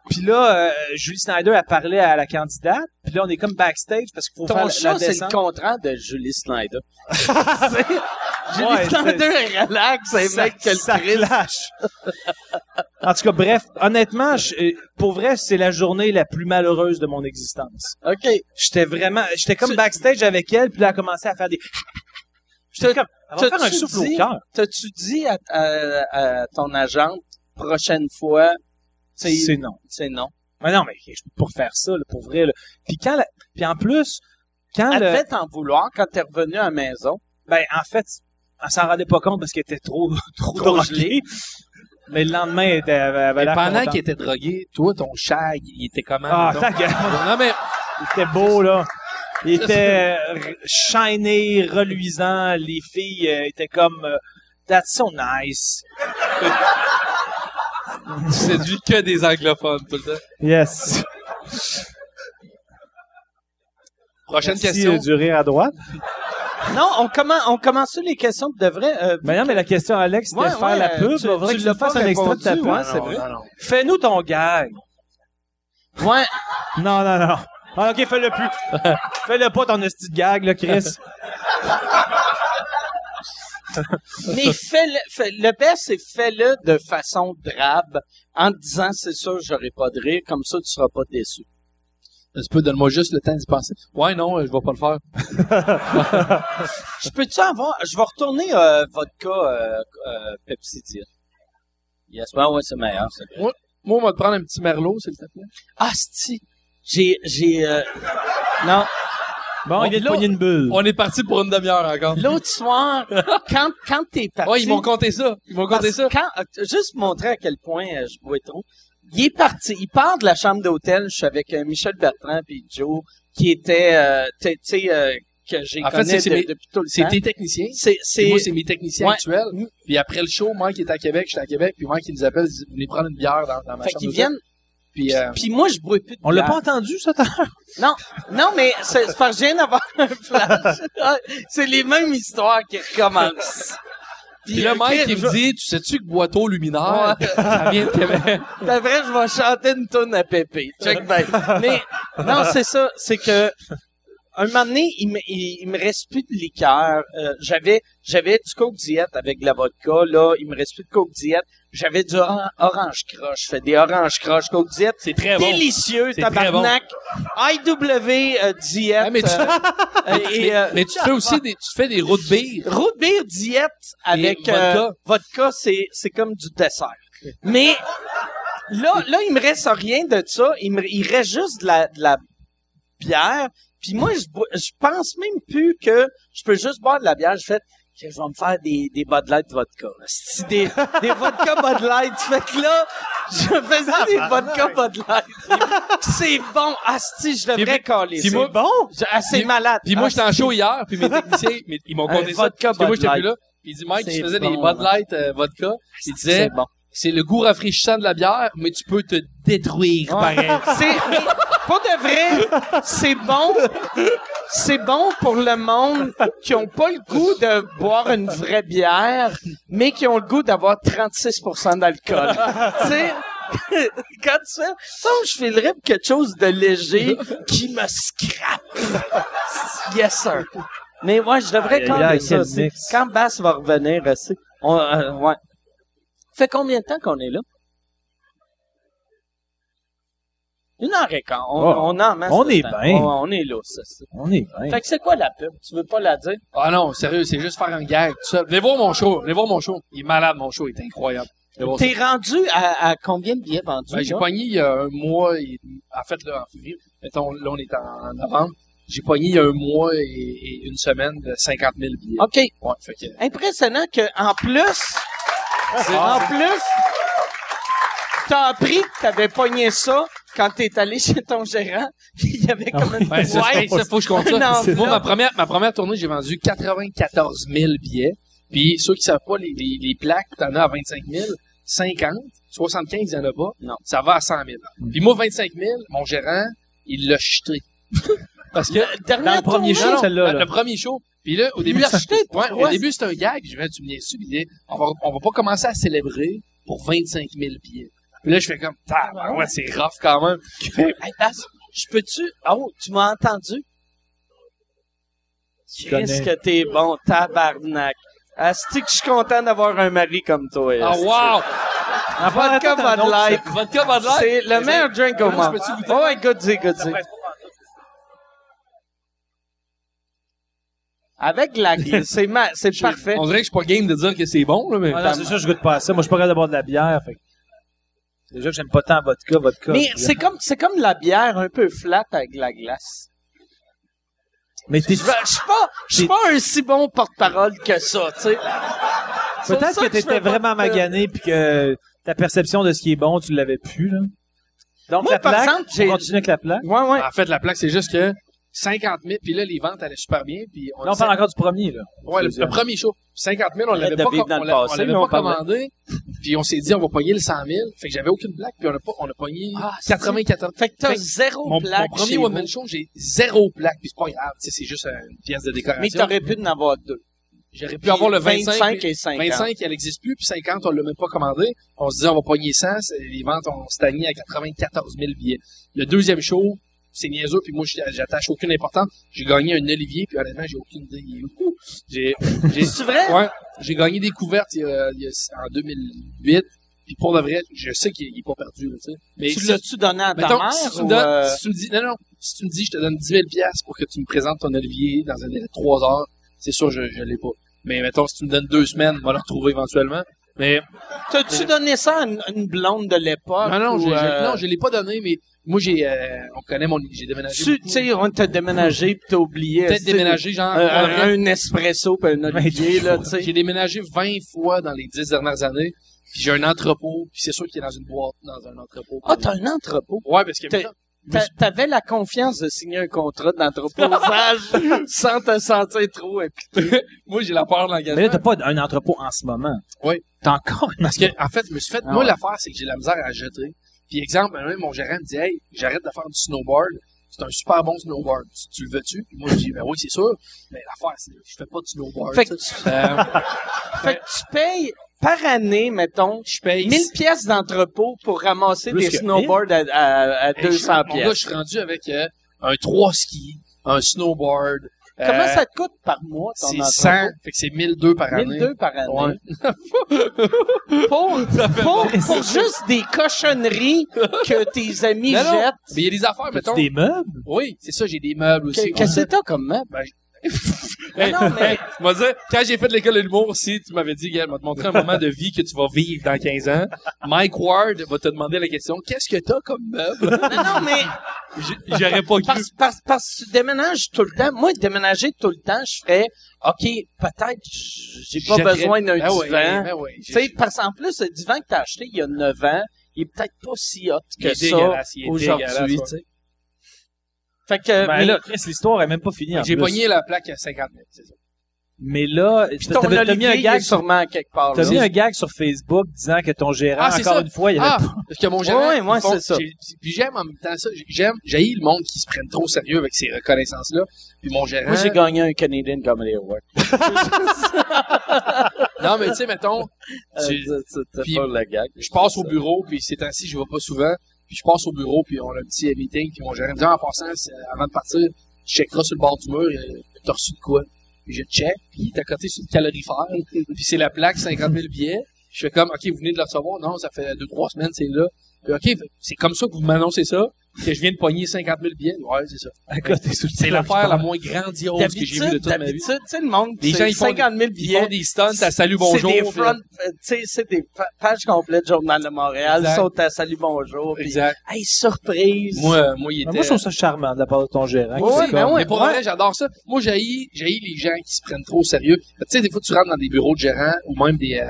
C: Puis là, euh, Julie Snyder a parlé à la candidate. Puis là, on est comme backstage parce qu'il faut faire
B: Ton
C: la-
B: chat,
C: la
B: c'est le
C: descente.
B: contraire de Julie Snyder. C'est- Julie
C: Ouais,
B: Snyder, elle relaxe, c'est
C: Ça-
B: mec que
C: ça
B: le crise.
C: clash. en tout cas, bref, honnêtement, je- euh, pour vrai, c'est la journée la plus malheureuse de mon existence.
B: OK.
C: J'étais vraiment, j'étais comme
B: Tu-
C: backstage avec elle, puis là, elle a commencé à faire des. J'étais comme, elle va faire un
B: t'as-tu
C: souffle
B: dit-
C: au cœur.
B: T'as-tu dit à, à- à ton agente, prochaine fois, c'est
C: C'est non.
B: c'est non?
C: Mais non, mais je peux pas refaire ça, là, pour vrai. là. Puis quand, la- puis en plus, quand
B: Elle
C: le-
B: devait t'en vouloir quand t'es revenu à la maison.
C: ben en fait, elle s'en rendait pas compte parce qu'elle était trop, trop,
B: Trop
C: droguée.
B: gelée.
C: Mais le lendemain, elle était, elle avait
F: Mais
C: l'air
F: pendant
C: contente.
F: qu'il était drogué, toi, ton shag, il était comment?
C: ben, Ah,
F: mettons?
C: ta gueule.
F: Non, mais
C: Il était beau, là. Il était euh, shiny, reluisant. Les filles euh, étaient comme euh, That's so nice.
F: tu séduis que des anglophones tout le temps.
C: Yes.
F: Prochaine
C: Merci,
F: question.
C: euh, du rire à droite.
B: Non, on commence, on commence les questions de vrai. Euh,
C: Ben non, mais la question, Alex, c'était
B: Ouais,
C: faire
B: ouais,
C: la pub.
B: tu-
C: Il faudrait
B: tu
C: que tu
B: l'as
C: nous fasses
B: pas
C: un extrait de ta
B: répondu,
C: pub.
B: hein, c'est vrai.
C: Fais-nous ton gag.
B: ouais.
C: Non, non, non. Ah, OK, fais-le plus. fais-le pas ton esti de gag, là, Chris.
B: Mais fais-le, fais- le best, c'est fais-le de façon drabe, en te disant, c'est sûr, j'aurai pas de rire, comme ça, tu seras pas déçu.
D: Un petit peu, donne-moi juste le temps d'y penser. Ouais, non, euh, je vais pas le faire.
B: Je peux-tu avoir, je vais retourner, euh, vodka, euh, euh, Pepsi Dire. Yes, Ah ouais, ouais, c'est meilleur, c'est vrai.
D: Moi, on va te prendre un petit merlot, s'il te plaît.
B: Ah, si, j'ai, j'ai, euh, non.
C: Bon, il vient de
D: là,
C: pogner une bulle.
D: On est parti pour une demi-heure encore.
B: L'autre soir, quand, quand t'es parti.
D: Ouais, ils m'ont compté ça. Ils m'ont compté
B: Parce-
D: ça.
B: Quand, euh, juste montrer à quel point euh, je bois trop. Il est parti, il part de la chambre d'hôtel, je suis avec euh, Michel Bertrand et Joe, qui était, euh, tu tu sais, euh, que j'ai
D: En fait,
B: connu
D: c'est- c'est
B: de-
D: mes-
B: depuis tout le
D: C'est
B: temps.
D: tes techniciens.
B: C'est,
D: Puis
B: Hein? c'est,
D: Moi, c'est mes techniciens
B: Ouais. Mm.
D: actuels. Puis après le show, Mike est à Québec, j'étais à Québec. Puis Mike, il nous appelle, il dit, venez prendre une bière dans, dans ma
B: fait
D: chambre.
B: qu'ils
D: d'hôtel.
B: viennent,
D: Puis, euh,
B: puis moi, je bois plus de
C: On l'a
B: bière.
C: pas entendu, ça, t'as-
B: Non, non, mais c'est, c'est parce que j'ai d'avoir un flash. Ah, c'est les mêmes histoires qui recommencent.
D: puis là,
B: euh,
D: Mike,
B: Chris,
D: il me dit, tu sais-tu que Boiteau Luminaire, ça vient de Québec?
B: T'as vrai, je vais chanter une tonne à Pépé. Check back. Mais non, c'est ça. C'est que un moment donné, il me, il, il me reste plus de liqueur. Euh, j'avais, j'avais du coke diète avec de la vodka. Là, il me reste plus de coke diète. J'avais du oran- orange croche. Je fais des orange croche coke diète.
C: C'est très
B: Délicieux,
C: C'est très bon.
B: tabarnak. IW euh, diète.
D: Ah, mais tu-
B: euh, et, euh,
D: Mais tu fais aussi des, tu fais des routes bières.
B: Root beer diète avec
D: Et
B: euh,
D: vodka.
B: vodka, c'est c'est comme du dessert. Mais là là il me reste rien de ça, il me il reste juste de la de la bière. Puis moi je bois- je pense même plus que je peux juste boire de la bière, je fais que je vais me faire des des Bud Light vodka. C'est des des vodka Bud Light. Fait que là je faisais des
D: Ah, ben
B: vodka Bud Light. C'est bon, asti, je devrais coller.
D: puis
B: ça.
D: moi-
B: bon, Je- ah, c'est
D: puis-
B: malade.
D: Puis moi, j'étais en
B: Asti.
D: show hein. hier, puis mes techniciens, mais ils m'ont
B: Un
D: compté ça.
B: vodka
D: Parce que moi,
B: Bud
D: j'étais plus
B: Light.
D: là. Puis il dit, Mike,
B: C'est
D: tu faisais des
B: bon,
D: Bud Light euh, vodka. Il disait,
B: C'est bon.
D: c'est le goût rafraîchissant de la bière, mais tu peux te détruire.
B: C'est mais pas de vrai. C'est bon. C'est bon pour le monde qui ont pas le goût de boire une vraie bière, mais qui ont le goût d'avoir 36% d'alcool. tu sais. Quand tu fais, ça, je filerais pour quelque chose de léger qui me scrape. yes, sir. Mais ouais, je devrais
C: Aïe,
B: quand
C: aïe,
B: même
C: aïe,
B: ça.
C: quel
B: aussi.
C: mix.
B: Quand Bass va revenir, aussi, on, euh, ouais. Fait combien de temps qu'on est là? Une heure et quart. On,
C: Oh.
B: on en masse
C: On
B: de
C: est
B: temps.
C: bien.
B: Ouais, on est là, ça. ça.
C: On est bien.
B: Fait que c'est quoi la pub? Tu veux pas la dire?
D: Ah non, sérieux, c'est juste faire un gag, tout ça. Venez voir mon show, venez voir mon show. Il est malade, mon show, il est incroyable. Venez voir ça.
B: T'es rendu à, à combien de billets vendus?
D: Ben, j'ai
B: là?
D: pogné il y a un mois et demi. En fait, là, en février, mettons, là, on est en novembre. J'ai pogné il y a un mois et, et une semaine de 50 000 billets.
B: OK.
D: Ouais, fait que,
B: Impressionnant que, en plus, en plus, t'as appris que t'avais pogné ça quand t'es allé chez ton gérant, puis il y avait
C: Ah
B: comme une
D: Ouais, ça,
B: boîte.
D: c'est- ça, faut que je compte ça.
B: Non, non.
D: Moi, ma première, ma première tournée, j'ai vendu 94 000 billets. Puis, ceux qui savent pas, les, les, les plaques, t'en as à 25 000, 50, 75, il y en a pas.
B: Non.
D: Ça va à 100 000. Puis, moi, 25 000, mon gérant, il l'a jeté. Parce que,
B: Dernière
C: Dans le premier
B: tournée,
C: show, celle-là.
D: le,
C: là.
D: le premier show. Puis là, au début,
B: l'as jeté,
D: ouais,
B: pourquoi?
D: au début, c'était un gag. Puis je vais, tu me niaises-tu? Puis il dit, on va, on va pas commencer à célébrer pour 25 000 billets. Puis là, je fais comme, Ah, ben ouais, c'est rough quand même.
B: Hey, Bas, je peux-tu... Oh, tu m'as entendu? Qu'est-ce
C: connais.
B: que t'es bon, tabarnak. Asti que je suis content d'avoir un mari comme toi.
D: Ah,
B: asti.
D: wow!
B: Un vodka Bud Light.
D: Vodka Bud Light?
B: C'est le meilleur drink au monde.
D: peux-tu goûter?
B: Oh, ouais, goodie, goodie. Avec la c'est ma- c'est parfait.
D: On dirait que je suis pas game de dire que c'est bon, là, mais.
C: Ah non, c'est ça, je goûte pas à ça. Moi, je suis pas capable de boire de la bière. Fait. que- Déjà que j'aime pas tant vodka, vodka.
B: Mais c'est comme, c'est comme la bière un peu flat avec la glace.
C: Mais t'es
B: Je vais- je suis pas, je suis pas un si bon porte-parole que ça, tu sais. C'est pour
C: Peut-être
B: ça
C: que
B: je fais
C: t'étais
B: pas
C: vraiment
B: de-
C: magané puis que ta perception de ce qui est bon, tu l'avais plus, là. Donc,
B: Moi,
C: la
B: par
C: plaque,
B: exemple, j'ai-
C: on continue avec la plaque.
B: Ouais, ouais.
D: En fait, la plaque, c'est juste que 50 000, puis là, les ventes allaient super bien, puis on,
C: Là, on parle encore du premier, là.
D: Ouais, le, le premier show. 50 000, on l'avait
B: de
D: pas,
B: vivre
D: com-
B: dans
D: on
B: le
D: l'a- on
B: passé,
D: l'avait
B: mais
D: pas
B: on parlait-
D: commandé. Puis on s'est dit, on va pogner le 100 000. Fait que j'avais aucune blague. Puis on a, pas, on a pogné
B: Ah, c'est-
D: 94.
B: Fait que t'as
D: Fait que
B: zéro
D: Mon,
B: plaque
D: mon premier
B: chez vous.
D: one-man show, j'ai zéro plaque. Puis c'est pas grave. tu sais, C'est juste une pièce de décoration.
B: Mais t'aurais pu en avoir deux.
D: J'aurais pu avoir le 25.
B: 25 et 50.
D: 25, elle n'existe plus, puis 50, on l'a même pas commandé. On se dit, on va pogner 100. c'est- Les ventes ont stagné à 94 000 billets. Le deuxième show, c'est niaiseux, puis moi, j'y- j'attache aucune importance. J'ai gagné un olivier, puis honnêtement, j'ai aucune idée. il est où. J'ai, j'ai,
B: C'est vrai?
D: ouais, j'ai gagné des couvertes il y a- il y a- en 2008, puis pour le vrai, je sais qu'il n'est pas perdu, là, tu sais. Mais
B: Tu
D: si-
B: l'as-tu donné à ta
D: mettons,
B: mère?
D: si tu,
B: ou,
D: me donnes-
B: euh,
D: si tu me dis, non, non, si tu me dis, je te donne 10 000 piastres pour que tu me présentes ton olivier dans un délai de 3 heures, c'est sûr, je ne l'ai pas. Mais mettons, si tu me donnes deux semaines, on va le retrouver éventuellement. Mais
B: T'as-tu donné ça à une, une blonde de l'époque?
D: non, non,
B: ou,
D: je,
B: euh,
D: je, non, je l'ai pas donné, mais moi, j'ai, euh, on connaît mon, j'ai déménagé.
B: Tu
D: beaucoup.
B: tu sais, on t'a déménagé pis t'as oublié.
D: peut-être
B: c'est-
D: déménagé, genre,
B: Un,
D: en vrai,
B: un- un espresso pis un olivier, là, tu sais.
D: j'ai déménagé 20 fois dans les 10 dernières années. Puis j'ai un entrepôt, puis c'est sûr qu'il est dans une boîte, dans un entrepôt.
B: Ah, t'as un entrepôt.
D: Ouais, parce que
B: T'es- T'a- T'avais la confiance de signer un contrat d'entreposage sans te sentir trop impliqué.
D: moi, j'ai la peur de
C: Mais
D: l'engagement.
C: là, t'as pas un entrepôt en ce moment.
D: Oui.
C: T'as encore un
D: Parce que, en fait, je me suis fait,
C: Ah
D: moi,
C: ouais.
D: l'affaire, c'est que j'ai la misère à jeter. Puis, exemple, un moment donné, mon gérant me dit, hey, j'arrête de faire du snowboard. C'est un super bon snowboard. Tu, tu le veux-tu? Puis moi, je dis, ben oui, c'est sûr. Mais l'affaire, c'est que je fais pas de snowboard.
B: Fait que
D: tu sais.
B: tu,
D: Euh,
B: fait que tu payes par année, mettons,
D: je paye.
B: 1000 pièces d'entrepôt pour ramasser
C: Plus
B: des
C: que-
B: snowboards à, à- à
D: Hey, je suis-
B: 200
D: Mon gars, je
B: pièces.
D: suis rendu avec euh, un trois skis, un snowboard. euh,
B: Comment ça te coûte par mois ton
D: C'est
B: entrepôt?
D: 100. Fait que c'est 1002 par année.
B: 1002 par année. Pour, pour, pour juste des cochonneries que tes amis
D: Non, non.
B: jettent.
D: Mais il y a des affaires, mettons.
C: des meubles.
D: Oui, c'est ça, j'ai des meubles aussi.
B: Que- Qu'est-ce que t'as comme meuble?
D: Hey,
B: Ah non, mais-
D: hey, tu m'as dit, quand j'ai fait de l'école de l'humour, si tu m'avais dit, Gaël, m'a te montrer un moment de vie que tu vas vivre dans 15 ans, Mike Ward va te demander la question, qu'est-ce que t'as comme meuble?
B: Non, non, mais
D: J'ai- J'aurais pas cru.
B: parce, parce, parce que tu déménages tout le temps. Moi, déménager tout le temps, je ferais, OK, peut-être j'ai pas
D: J'aurais-
B: besoin d'un
D: Ah ouais,
B: divan.
D: ah ouais,
B: Tu
D: j'ai-
B: sais, parce qu'en plus, le divan que t'as acheté il y a 9 ans, il est peut-être pas si hot
D: Il est
B: que ça
D: dégueulasse, il est dégueulasse,
B: aujourd'hui,
D: ouais.
B: tu sais. Fait que,
C: Ben
B: mais-
C: là, Chris, l'histoire est même pas finie. en
D: J'ai
C: plus.
D: pogné la plaque à 50 000, c'est ça.
C: Mais là,
B: ton
C: t'avais- t'as mis
B: olivier,
C: un
B: il est Ah,
C: gag sur
B: sûrement quelque part.
C: T'as
B: là.
C: mis un gag sur Facebook disant que ton gérant,
D: Ah, c'est
C: encore
D: ça.
C: une fois, il y avait
D: Ah, parce que mon gérant,
B: Ouais, ouais, moi,
D: ils font-
B: c'est ça.
D: j'ai- Puis j'aime en même temps ça, j'aime, j'ai le monde qui se prenne trop au sérieux avec ces reconnaissances-là. Puis mon gérant,
B: Moi, j'ai gagné un Canadian Comedy Award.
D: non, mais tu sais, mettons, tu-
B: Euh, c'est- c'est-
D: puis-
B: c'est pas le gag.
D: je passe au bureau, puis ces temps-ci, je vais pas souvent. Puis je passe au bureau, puis on a un petit meeting, puis mon gérant me dit, Ah, en passant, c'est- avant de partir, je checkerai sur le bord du mur, euh, t'as reçu de quoi? Puis je check, puis il est à côté sur le calorifère, puis c'est la plaque, 50 000 billets. Je fais comme, OK, vous venez de le recevoir? Non, ça fait deux, trois semaines, c'est là. Puis OK, fait- c'est comme ça que vous m'annoncez ça, que je viens de pogner 50 000 billets. Ouais, c'est ça.
C: à côté sous le
D: C'est l'affaire la moins grandiose que j'ai vue de
B: D'habitude,
D: toute ma vie.
B: d'habitude, tu sais, le monde,
D: Les gens,
B: c'est
D: ils font des-
B: 50 000
D: Ils font
B: billets.
D: des stunts à salut bonjour.
B: C'est des
D: puis-
B: front, euh, tu sais, c'est des pa- pages complètes du Journal de Montréal.
D: Exact.
B: Ils sont à Salut Bonjour. Puis,
D: Exact.
B: hey, surprise.
D: Moi, euh, moi, il était.
C: Ben, Moi, je trouve ça charmant de la part de ton gérant.
D: Ah,
B: Ouais,
C: C'est
B: ben
C: comme-
B: ouais.
D: Mais pour vrai, j'adore ça. Moi, j'haïs, j'haïs les gens qui se prennent trop au sérieux. Tu sais, des fois, tu rentres dans des bureaux de gérants ou même des, euh,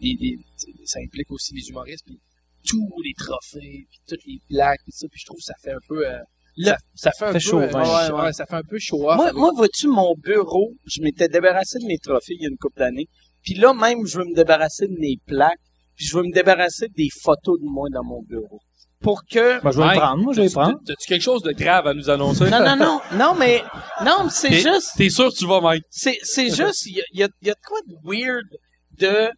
D: des, des- tu sais, ça implique aussi les humoristes, puis tous les trophées, puis toutes les plaques, puis ça, puis je trouve que ça fait un peu, euh, ça, ça fait un
C: Fait
D: peu,
C: chauvin.
D: euh, ouais, ouais, ça fait un peu show off.
B: Moi, moi vois-tu, mon bureau, je m'étais débarrassé de mes trophées il y a une couple d'années. Puis là, même, je veux me débarrasser de mes plaques. Puis je veux me débarrasser des photos de moi dans mon bureau. Pour que...
C: Ben, je vais le
D: Mike,
C: prendre, moi, je vais le prendre.
D: T'as-tu quelque chose de grave à nous annoncer?
B: Non, non, non. Non, mais... Non, mais c'est
D: Et-
B: juste...
D: T'es sûr que tu vas, Mike?
B: C'est, c'est juste, il y a, il y, a, il y a de quoi de weird de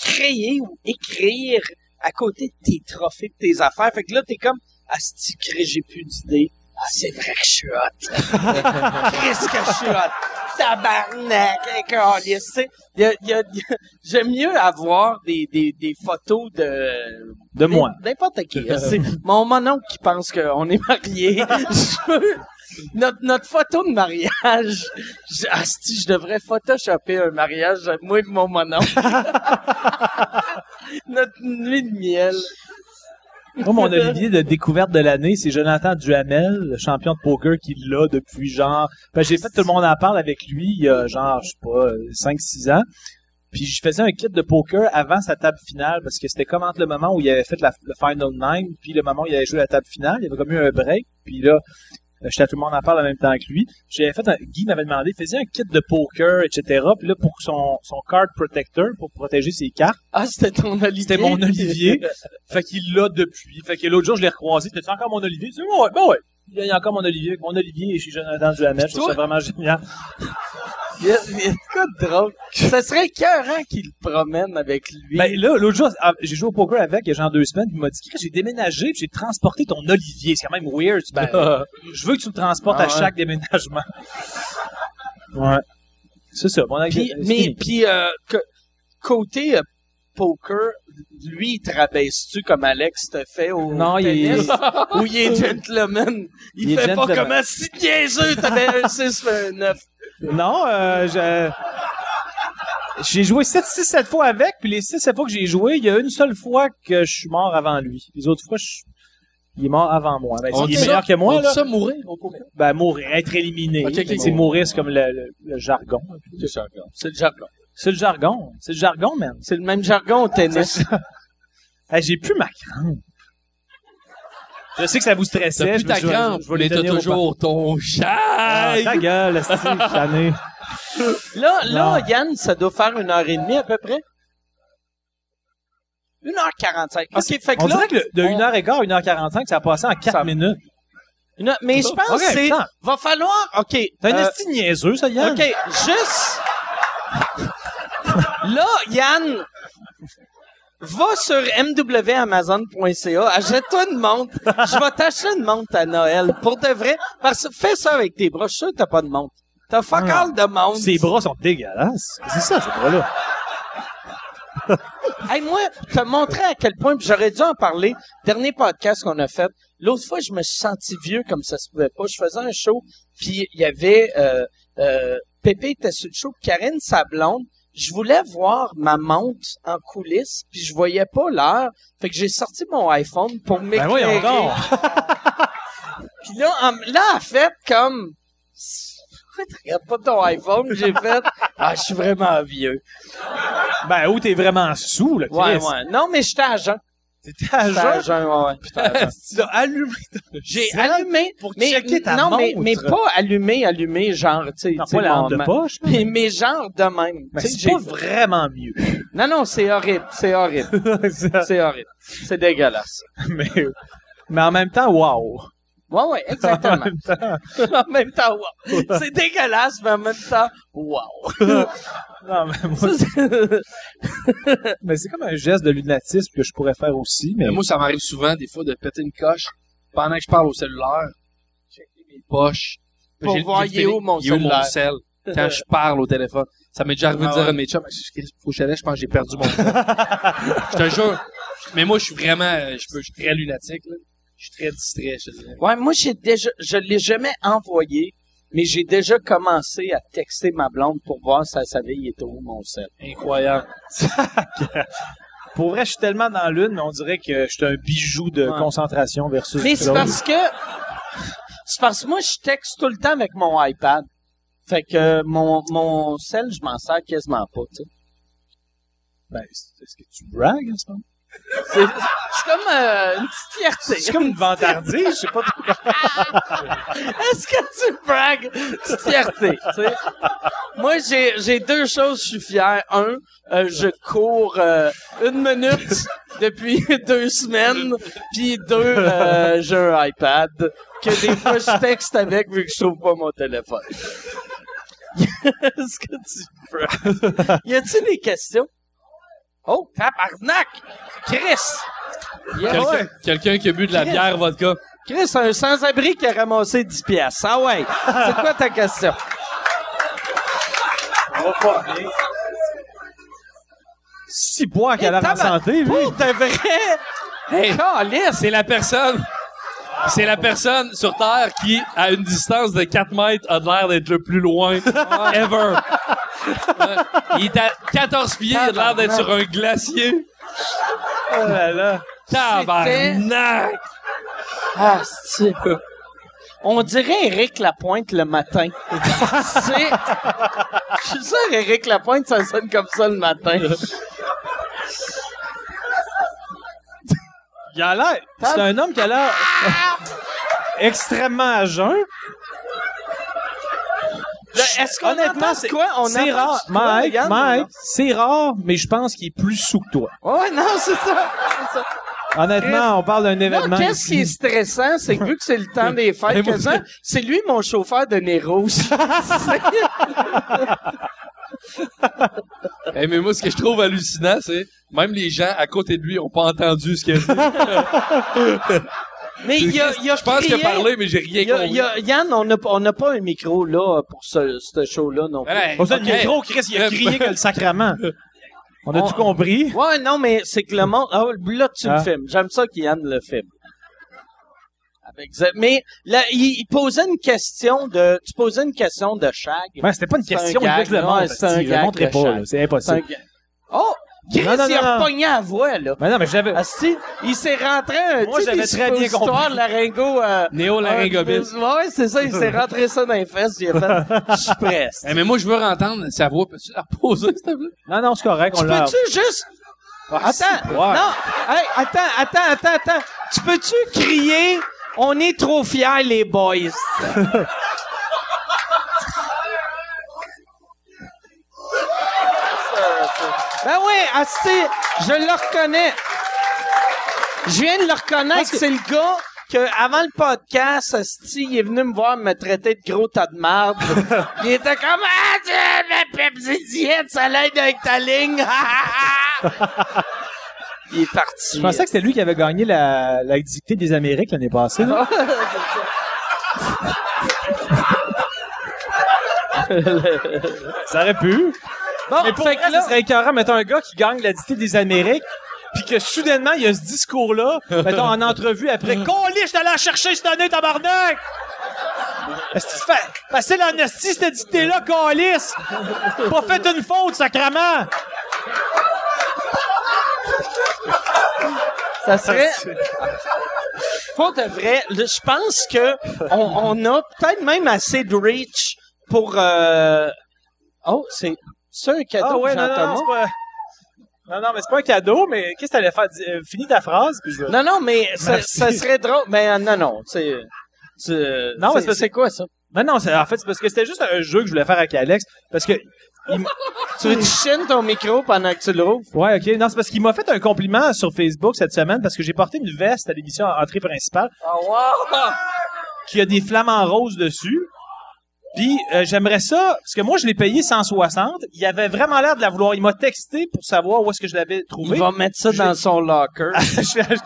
B: créer ou écrire à côté de tes trophées, de tes affaires. Fait que là, t'es comme, ah, si j'ai plus d'idées. Ah, c'est vrai que je suis hot. Qu'est-ce que je suis hot? Tabarnak, hein, câlisse, tu sais. Il y a- il y a- il y a- J'aime mieux avoir des, des, des photos de...
C: De moi.
B: N'importe qui. C'est mon, mon oncle qui pense qu'on est mariés. Je veux- notre, notre photo de mariage. Je, asti, je devrais photoshopper un mariage, de moi et mon mononcle. notre nuit de miel.
C: Moi, mon olivier de découverte de l'année, c'est Jonathan Duhamel, le champion de poker qui l'a depuis genre... Ben, j'ai fait Tout le monde en parle avec lui il y a genre, je sais pas, 5-6 ans. Puis je faisais un kit de poker avant sa table finale parce que c'était comme entre le moment où il avait fait la, le Final Nine puis le moment où il avait joué la table finale. Il y avait comme eu un break. Puis là, Euh, J'étais à tout le monde en parle en même temps que lui. J'avais fait un- Guy m'avait demandé, faisait un kit de poker, etc. Puis là, pour son, son card protector, pour protéger ses cartes.
B: Ah, c'était ton Olivier.
C: C'était mon Olivier. fait qu'il l'a depuis. Fait que l'autre jour, je l'ai recroisé. T'as encore mon Olivier? Tu ouais, ben ouais. Il y a encore mon Olivier. Mon Olivier est chez Jonathan Duhamel. Je trouve ça vraiment génial.
B: Il y a, il y a de quoi de drôle. Ça serait écœurant qu'il le promène avec lui.
C: Ben là, l'autre jour, ah, j'ai joué au poker avec, il y a genre deux semaines, puis il m'a dit, Chris, j'ai déménagé, puis j'ai transporté ton Olivier. C'est quand même weird. Je dis, Ben, euh, je veux que tu me transportes
D: Ah
C: à chaque déménagement. ouais. C'est ça. Mon
B: Puis,
C: anecdote-
B: mais, puis euh, que- côté euh, poker, lui, il te rabaisse-tu comme Alex te fait au
C: Non, il
B: tennis?
C: est-
B: Ou il est gentleman? Il,
C: Il est
B: fait pas
C: gentleman.
B: comme un si niaiseux, t'avais un 6, un 9.
C: Non, euh, je- J'ai joué 7 6 7 fois avec, puis les 6 7 fois que j'ai joué, il y a une seule fois que je suis mort avant lui. Les autres fois, je suis- il est mort avant moi. Ben,
D: On
C: il
D: dit
C: est meilleur que moi,
D: On dit
C: là.
D: ça mourir au poker.
C: Ben, mourir, être éliminé.
D: Ok, ok,
C: c'est
D: ok.
C: mourir, c'est comme le, le- le jargon.
D: C'est le jargon.
C: C'est le jargon. C'est le jargon, man.
B: C'est le même jargon au tennis.
C: Hey, j'ai plus ma crampe. Je sais que ça vous stressait.
D: T'as
C: je
D: plus
C: me
D: ta
C: suis-
D: crampe,
C: vais
D: mais
C: les
D: t'as
C: donner au
D: toujours ton
C: Ah,
D: chien.
C: ta gueule, esti, cette année.
B: Là, là,
C: Non.
B: Yann, ça doit faire une heure et demie à peu près. 1h45. OK, fait que
C: Ah, On
B: là,
C: dirait que le- de
B: on-
C: 1h15 à 1h45, ça a passé en 4 minutes.
B: une heure- mais je pense
C: Ok,
B: que c'est...
C: putain.
B: Va falloir... OK.
C: T'as un
B: euh,
C: esti niaiseux, ça, Yann?
B: OK, juste. Là, Yann, va sur mwamazon.ca, achète-toi une montre. Je vais t'acheter une montre à Noël, pour de vrai. Parce que fais ça avec tes bras. Je suis sûr que t'as pas de montre. T'as fuck
C: Ah.
B: all de montre.
C: Ses bras sont dégueulasses. C'est ça, ces bras-là.
B: Hey, moi, te montrer à quel point, puis j'aurais dû en parler, dernier podcast qu'on a fait, l'autre fois, je me suis senti vieux comme ça se pouvait pas. Je faisais un show, puis il y avait... Euh, euh, Pépé était sur le show, puis Karine, sa blonde, je voulais voir ma montre en coulisses, puis je voyais pas l'heure. Fait que j'ai sorti mon iPhone pour
C: Ben
B: m'éclairer.
C: voyons donc.
B: Puis là, en, là, en fait, comme... Pourquoi tu regardes pas ton iPhone? J'ai fait... Ah, je suis vraiment vieux.
C: Ben, où t'es vraiment sous, là, Chris?
B: Ouais, ouais. Non, mais j'étais à jeun.
C: T'es à
B: J'étais à
C: jeun.
B: jeun, ouais, ouais.
C: Tu l'as allumé.
B: J'ai allumé
C: pour
B: mais,
C: checker ta
B: non, mais,
C: montre.
B: mais pas allumé, allumé, genre, tu sais,
C: Non,
B: tu sais,
C: pas la
B: mon-
C: honte de
B: ma-
C: poche. là.
B: mais, mais genre de même. Tu
C: Ben,
B: sais,
C: c'est
B: j'ai-
C: pas vraiment mieux.
B: Non, non, c'est horrible, c'est horrible,
C: Ça-
B: c'est horrible. C'est dégueulasse.
C: mais, mais en même temps, wow.
B: Ouais, ouais,
C: En
B: exactement.
C: même temps.
B: en même temps, wow. C'est dégueulasse, mais en même temps, wow.
C: Non, mais moi,
B: Ça, c'est-
C: Mais c'est comme un geste de lunatisme que je pourrais faire aussi, mais
D: Mais Euh, Moi, ça m'arrive souvent, des fois, de péter une coche pendant que je parle au cellulaire. Checker mes poches.
B: Pour
D: J'ai-
B: voir
D: j'ai
B: il est
D: le
B: où mon
D: feeling, il est
B: cellulaire.
D: où cell. Quand je parle au téléphone. Ça m'est déjà arrivé
B: Ah
D: de dire
B: ouais.
D: à mes chums, Excuse, faut que j'allais, je pense que j'ai perdu mon cell. je te jure. Mais moi, je suis vraiment, euh, je peux, je suis très lunatique, là. Je suis très distrait, je te dirais.
B: ouais, moi, j'ai déjà, je l'ai jamais envoyé, mais j'ai déjà commencé à texter ma blonde pour voir si elle savait il était où mon sel.
D: Incroyable.
C: pour vrai, je suis tellement dans l'une, mais on dirait que je suis un bijou de
B: Ouais.
C: concentration versus
B: Mais c'est
C: l'autre.
B: parce que c'est parce que moi je texte tout le temps avec mon iPad. Fait que euh, mon mon cell, je m'en sers quasiment pas, tu sais.
C: Ben, c'est- est-ce que tu bragues en ce moment?
B: C'est c'est comme euh, une petite fierté.
C: C'est comme une vantardise, je sais pas trop.
B: Est-ce que tu bragues? Petite fierté, tu sais. Moi, j'ai, j'ai deux choses, je suis fier. Un, euh, je cours euh, une minute depuis deux semaines. Puis deux, euh, j'ai un iPad que des fois, je texte avec vu que je trouve pas mon téléphone. Est-ce que tu bragues? Y a-t-il des questions? Oh, tabarnak! Chris! Yeah,
D: Quelqu'un quelqu'un qui a bu de la bière vodka.
B: Chris, un sans-abri qui a ramassé 10 piastres. Ah ouais. C'est quoi ta question?
C: Si bois qu'elle a
B: Eh,
C: l'air en
B: tabar-
C: santé, lui.
B: Pour de vrai?
D: Hey.
B: Calisse.
D: C'est la personne. C'est la personne sur Terre qui, à une distance de 4 mètres, a l'air d'être le plus loin ever. Ouais. Il est à 14 pieds, il a l'air d'être sur un glacier.
C: Oh là là.
D: Tabarnak!
B: Ah, c'est- On dirait Éric Lapointe le matin. c'est... Je suis sûr Éric Lapointe, ça sonne comme ça le matin.
C: Il a l'air. C'est un homme qui a l'air. extrêmement à jeun.
B: Là, Est-ce qu'on
C: Honnêtement,
B: entend de
C: c'est-
B: quoi? On
C: C'est
B: entend
C: rare.
B: du quoi,
C: Mike,
B: Yann,
C: Mike, c'est rare, mais je pense qu'il est plus sous que toi.
B: ou non? Ouais, non, c'est ça. c'est ça.
C: Honnêtement, on parle d'un
B: Non,
C: événement.
B: qu'est-ce
C: ici.
B: qui est stressant, c'est que vu que c'est le temps des fêtes, quasiment, c'est lui mon chauffeur de nez rouge.
F: Eh, mais moi, ce que je trouve hallucinant, c'est même les gens à côté de lui ont pas entendu ce qu'il a dit.
B: Mais il y a, il y a
F: je pense qu'il a
B: crié.
F: parlé, mais j'ai
B: Il y
F: rien
B: a-
F: compris.
B: il y a- Yann, on n'a on n'a pas un micro là pour ce, ce show-là non plus.
F: Hey,
C: On se dit,
F: ok.
C: mais gros, Chris, il a crié que le sacrement. On a
B: On-
C: tout compris.
B: Ouais, non, mais c'est que le monde. Ah, là, tu
C: Ah.
B: le filmes. J'aime ça qu'Yann le filme. Avec Z- Mais là, il, il posait une question de. Tu posais une question de Shag.
C: Ouais, Ben, c'était pas une
B: C'est un
C: question, il
B: gag,
C: voulait que je le
B: non, c'est
C: montre.
B: un
C: hostie, Je le
B: gag
C: montrerai
B: de
C: pas,
B: chat.
C: là, c'est
B: C'est un
C: impossible.
B: gars- Oh! Chris,
C: Non, non,
B: il a
C: non.
B: repogné la voix, là.
C: Mais Ben non, mais j'avais.
B: Asti, il s'est rentré un
C: Moi,
B: tu sais,
C: j'avais
B: des
C: très bien
B: suppositoires Laryngo. Euh,
F: Néo-laryngobis.
B: euh, ouais, c'est ça, il s'est rentré ça dans les fesses, il a fait, je suis prêt.
F: Eh, mais moi, je veux entendre sa voix. Peux-tu la reposer, s'il te plaît?
C: Non, non, c'est correct, on
B: Tu
C: l'a. Ah,
B: peux-tu juste. Attends,
C: ouais.
B: non, hey, attends, attends, attends, attends. Tu peux-tu crier, on est trop fiers, les boys? ben oui, Asti, je le reconnais. Je viens de le reconnaître, c'est le gars que avant le podcast, Asti, il est venu me voir me traiter de gros tas de marde. il était comme Ah, tu la Pepsi Diète, ça l'aide avec ta ligne. il est parti.
C: Je pensais que c'était lui qui avait gagné la, la dictée des Amériques l'année passée. là. ça aurait pu.
B: bon,
C: Mais pour
B: fait
C: vrai,
B: que là,
C: ce serait écœurant, mettons, un gars qui gagne la dictée des Amériques, puis que soudainement, il y a ce discours-là, mettons, en entrevue après, « Colis, je suis allé la chercher cette année, tabarnak! » Est-ce que tu fais facile en esti, cette dictée-là, Colis? Pas fait une faute, sacrament!
B: ça serait. Pour de vrai, le- je pense que on, on a peut-être même assez de reach pour. euh, Oh, c'est c'est un cadeau
C: Ah ouais,
B: de
C: non, non,
B: Jean-Thomas?
C: non, c'est pas... Non, non, mais c'est pas un cadeau, mais qu'est-ce que t'allais faire? Dis- euh, Finis ta phrase, puis je...
B: Non, non, mais ça,
C: Merci.
B: ça serait drôle. Mais euh, non, non, c'est... tu-
C: Non, mais
B: c'est-
C: c'est parce-
B: c'est quoi ça?
C: Mais non, c'est- en fait, c'est parce que c'était juste un jeu que je voulais faire avec Alex, parce que... il m'a-
B: Tu veux que tu chines ton micro pendant que tu le rouvres?
C: Ouais, OK. Non, c'est parce qu'il m'a fait un compliment sur Facebook cette semaine, parce que j'ai porté une veste à l'émission en- Entrée Principale,
B: Ah,
C: qui a des flamants roses dessus. Puis euh, j'aimerais ça, parce que moi, je l'ai payé 160. Il avait vraiment l'air de la vouloir. Il m'a texté pour savoir où est-ce que je l'avais
B: Il
C: trouvé.
B: va mettre ça dans son locker.
C: je l'ai ach-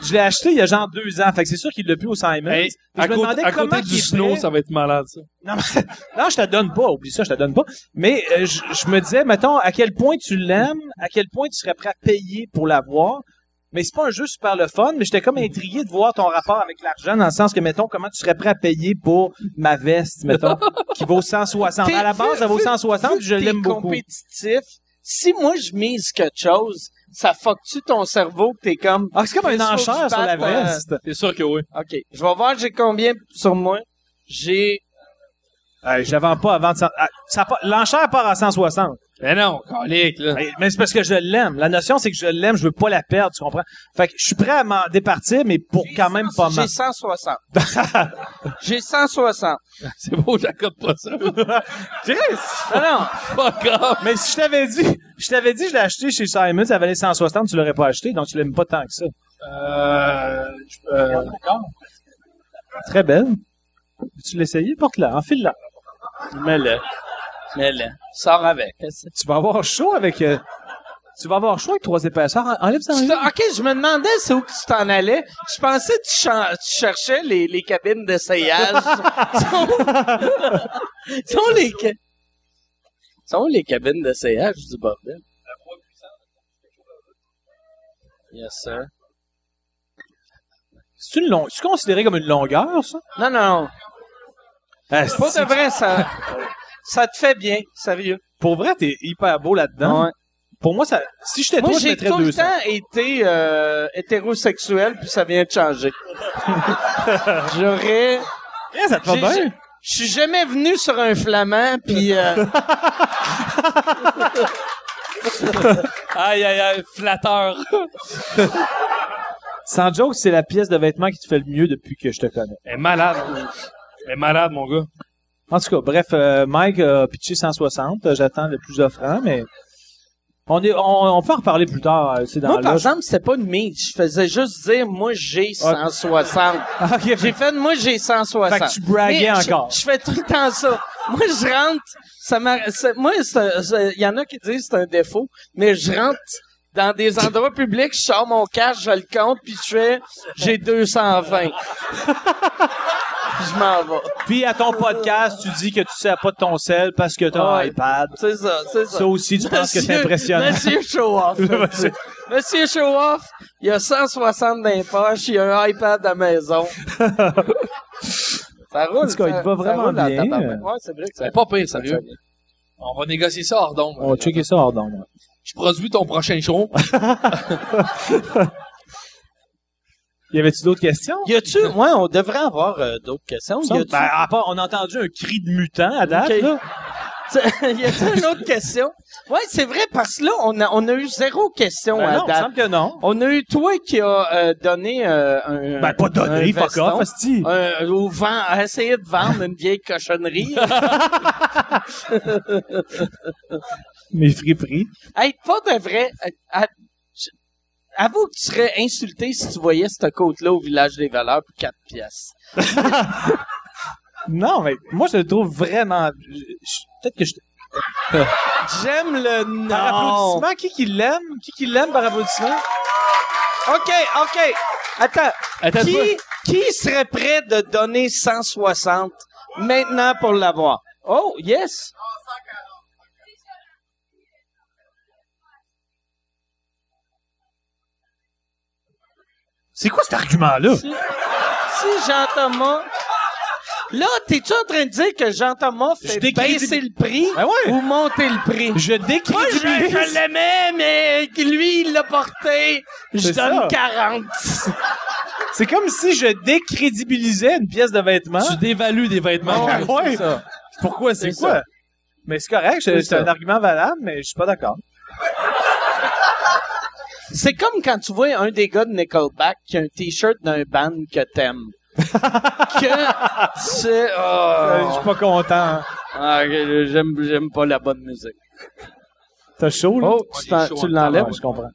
C: je l'ai acheté il y a genre deux ans. Fait que c'est sûr qu'il l'a plus au Simon.
F: Hey, à côté- à côté du snow, ça va être malade, ça.
C: Non, mais- non, je te donne pas. Oublie ça, je te donne pas. Mais euh, je, je me disais, mettons, à quel point tu l'aimes, à quel point tu serais prêt à payer pour l'avoir. Mais c'est pas un jeu super le fun, mais j'étais comme intrigué de voir ton rapport avec l'argent, dans le sens que, mettons, comment tu serais prêt à payer pour ma veste, mettons, qui vaut 160. À la base, elle vaut 160, puis je
B: T'es
C: l'aime beaucoup.
B: compétitif. Si moi, je mise quelque chose, ça fuck-tu ton cerveau que t'es comme...
C: Ah, c'est comme une
B: Faut que
C: enchère
B: tu
C: sur la
B: battes, euh,
C: veste.
F: C'est sûr que oui.
B: OK, je vais voir j'ai combien sur moi. J'ai...
C: Hey, je la vends pas avant de cent- ah, ça part- L'enchère part à 160.
F: Mais non, calique, là.
C: Hey, Mais c'est parce que je l'aime. La notion, c'est que je l'aime, je veux pas la perdre, tu comprends? Fait que je suis prêt à m'en départir, mais pour quand même pas mal.
B: J'ai 160. j'ai 160.
F: C'est beau, j'accorde pas ça.
B: Non, non.
F: Fuck off.
C: Mais si je t'avais dit, je t'avais dit, je l'ai acheté chez Simon, ça valait 160, tu l'aurais pas acheté, donc tu l'aimes pas tant que ça.
F: Euh, je- euh,
C: Très belle. Veux-tu l'essayer? Porte-la, enfile-la.
B: Mets-le. Mets-le. Sors avec.
C: Tu vas avoir chaud avec, euh, tu vas avoir chaud avec trois épaisseurs. En- Enlève-en
B: Tu
C: une.
B: t'en- OK, je me demandais c'est où que tu t'en allais. Je pensais que tu, chan- tu cherchais les, les cabines d'essayage. sont... sont les ca- sont les cabines d'essayage du bordel. Yes, sir.
C: C'est une longue, c'est considéré comme une longueur, ça?
B: Non, non, non.
C: Ah,
B: Pas
C: c'est-
B: de vrai, ça... ça te fait bien, sérieux.
C: Pour vrai, t'es hyper beau là-dedans.
B: Ouais.
C: Pour moi, ça, si j'étais
B: Moi,
C: toi, je
B: j'ai
C: mettrais
B: tout le
C: 200.
B: temps été euh, hétérosexuel, puis ça vient de changer. J'aurais...
C: Eh, ça te va
B: J'ai-
C: bien?
B: Je suis jamais venu sur un flamand, puis... euh,
F: Aïe, aïe, aïe, flatteur.
C: Sans joke, c'est la pièce de vêtements qui te fait le mieux depuis que je te connais.
F: Elle est malade. hein. Elle est malade, mon gars.
C: En tout cas, bref, euh, Mike a pitché 160. Euh, J'attends le plus offrant, mais on, est, on, on peut en reparler plus tard. euh, C'est dans
B: Moi, par
C: la-
B: exemple, c'était pas une mise. Je faisais juste dire, moi, j'ai 160.
C: Ah, ok,
B: J'ai fait, moi, j'ai 160.
C: Fait que tu braguais
B: Mais je-
C: encore.
B: Je fais tout le temps ça. Moi, je rentre, ça m'a- ça- moi, c'est- c'est- il y en a qui disent que c'est un défaut, mais je rentre dans des endroits publics, je sors mon cash, je le compte, puis je fais, j'ai 220. je m'en vais.
C: Puis à ton podcast, tu dis que tu sais pas de ton sel parce que t'as un
B: Ouais.
C: iPad.
B: C'est ça, c'est ça.
C: Ça aussi, tu penses que c'est
B: Monsieur-
C: impressionnant.
B: Monsieur Showoff. Monsieur Showoff, il a 160 dans les poches, il a un iPad à la maison. ça roule.
C: En tout cas, il
B: ça-
C: va
B: ça
C: vraiment
B: roule dans le
C: bien.
B: tabarnak. Ouais, c'est vrai que ça
F: C'est pas pire, sérieux. On va négocier ça hors d'ombre.
C: On va checker ça hors d'onde.
F: Je produis ton prochain show.
C: Y avait-tu d'autres questions?
B: Y a-tu, ouais, on devrait avoir euh, d'autres questions. Y
C: Ben,
B: a-tu,
C: à part, on a entendu un cri de mutant à date,
B: Ok.
C: là.
B: y a-tu une autre question? Ouais, c'est vrai, parce que là, on a, on a eu zéro question
C: Ben
B: à
C: non, il me
B: date.
C: semble que non.
B: On a eu toi qui a euh, donné euh, un.
C: Ben, pas donné,
B: un
C: fuck
B: veston.
C: off, hostie.
B: Euh, ou vend, essayer de vendre une vieille cochonnerie.
C: Mes friperies.
B: hey, pas de vrai. euh, à- je- avoue que tu serais insulté si tu voyais cette côte-là au village des valeurs pour 4 pièces.
C: Non, mais moi, je le trouve vraiment... je- je- Peut-être que je...
B: J'aime le nom.
C: Par applaudissement, qui qui l'aime? Qui qui l'aime par applaudissement?
B: OK, OK. Attends.
F: Attends,
B: qui,
F: toi.
B: qui serait prêt de donner 160 maintenant pour l'avoir? Oh, yes.
C: C'est quoi cet argument-là?
B: Si, si Jean-Thomas... Là, t'es-tu en train de dire que Jean-Thomas
C: Je
B: fait
C: décrédit-
B: baisser le prix
C: Ben ouais.
B: ou monter le prix?
C: Je
B: Moi, je,
C: décrédibilise...
B: je l'aimais, mais lui, il l'a porté. Je
C: C'est ça.
B: donne 40.
C: C'est comme si je décrédibilisais une pièce de vêtement.
F: Tu dévalues des vêtements.
C: Ah ouais. Pourquoi? C'est
B: C'est
C: quoi? Mais c'est correct, je-
B: C'est
C: c'est un
B: ça.
C: argument valable, mais je suis pas d'accord.
B: C'est comme quand tu vois un des gars de Nickelback qui a un T-shirt d'un band que t'aimes. que c'est...
C: Euh, je
B: Oh.
C: suis pas content.
B: Ah, j'aime, j'aime pas la bonne musique.
C: T'as chaud, là?
B: Oh, tu, t'en- tu l'enlèves.
C: Ouais, je comprends.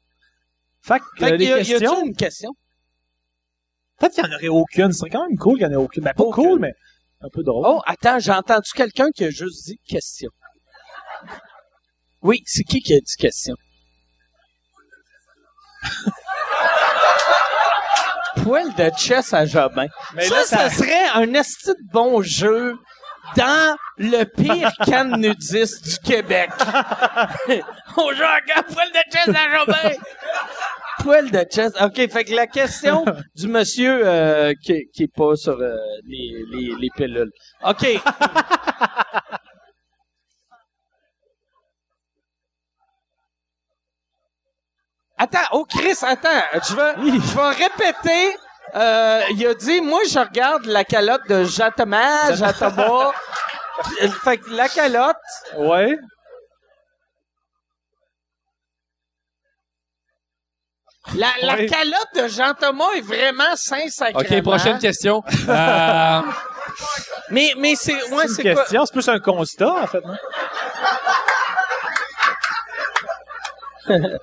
C: Fait que,
B: Fait
C: euh,
B: que
C: les
B: y a, y
C: questions...
B: a-tu une question?
C: Peut-être qu'il n'y en aurait aucune. Ce serait quand même cool qu'il n'y en ait aucune. Ben, pas
B: Aucune.
C: cool, mais un peu drôle.
B: Oh, attends, j'ai entendu quelqu'un qui a juste dit question. Oui, c'est qui qui a dit question? Poil de chess à Jobin.
C: Mais
B: ça,
C: là,
B: ça,
C: ça-
B: serait un esti de bon jeu dans le pire camp nudiste du Québec. On joue à poil de chess à Jobin! Poil de chess. OK, fait que la question du monsieur euh, qui, qui est pas sur euh, les, les, les pilules. OK. Attends, oh Chris, attends, je vais, je vais répéter. Euh, il a dit, moi, je regarde la calotte de Jatama, Jatama. fait que la calotte,
C: Ouais.
B: la, la
C: Oui.
B: calotte de Jean Thomas est vraiment saint sacrément.
F: OK, prochaine question. Euh,
B: Mais, mais c'est, ouais,
C: c'est
B: c'est
C: une
B: quoi?
C: question. C'est plus un constat, en fait. hein. non?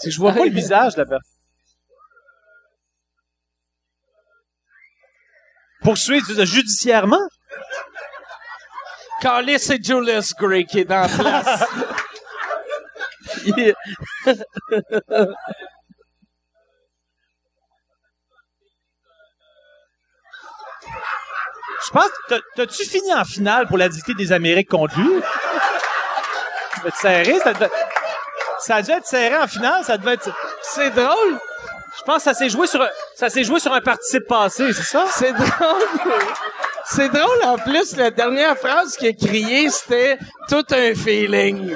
C: c'est que je vois pas le visage de la personne. Poursuivre, tu veux dire, judiciairement?
B: Carlis c'est Julius Gray qui est dans la place. Il-
C: Je pense que t'as- t'as-tu fini en finale pour la dictée des Amériques contre lui? Ça devait être serré, ça devait... Ça a dû être serré en finale, ça devait être...
B: c'est drôle.
C: Je pense que ça s'est joué sur un... ça s'est joué sur un participe passé, c'est ça?
B: C'est drôle. C'est drôle, en plus, la dernière phrase qu'il a criée, c'était « tout un feeling ».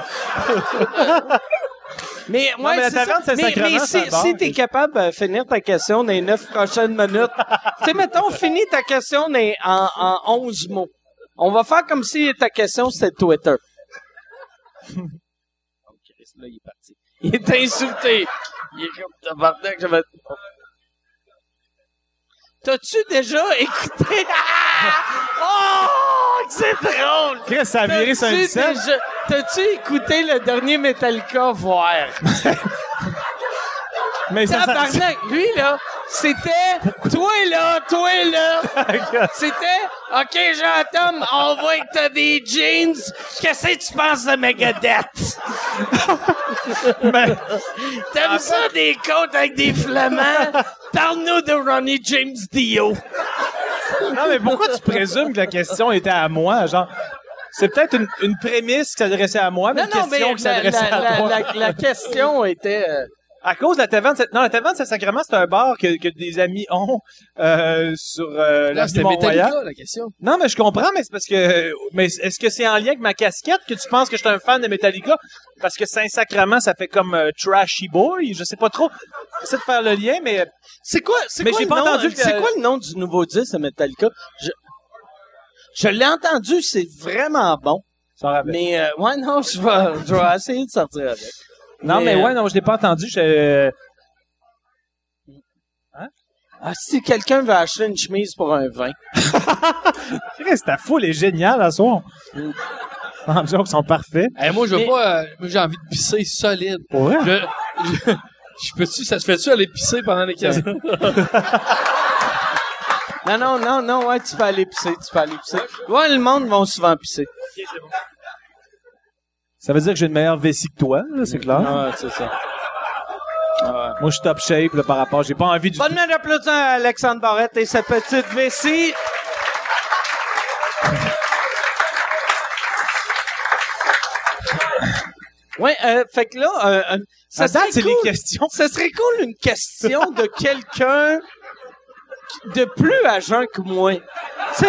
B: Mais, ouais,
C: mais la
B: c'est
C: taverne,
B: ça.
C: c'est
B: mais,
C: sacrément,
B: mais
C: c'est
B: si,
C: un bar,
B: si t'es
C: ok.
B: capable de finir ta question dans les neuf prochaines minutes, tu sais, mettons, finis ta question dans- en, en onze mots. On va faire comme si ta question, c'était Twitter. Oh, Chris, là, il est parti. Il est insulté. Il est comme tabarnak, j'avais... T'as-tu déjà écouté? Ah! Oh, que c'est drôle!
C: Chris, ça a viré sur un
B: T'as-tu
C: 17.
B: déjà- T'as-tu écouté le dernier Metallica voir?
C: Mais ça, ça,
B: Tabarnak! Lui, là, c'était toi là, toi là! C'était OK, Jean-Tom, on voit que t'as des jeans. Qu'est-ce que tu penses de Megadeth? Ben, T'aimes ça des côtes avec des flamands? Parle-nous de Ronnie James Dio.
C: Non, mais pourquoi tu présumes que la question était à moi? Genre, c'est peut-être une, une prémisse qui s'adressait à moi, mais une question qui
B: la,
C: s'adressait
B: la-
C: à
B: la-
C: toi.
B: la- la question était. euh,
C: À cause de la Taverne, c'est- non, la Taverne Saint-Sacrement, c'est un bar que, que des amis ont euh, sur euh,
F: Là,
C: l'avenue
F: c'était
C: Mont-Royal.
F: Metallica, la question.
C: Non, mais je comprends, mais c'est parce que. Mais est-ce que c'est en lien avec ma casquette que tu penses que je suis un fan de Metallica? Parce que Saint-Sacrement, ça fait comme euh, Trashy Boy, je sais pas trop. J'essaie de faire le lien, mais. euh,
B: C'est quoi, c'est
C: Mais
B: quoi
C: j'ai
B: le
C: pas
B: nom,
C: entendu que-
B: C'est quoi le nom du nouveau disque de Metallica? Je, je l'ai entendu, c'est vraiment bon.
C: J'en rappelle.
B: Mais euh, ouais, non, je vais, je vais essayer de sortir avec.
C: non, mais,
B: mais, euh,
C: ouais, non, je l'ai pas entendu. Je...
B: Ah, si quelqu'un veut acheter une chemise pour un vin.
C: Chris, ta foule est géniale à soir.
B: Mm.
C: Les gens sont parfaits.
F: Eh, moi, je veux
B: Mais-
F: pas, euh, moi, j'ai envie de pisser solide.
C: Pour vrai?
F: Je, je, je peux-tu, ça se fait-tu aller pisser pendant les questions?
B: Non, non, non, non, ouais, tu peux aller pisser, tu peux aller pisser. Ouais, le monde va souvent pisser.
C: Ça veut dire que j'ai une meilleure vessie que toi, là, c'est clair.
B: Ouais, Ah, c'est ça.
C: Moi, je suis top shape là, par rapport. J'ai pas envie du
B: Bonne main d'applaudissement à Alexandre Barrette et sa petite vessie. Ouais, euh, fait que là, euh, euh, ça
C: À date,
B: serait
C: c'est
B: cool.
C: les questions.
B: Ça serait cool une question de quelqu'un qui- de plus à jeun que moi. Tu sais,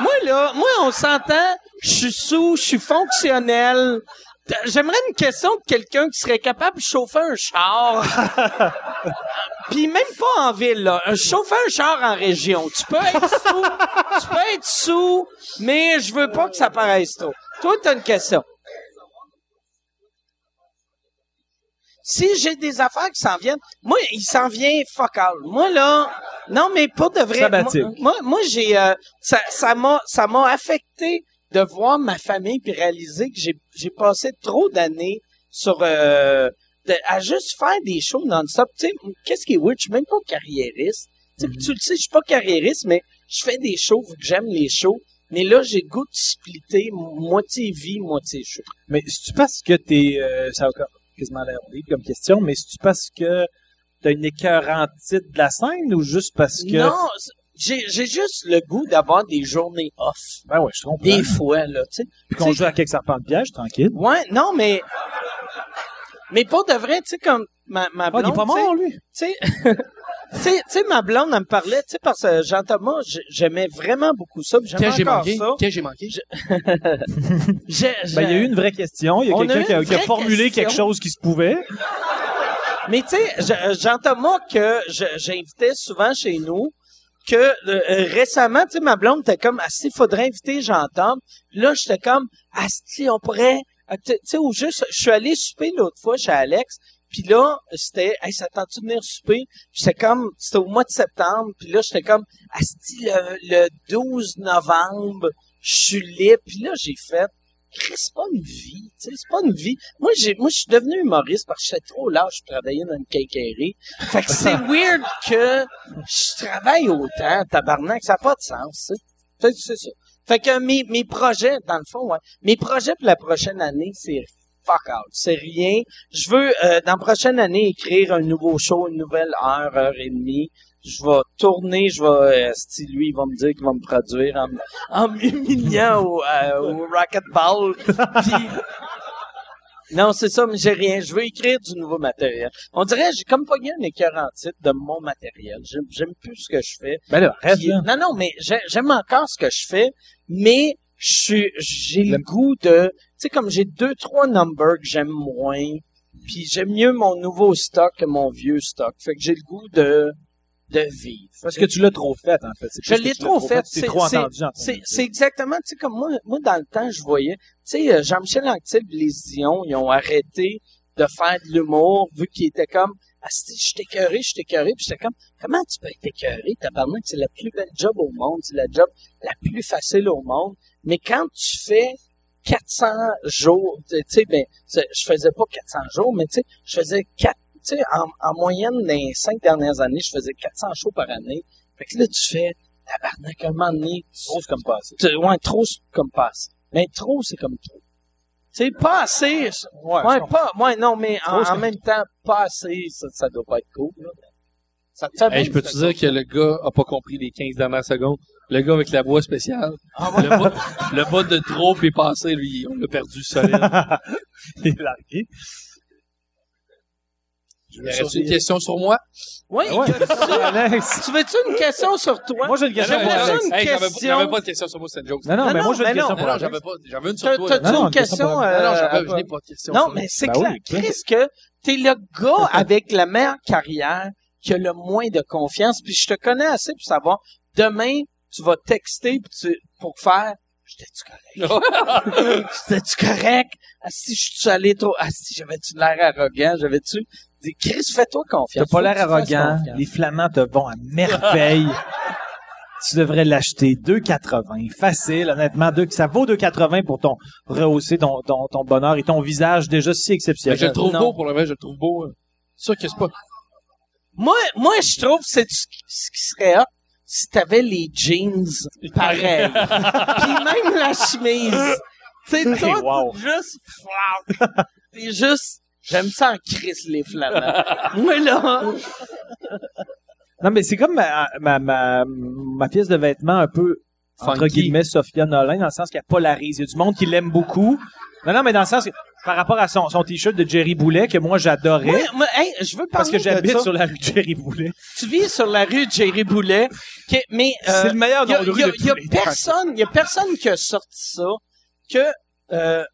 B: moi là, moi on s'entend, je suis sous, je suis fonctionnel. T- J'aimerais une question de quelqu'un qui serait capable de chauffer un char. Puis même pas en ville, là. Un- Chauffer un char en région. Tu peux être sous, tu peux être sous, mais je veux pas que ça paraisse trop. Toi, t'as une question. si j'ai des affaires qui s'en viennent, moi, il s'en vient fuck all. Moi, là, non, mais pour de vrai.
C: Sabbatique.
B: Moi, moi, moi, j'ai, euh, ça, ça m'a, ça m'a affecté de voir ma famille puis réaliser que j'ai, j'ai passé trop d'années sur, euh, de- à juste faire des shows non-stop. Tu sais, qu'est-ce qui est weird? Je suis même pas carriériste.
C: Mm-hmm.
B: Tu sais, puis tu le sais, je suis pas carriériste, mais je fais des shows vu que j'aime les shows. Mais là, j'ai le goût de splitter moitié vie, moitié show.
C: Mais si tu parce que t'es, euh, ça a comme- quasiment l'air horrible comme question, mais si tu parce que t'as une écœurantite de la scène ou juste parce que.
B: Non, c'est- j'ai, j'ai juste le goût d'avoir des journées off.
C: Ben ouais, je comprends.
B: Des fois, là, tu sais.
C: Puis qu'on joue à quelques serpents de piège, tranquille.
B: Ouais, non, mais... Mais pour de vrai, tu sais, comme ma, ma
C: Ah, il
B: blonde...
C: est pas
B: tu sais,
C: mort, lui.
B: tu sais, tu sais, tu sais, ma blonde, elle me parlait, tu sais, parce que Jean-Thomas, j- j'aimais vraiment beaucoup ça, puis j'aime
F: Qu'est-ce que j'ai
B: encore
F: manqué?
B: ça.
F: Qu'est-ce que j'ai manqué?
B: J'ai- j'ai-
C: Ben, il Ben, y a eu une vraie question. Il y a
B: On a
C: quelqu'un
B: eu
C: qui a,
B: une
C: qui a
B: vraie
C: formulé
B: question.
C: quelque chose qui se pouvait.
B: Mais tu sais, je- euh, Jean-Thomas, que je- j'invitais souvent chez nous, que euh, euh, récemment, tu sais, ma blonde était comme, « il faudrait inviter Jean-Thomas. » Puis Là, j'étais comme, « Asti, on pourrait... » euh, Tu tu sais, ou juste, je suis allé souper l'autre fois chez Alex, puis là, c'était, « Hey, ça te tente-tu de venir souper? » Puis c'était comme, c'était au mois de septembre, puis là, j'étais comme, « Asti, le, le 12 novembre, je suis libre. » Puis là, j'ai fait, Chris, c'est pas une vie, tu sais, c'est pas une vie. Moi, j'ai, moi, je suis devenu humoriste parce que j'étais trop lâche pour travailler dans une quincaillerie. Fait que c'est weird que je travaille autant, tabarnak, ça n'a pas de sens, tu sais. Fait que c'est ça. Fait que mes, mes projets, dans le fond, ouais, mes projets pour la prochaine année, c'est fuck out, c'est rien. Je veux, euh, dans la prochaine année, écrire un nouveau show, une nouvelle heure, heure et demie. Je vais tourner, je vais, euh, si lui, il va me dire qu'il va me produire en, en m'humiliant au, euh, au racquetball. Puis- Non, c'est ça, mais j'ai rien. Je veux écrire du nouveau matériel. On dirait, j'ai comme pas un écœurantite de mon matériel. J'aime- J'aime plus ce que je fais.
C: Ben là, arrête,
B: Puis-
C: là.
B: non, non, mais j'ai- j'aime encore ce que je fais, mais je suis- j'ai le goût de, tu sais, comme j'ai deux, trois numbers que j'aime moins, puis j'aime mieux mon nouveau stock que mon vieux stock. Fait que j'ai le goût de, de vivre.
C: Parce que tu l'as trop fait, en fait. C'est
B: Je
C: plus que
B: l'ai
C: tu l'as
B: trop fait.
C: Tu
B: C'est-
C: t'es trop
B: c'est-
C: entendu, en
B: C'est, c'est exactement, tu sais, comme moi, moi, dans le temps, je voyais, tu sais, euh, Jean-Michel Anctil et les Dion, ils ont arrêté de faire de l'humour, vu qu'il était comme, ah, si, je t'écœuré, je t'écœuré, puis j'étais comme, comment tu peux être écœuré? Tabarnak, c'est la plus belle job au monde, c'est la job la plus facile au monde. Mais quand tu fais 400 jours, tu sais, ben, c'est- je faisais pas 400 jours, mais tu sais, je faisais 4, tu sais, en, en moyenne, dans les 5 dernières années, je faisais 400 shows par année. Fait que là, tu fais, tabarnak, un moment donné,
D: Trop comme passé.
B: tu- ouais, trop, c'est comme pas assez. Mais trop, c'est comme trop. Tu sais, pas assez. c'est- Ouais, pas, ouais, non, mais en, en même temps, pas assez, ça, ça doit pas être cool, là. Ça te fait
F: Hey,
B: mal,
F: je peux te
B: ça.
F: dire que le gars a pas compris les 15 dernières secondes. Le gars avec la voix spéciale.
C: Ah,
F: le, bas, le bas de trop est passé, lui. On l'a perdu solide.
C: Il est largué.
F: Y aurait-tu une question sur moi?
B: Oui,
C: Ouais.
B: que ça.
C: Alex.
B: tu veux-tu une question sur toi?
C: Moi, j'ai une question.
B: J'aimerais
C: pour
B: ça
C: Alex.
B: une
F: Hey, j'avais pas-
B: question.
F: J'avais pas de question sur moi, c'est une joke.
C: Non, non,
B: Non,
C: mais
B: non,
C: moi, j'ai une
B: mais non,
C: question
F: Non,
C: pour
F: non,
C: Alex.
F: j'avais pas, j'avais une sur
B: T'as-
F: toi. là.
B: T'as-tu
C: Non,
B: une
C: une question
B: question?
C: pour
B: euh,
F: Non, non, j'avais-
B: à-
F: je n'ai pas de question.
B: Non,
F: sur moi.
B: mais c'est
C: Ben
B: clair.
C: oui.
B: Chris, que t'es le gars avec la meilleure carrière qui a le moins de confiance. Puis je te connais assez pour savoir, demain, tu vas texter pour, tu, pour faire « J'étais-tu correct? »« J'étais-tu correct? »« Ah si, je suis allé trop... »« Ah si, j'avais-tu l'air arrogant? »« J'avais-tu... » Dis, Chris, fais-toi
C: T'as
B: confiance.
C: pas
B: Faut que
C: l'air
B: tu fasses
C: arrogant.
B: confiance.
C: Les flamands te vont à merveille. tu devrais l'acheter 2,80. Facile, honnêtement. Deux, ça vaut 2,80 pour ton rehausser ton, ton, ton bonheur et ton visage déjà si
F: Mais
C: exceptionnel.
F: je le trouve
B: Non.
F: beau, pour le vrai, je le trouve beau. hein. C'est sûr que c'est pas...
B: Moi, moi, je trouve que c'est ce qui- ce qui serait hot si t'avais les jeans pareils. Puis même la chemise. Tu sais, toi,
C: wow.
B: t'es juste, wow. T'es juste, j'aime ça en crise, les flamands. moi, là,
C: Hein? Non, mais c'est comme ma, ma, ma, ma pièce de vêtement un peu, entre
F: Funky.
C: guillemets, Sophia Nolin, dans le sens qu'elle polarise. Il y a du monde qui l'aime beaucoup. Non, non, mais dans le sens que, par rapport à son, son t-shirt de Jerry Boulet, que moi, j'adorais.
B: moi, moi, hey, je veux
C: parce
B: parler
C: que
B: de
C: j'habite
B: ça.
C: sur la rue de Jerry Boulet.
B: Tu vis sur la rue de Jerry Boulet, que- mais... euh,
C: c'est le meilleur
B: Il y
C: nom
B: a,
C: de
B: y
C: rue
B: a-
C: de tous
B: y a
C: les temps.
B: personne, y a personne qui a sorti ça que euh,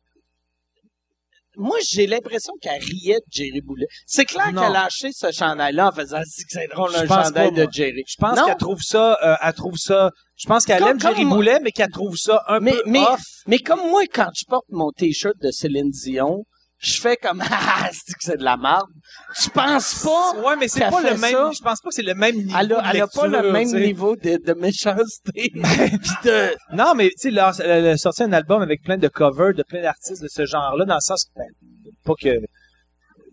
B: moi j'ai l'impression qu'elle riait de Jerry Boulet. C'est clair
C: Non.
B: qu'elle a acheté ce chandail-là en faisant si que c'est drôle
C: Je
B: un
C: pense
B: chandail
C: pas,
B: de
C: moi.
B: Jerry.
C: Je pense
B: Non.
C: qu'elle trouve ça, euh, elle trouve ça, je pense qu'elle
B: Comme-
C: aime Jerry
B: comme-
C: Boulet, mais qu'elle trouve ça un
B: Mais-
C: peu
B: mais-
C: off.
B: Mais comme moi quand je porte mon t-shirt de Céline Dion, je fais comme ah c'est que c'est de la merde. Tu penses pas
C: Ouais, mais c'est
B: qu'elle
C: pas
B: fait
C: le même,
B: ça.
C: je pense pas que c'est le même niveau.
B: elle a,
C: de
B: elle a pas
C: lecture,
B: le même
C: tu sais.
B: niveau de, de méchanceté. Puis de-
C: Non, mais tu sais, là, elle a sorti un album avec plein de covers de plein d'artistes de ce genre-là, dans le sens que, ben, pas que,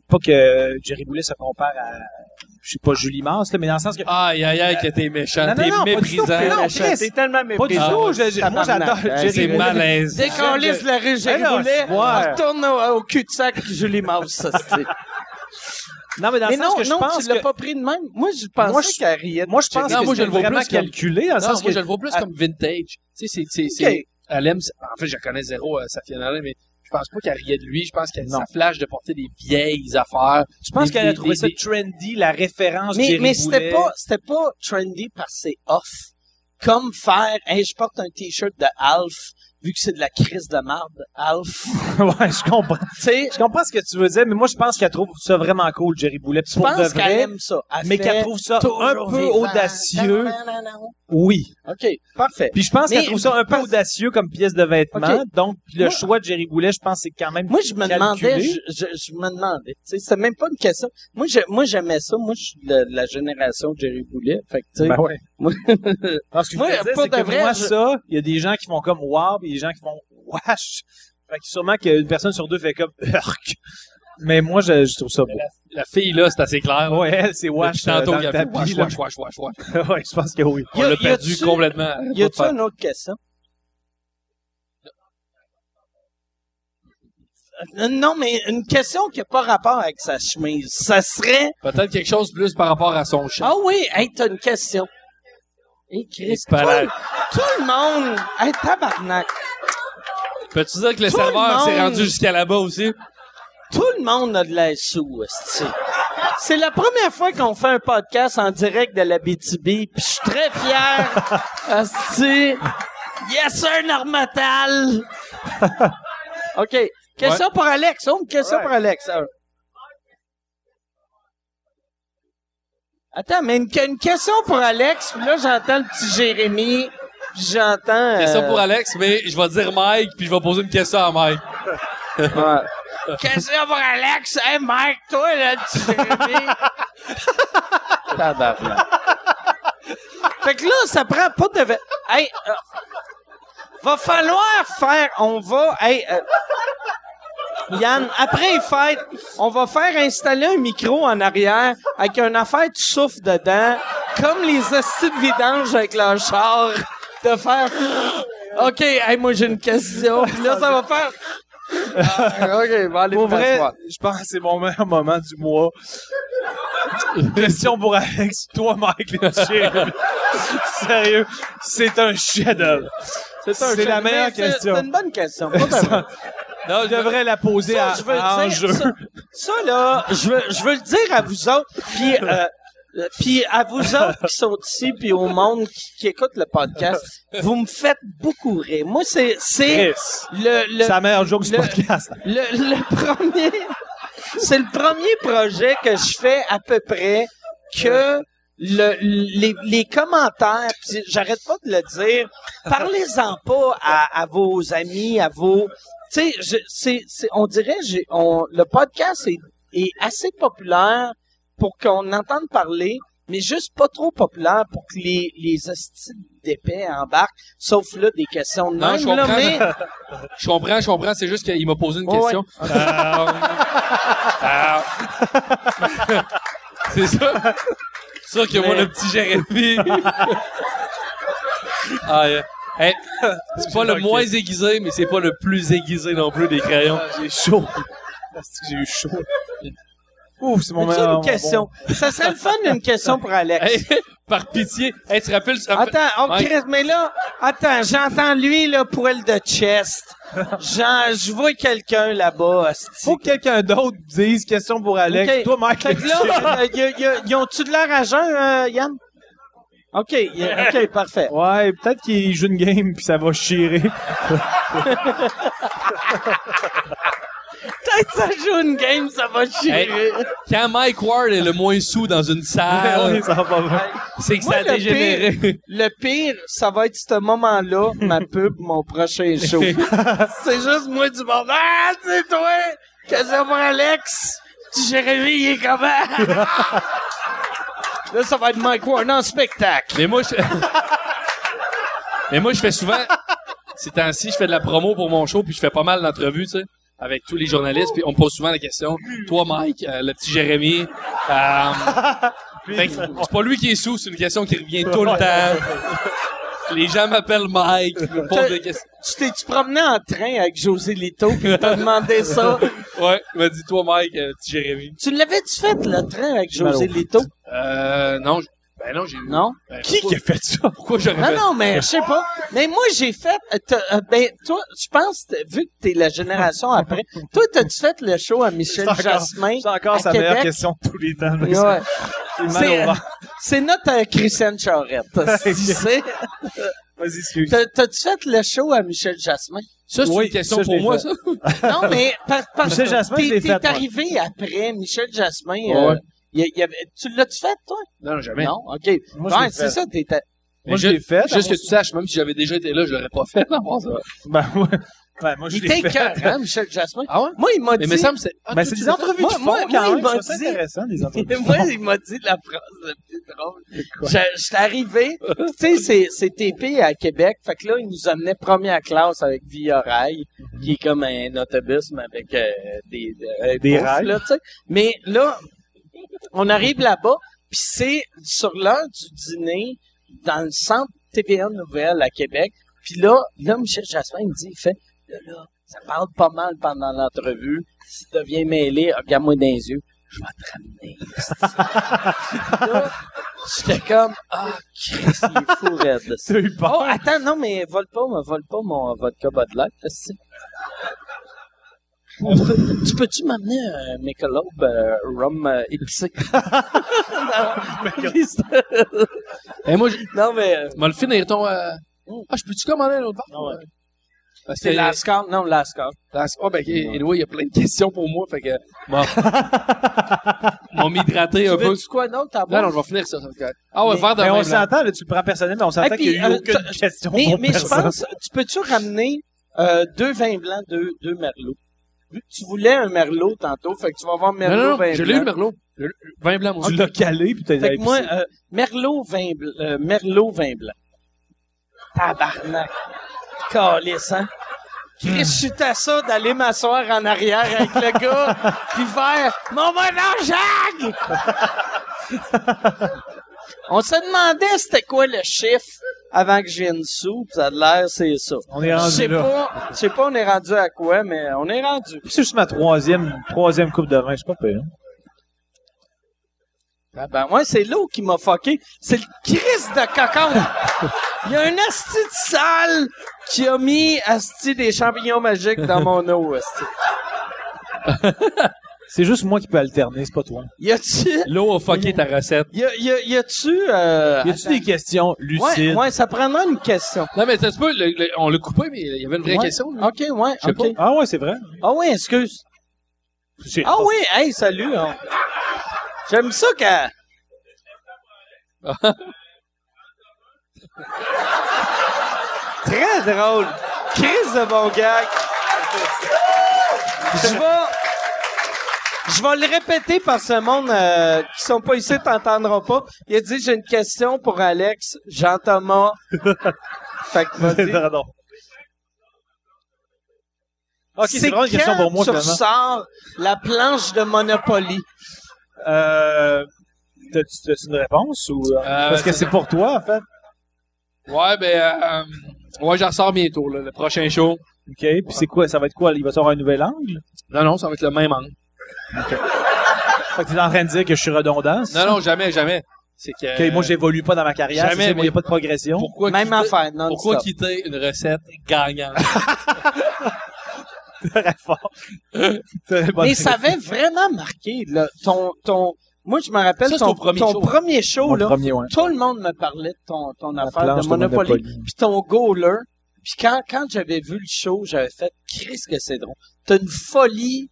C: pas que Jerry Boulet se compare à, je sais pas, Julie Mars, là, mais dans le sens que,
F: Aïe, aïe, aïe, que t'es méchant,
C: Non, non,
F: t'es
C: non, pas du tout,
F: méprisant.
C: mais non,
B: méchanceté.
C: Chris.
B: C'est tellement
C: pas du
F: Ah,
B: méprisant.
C: tout, je- je- moi j'adore
B: Tabarnak, hein,
C: Jerry
F: Ben, C'est
C: Boulet. Ben
F: malaise.
B: Dès qu'on lisse la rue Jerry
C: Alors,
B: Boulet,
C: ouais.
B: on retourne au, au cul-de-sac Julie Mars, ça, c'est-
C: Non, mais dans le
B: Mais
C: sens
B: non,
C: que je
B: non,
C: pense
B: tu l'as
C: que,
B: pas pris de même. Moi, je pensais
C: Moi, je-
B: qu'elle riait. de
C: moi je pense
F: Non,
C: que
F: moi, je
C: c'est
F: le vois
C: vraiment
F: plus comme-
C: calculé, dans le
F: Non, moi,
C: sens que,
F: je le vois plus
C: Ah.
F: comme vintage. Tu sais, c'est, c'est, c'est,
B: Ok.
F: elle aime, en fait, je la connais zéro, euh, Safia Nolin, mais je pense pas qu'elle riait de lui. Je pense qu'elle,
C: Non.
F: ça flash de porter des vieilles affaires.
C: je pense
F: Des-
C: qu'elle
F: des-
C: a trouvé
F: des-
C: ça
F: des-
C: trendy, la référence
B: Mais,
C: Jerry
B: mais c'était
C: Boulet.
B: pas, c'était pas trendy parce que c'est off. Comme faire, hey, je porte un t-shirt de Alf, vu que c'est de la crise de marde, Alf.
C: ouais, je comprends.
B: tu sais,
C: Je comprends ce que tu veux dire, mais moi, je pense qu'elle trouve ça vraiment cool, Jerry Boulet.
B: je
C: Pour de
B: pense qu'elle
C: vrai,
B: aime ça. Elle
C: mais qu'elle
B: fait
C: trouve ça
B: toujours
C: un peu
B: vivant.
C: audacieux.
B: Non, non, non, non.
C: Oui.
B: OK, parfait.
C: Puis je pense
B: Mais-
C: qu'elle trouve ça un peu audacieux comme pièce de vêtement.
B: Ok.
C: Donc, le
B: Moi-
C: choix de Jerry Boulet, je pense, c'est quand même...
B: Moi, je me demandais,
C: calculé.
B: je, je, je me demandais, tu sais, c'était même pas une question. Moi, je- moi, j'aimais ça. Moi, je suis de la, de la génération de Jerry Boulet. Fait que, tu sais,
C: Ben ouais.
B: Moi-
C: Non, ce que je
B: Moi,
C: voulais dire,
B: pour
C: c'est
B: de
C: que
B: vrai,
C: moi,
B: je-
C: ça, il y a des gens qui font comme « wow », puis des gens qui font « wesh ». Fait que sûrement qu'une personne sur deux fait comme « urk ». Mais moi, je, je trouve ça beau.
F: La fille, là, c'est assez clair.
C: Ouais, elle, c'est «
F: Depuis
C: wesh ».
F: tantôt,
C: dans
F: il y
C: le
F: a fait
C: tapis,
F: wesh,
C: là.
F: wesh, wesh, wesh, wesh.
C: Ouais, je pense que oui.
F: On
B: Y a-
F: l'a
B: y
F: perdu
B: a-tu-
F: complètement.
B: y a-tu une autre question? Euh, Non, mais une question qui n'a pas rapport avec sa chemise. Ça serait.
F: Peut-être quelque chose plus par rapport à son chat.
B: Ah oui, hey, t'as une question. Hey, Chris, tout,
F: Palais.
B: tout le monde. Hey, tabarnak.
C: Ah!
F: Peux-tu dire que le
B: Tout le
F: serveur s'est
B: monde-
F: rendu jusqu'à là-bas aussi?
B: Tout le monde a de la sous, esti. C'est la première fois qu'on fait un podcast en direct de la BTB, puis je suis très fier. esti. Yes, sir, Normatal! OK. Question pour Alex. Oh, une question pour Alex. ah. Attends, mais une, une question pour Alex, puis là, j'entends le petit Jérémy, puis j'entends...
F: Question
B: euh,
F: pour Alex, mais je vais dire Mike, puis je vais poser une question à Mike.
B: Qu'est-ce que pour Alex? Hey, Mike, toi, là, tu fais Fait que là, ça prend pas de... ve- Hey, euh, va falloir faire... On va... Hey, euh, Yann, après les fêtes, on va faire installer un micro en arrière avec une affaire tu souffles dedans, comme les hosties de vidange avec leur char, de faire... OK, hey, moi, j'ai une question. Puis là, ça va faire... Ah, OK, va aller
C: Pour
B: faire
C: vrai,
B: froid.
C: je pense que c'est mon meilleur moment du mois. Question pour Alex, toi, Mike Létier. Sérieux, c'est un chef-d'œuvre. C'est
B: un
C: la
B: chef-
C: meilleure
B: mais c'est- C'est
C: question.
B: une bonne question. Pas de-
C: Non, je devrais la poser
B: ça,
C: à,
B: je veux le
C: à
B: dire,
C: Enjeu.
B: ça, ça, là, je veux, je veux le dire à vous autres, puis euh, euh, puis à vous autres qui sont ici, puis au monde qui, qui écoute le podcast, vous me faites beaucoup rire. Moi, c'est c'est
C: Chris,
B: le le,
C: c'est la meilleure joke du
B: le-
C: podcast.
B: le le premier, c'est le premier projet que je fais à peu près que le, les, les commentaires, puis j'arrête pas de le dire, parlez-en pas à, à vos amis, à vos... Tu sais, je- c'est- c'est- on dirait, j'ai- on, le podcast est, est assez populaire pour qu'on entende parler, mais juste pas trop populaire pour que les, les hosties d'épais embarquent, sauf là des questions de
D: Non,
B: même,
D: je
B: là,
D: comprends.
B: mais...
D: Je comprends, je comprends. C'est juste qu'il m'a posé une
B: Ouais, Ah.
D: question. Euh, euh, Ah. c'est ça. C'est sûr que moi,
B: Mais-
D: le petit Jérémy. ah, yeah. Hey, c'est pas le
C: Ok.
D: moins aiguisé, mais c'est pas le plus aiguisé non plus des crayons.
C: J'ai chaud. J'ai eu chaud. Ouf, c'est mon
B: As-tu
C: meilleur
B: une question? Ça serait le fun d'une question pour Alex.
D: Hey, par pitié. Hey, tu te rappelles? euh, tu te rappelles-
B: Attends, oh,
D: Ouais.
B: Chris, mais là, attends, j'entends lui, là, poil de chest. Genre, je vois quelqu'un là-bas, hostie.
C: Faut que quelqu'un d'autre dise question pour Alex.
B: Ok.
C: Toi, Mike
B: Fait que là, euh, y a- y a- y ont-tu de l'air à jeun, euh, Yann? OK, y a- OK, parfait.
C: Ouais, peut-être qu'il joue une game puis ça va chier.
B: Peut-être ça joue une game, ça va chier.
D: Hey, quand Mike Ward est le moins sous dans une
B: Ah
D: salle,
C: ça va pas bien.
D: c'est que
B: Moi,
D: ça a
B: le
D: dégénéré.
B: Le pire, ça va être ce moment-là, ma pub, mon prochain show. c'est juste moi du monde. Ah, c'est toi! Qu'est-ce que pour Alex? Tu Jérémy, il est comment? Là, ça va être Mike Warren en spectacle.
D: Mais moi, je... Mais moi, je fais souvent, ces temps-ci, je fais de la promo pour mon show, puis je fais pas mal d'entrevues, tu sais, avec tous les journalistes, puis on me pose souvent la question, toi, Mike, euh, le petit Jérémy, euh, fait que c'est pas lui qui est sous, c'est une question qui revient tout le temps. Les gens m'appellent Mike, ils me posent des questions.
B: Tu t'es-tu promené en train avec José Lito pis il t'a demandé ça?
D: Ouais, il m'a dit, toi, Mike, euh, petit Jérémy.
B: Tu l'avais-tu fait, le train avec José Lito?
D: Euh, non, je- ben non, j'ai
B: Non?
D: ben,
C: Qui qui
D: pourquoi,
C: a fait ça?
D: pourquoi j'aurais
B: Non,
D: fait
B: non, mais je sais pas. Mais moi, j'ai fait. euh, t'as- euh, ben, toi, je pense, t'as- vu que t'es la génération après, toi, t'as-tu fait le show à Michel
C: C'est encore-
B: Jasmin?
C: C'est encore
B: à
C: sa
B: Québec?
C: meilleure question de tous les temps. mais ça,
B: Ouais.
C: j'ai mal
B: C'est,
C: au
B: euh,
C: ventre.
B: c'est notre euh, Christiane Charette. Tu sais.
C: Vas-y, excuse.
B: T'as- T'as-tu fait le show à Michel Jasmin?
D: ça? c'est
C: Oui,
D: une question
C: ça, je
D: pour
C: l'ai
D: moi,
C: fait.
D: ça?
B: Non, mais par- parce
C: Michel Jasmin,
B: t'es-
C: je l'ai
B: t'es
C: fait, moi.
B: arrivé après Michel Jasmin. euh,
D: Ouais.
B: il y a- il y avait- tu l'as-tu fait, toi?
D: Non, non, jamais.
B: Non? OK.
C: Moi, je
B: Ouais,
C: l'ai
B: c'est
C: fait.
B: ça, t'étais.
C: Moi,
D: Mais
C: je l'ai fait.
D: Juste que tu saches, même si j'avais déjà été là, je l'aurais pas fait. Non, bon, ça va.
C: Ben, ouais. Ben, moi, je
B: Il
C: l'ai
B: était
C: fait.
B: écœurant, Michel Jasmin.
D: Ah ouais?
B: Moi, il m'a
D: Mais
B: dit.
D: il me semble que c'est. Ah,
C: Ben,
D: toi,
C: c'est
D: tu
C: des
D: l'as
C: entrevues
B: Moi-
C: qui font
B: moi-
C: quand
B: moi, il
C: même.
B: m'a
C: C'est
B: dit-
C: intéressant, les entrevues.
B: Et moi, il m'a dit la phrase la plus drôle. Je- J'étais arrivé, tu sais, c'est, c'est TP à Québec. Fait que là, il nous amenait première classe avec Via-Rail, qui est comme un autobus, mais avec euh, des, de- euh,
C: Des
B: pouf,
C: rails.
B: là, tu sais. Mais là, on arrive là-bas, puis c'est sur l'heure du dîner, dans le centre TVA Nouvelle à Québec. Puis là, là, Michel Jasmin il me dit, il fait, là, là, ça parle pas mal pendant l'entrevue. Si tu deviens mêlé, regarde-moi dans les yeux. Je vais te ramener. Là, J'étais comme, ah, Christ, il est fou, raide.
C: T'as eu
B: Oh,
C: peur.
B: attends, non, mais vole pas, me vole pas mon vodka Bud Light, parce que- Tu peux-tu m'amener un Michelob euh, rhum euh, épicé? non,
D: Eh, moi, je-
B: non, mais... euh,
D: Tu m'as le finir ton. euh, Ah, je peux-tu commander un autre verre?
B: ouais.
D: Parce que.
B: C'est
D: Ah la
B: Lascar, non, Lascar.
D: Ah, ben, eh, anyway, il y a plein de questions pour moi, fait que. Bon. M'ont m'hydraté un
B: Tu
D: peu.
B: veux-tu quoi d'autre à
D: Non,
B: boire?
D: non, je vais finir ça. ça va être correct. Ah, ouais, verre de
C: Mais
D: vin
C: Ben, on
D: blanc.
C: s'entend, là, tu le prends personnel, mais on s'entend
B: puis,
C: qu'il y a eu
B: euh,
C: aucune
B: t'as-
C: question
B: Mais,
C: pour
B: mais je
C: personne.
B: pense, tu peux-tu ramener euh, deux vins blancs, deux, deux merlots? vu que tu voulais un merlot tantôt, fait que tu vas avoir
D: Non,
B: merlot
D: non, non,
B: vin
D: je l'ai eu,
B: blanc.
D: le merlot. Je l'ai eu. Vin blanc, mon
C: Tu
D: Dieu.
C: l'as calé, puis t'as
B: Fait que moi,
C: épicé.
B: euh, merlot vin blanc, euh, merlot vin blanc. Tabarnak. Calisse,
C: Hmm.
B: hein? Chris, je suis à ça d'aller m'asseoir en arrière avec le gars, puis faire mon bonheur, Jacques! On se demandait c'était quoi le chiffre avant que je vienne sous, puis ça a l'air, c'est ça.
C: On est
B: Je sais
C: rendu là.
B: pas, je sais pas on est rendu à quoi, mais on est rendu.
C: Puis C'est juste ma troisième, troisième coupe de vin, c'est pas pire. hein.
B: Ah ben ouais, c'est l'eau qui m'a fucké. C'est le Christ de cocon. Il y a un asti de sale qui a mis asti des champignons magiques dans mon eau. asti.
C: C'est juste moi qui peux alterner, c'est pas toi.
B: Y a-tu...
D: L'eau a fucké ta recette.
B: Y, a, y, a- y a-tu... Euh...
C: Y a-tu des questions
B: Ouais,
C: lucides?
B: ouais, ça prendra une question.
D: Non, mais ça se peut, le- le- on l'a coupé, mais il y avait une vraie
B: Ouais.
D: question. là.
B: OK, ouais,
D: Je sais
B: OK.
C: Ah ouais, c'est vrai.
B: Ah oui, excuse.
C: J'ai-
B: Ah oui, hey, salut. on- J'aime ça quand... Très drôle. Chris de bon gag. Je vais... Je vais le répéter par ce monde euh, qui sont pas ici, t'entendront pas. Il a dit, j'ai une question pour Alex, Jean-Thomas. fait que vas-y.
C: Pardon. Ok, c'est
B: C'est
C: vraiment une question
B: quand
C: pour moi,
B: tu
C: finalement.
B: ressors la planche de Monopoly.
C: Euh, t'as-tu, t'as-tu une réponse ou euh, parce que c'est pour toi en fait.
D: Ouais, ben, euh, ouais, j'en sors bientôt, là, le prochain show.
C: Ok, puis c'est quoi Ça va être quoi Il va t'avoir un nouvel angle
D: Non, non, ça va être le même angle.
C: Fait que t'es en train de dire que je suis redondant c'est
D: Non,
C: ça?
D: non, jamais, jamais. C'est que.
C: Ok, moi j'évolue pas dans ma carrière.
D: jamais,
C: Jamais, il y
D: mais-
C: a pas de progression.
D: pourquoi
B: Même
D: quitter-
B: affaire, non
D: Pourquoi quitter une recette gagnante?
C: Très fort. Très bonne
B: Mais ça avait vraiment marqué là, ton ton. Moi, je me rappelle
D: Ça, c'est
B: ton,
D: ton premier
B: ton
D: show.
B: premier show
C: Mon
B: là.
C: premier, ouais.
B: Tout le monde me parlait de ton ton
C: La
B: affaire
C: planche
B: de
C: de
B: Monopoly,
C: Monopoly.
B: puis ton goaler. Puis quand quand j'avais vu le show, j'avais fait Chris que c'est drôle. T'as une folie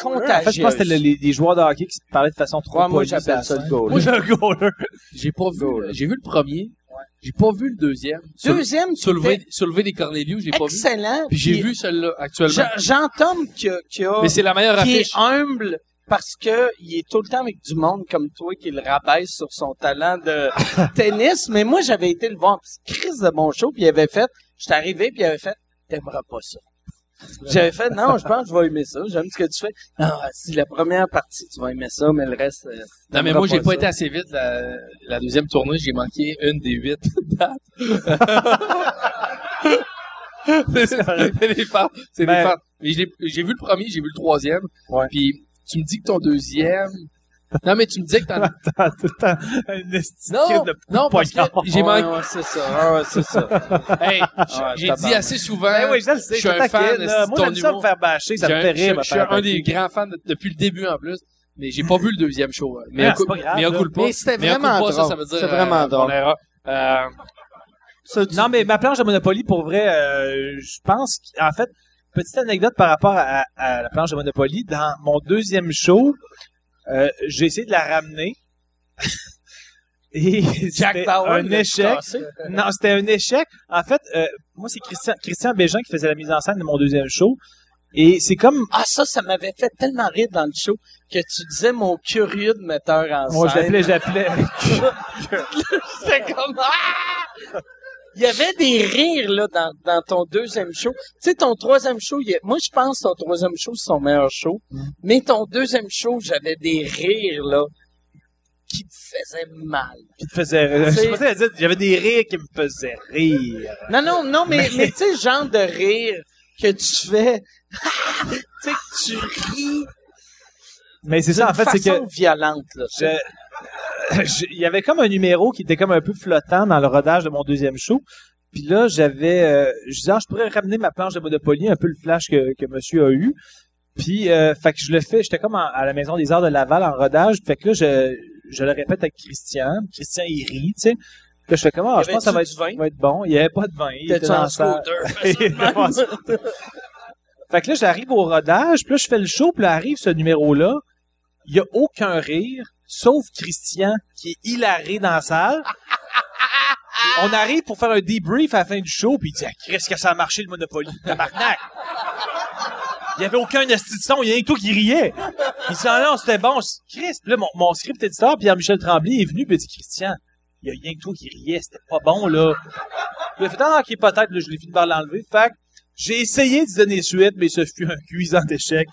B: contagieuse.
C: En fait, je pense que c'était les, les joueurs de hockey qui se parlaient de façon trop
B: Ouais, moi,
C: polie,
B: j'appelle ça
C: la
B: le
C: scène.
B: goaler.
C: Moi, j'ai un goaler.
D: J'ai pas vu, le- j'ai vu le premier. J'ai pas vu le deuxième. Sou-
B: Deuxième,
D: Soulever,
B: c'était
D: soulever des Cornelius, j'ai pas vu.
B: excellent.
D: Puis j'ai
B: puis
D: vu celle-là actuellement.
B: Jean- Jean-Tom qui a, qui a
D: Mais c'est la meilleure
B: qui
D: affiche.
B: est humble parce que il est tout le temps avec du monde comme toi qui le rabaisse sur son talent de tennis. Mais moi, j'avais été le voir. Crise de bon show, puis il avait fait. J'étais arrivé, puis il avait fait. T'aimeras pas ça. J'avais fait. Non, je pense que je vais aimer ça. J'aime ce que tu fais. Non, si la première partie, tu vas aimer ça, mais le reste. euh,
D: Non, mais
B: t'aimeras
D: moi, j'ai pas
B: ça.
D: été assez vite. La, la deuxième tournée, j'ai manqué une des huit dates. c'est c'est des farces. C'est
C: Ben-
D: des farces. Mais je l'ai- j'ai vu le premier, j'ai vu le troisième.
C: Ouais.
D: Puis tu me dis que ton deuxième... Non, mais tu me disais que t'en...
C: T'as tout le temps un esti de
D: Non,
C: crise de
D: non, parce que
C: poignard.
D: j'ai
B: Ouais,
D: manqué...
B: ouais, c'est ça. Ouais, ouais, c'est ça.
D: Hey,
B: ouais,
D: j'ai
B: tabarnak.
D: dit assez souvent...
C: Ben oui, je le sais.
D: je
C: je
D: suis un fan
C: t'inquiète, là.
D: de
C: Moi,
D: ton
C: j'aime ça me
D: humour.
C: faire bâcher, ça me
D: J'ai
C: fait
D: un-
C: rire.
D: Je,
C: me
D: je suis
C: faire
D: un
C: attaquer.
D: des grands fans de- depuis le début en plus, mais j'ai pas vu le deuxième show. hein. Mais
C: Ah,
D: un coup-
C: c'est pas grave,
D: mais un
C: là.
D: coup le pas.
B: Mais c'était
D: un coup
B: vraiment
D: le pas, ça,
B: drôle.
D: ça veut dire,
B: C'est vraiment
D: euh, mon
B: drôle.
D: erreur. Euh,
C: Non, mais ma planche de Monopoly, pour vrai, euh, je pense qu'en fait, petite anecdote par rapport à, à la planche de Monopoly, dans mon deuxième show, euh, j'ai essayé de la ramener. Et c'était
B: Bauer,
C: un
B: l'as-tu
C: échec.
B: cassé?
C: Non, c'était un échec. En fait, euh, moi, c'est Christian, Christian Bégin qui faisait la mise en scène de mon deuxième show. Et c'est comme
B: Ah, ça, ça m'avait fait tellement rire dans le show que tu disais mon curieux de metteur en
C: Moi, je
B: scène.
C: l'appelais, je l'appelais.
B: J'étais comme Ah! Il y avait des rires là dans, dans ton deuxième show. Tu sais ton troisième show, il y a- moi je pense que ton troisième show c'est son meilleur show,
C: Mm.
B: mais ton deuxième show j'avais des rires là qui me faisaient mal.
C: Qui te faisait. Je
B: C'est-
C: sais pas si elle dit, j'avais des rires qui me faisaient rire.
B: Non non non mais mais tu sais le genre de rire que tu fais, tu sais que tu ris
C: Mais c'est
B: d'une
C: ça, en fait, c'est que.
B: façon violente là.
C: je- je- il y avait comme un numéro qui était comme un peu flottant dans le rodage de mon deuxième show. Puis là, j'avais, euh, je disais, Ah, je pourrais ramener ma planche de Monopoly, un peu le flash que, que monsieur a eu. Puis, euh, fait que je le fais, j'étais comme en- à la Maison des Arts de Laval en rodage. Fait que là, je, je le répète avec Christian. Christian, il rit, tu sais. Puis Là, je fais comme, Ah, je pense que ça va être, va être bon. Il n'y avait pas de vin. Il était
B: T'étais
C: dans
B: en
C: la salle.
B: scooter.
C: Il était en scooter. fait que là, j'arrive au rodage, puis là, je fais le show, puis là, arrive ce numéro-là. Il n'y a aucun rire, sauf Christian, qui est hilaré dans la salle. On arrive pour faire un debrief à la fin du show, puis il dit ah, « Qu'est-ce que ça a marché, le Monopoly? Tabarnak! » Il y avait aucun esti de son, il y avait tout qui riait. Il s'en non, c'était bon. Chris, Puis là, mon, mon script éditeur, Pierre-Michel Tremblay, est venu, puis il a dit, Christian, il y a rien que toi qui riait, c'était pas bon, là. Il a fait, non, non, ok, peut-être, là, je l'ai fini par l'enlever. Fait que j'ai essayé de donner suite, mais ce fut un cuisant échec.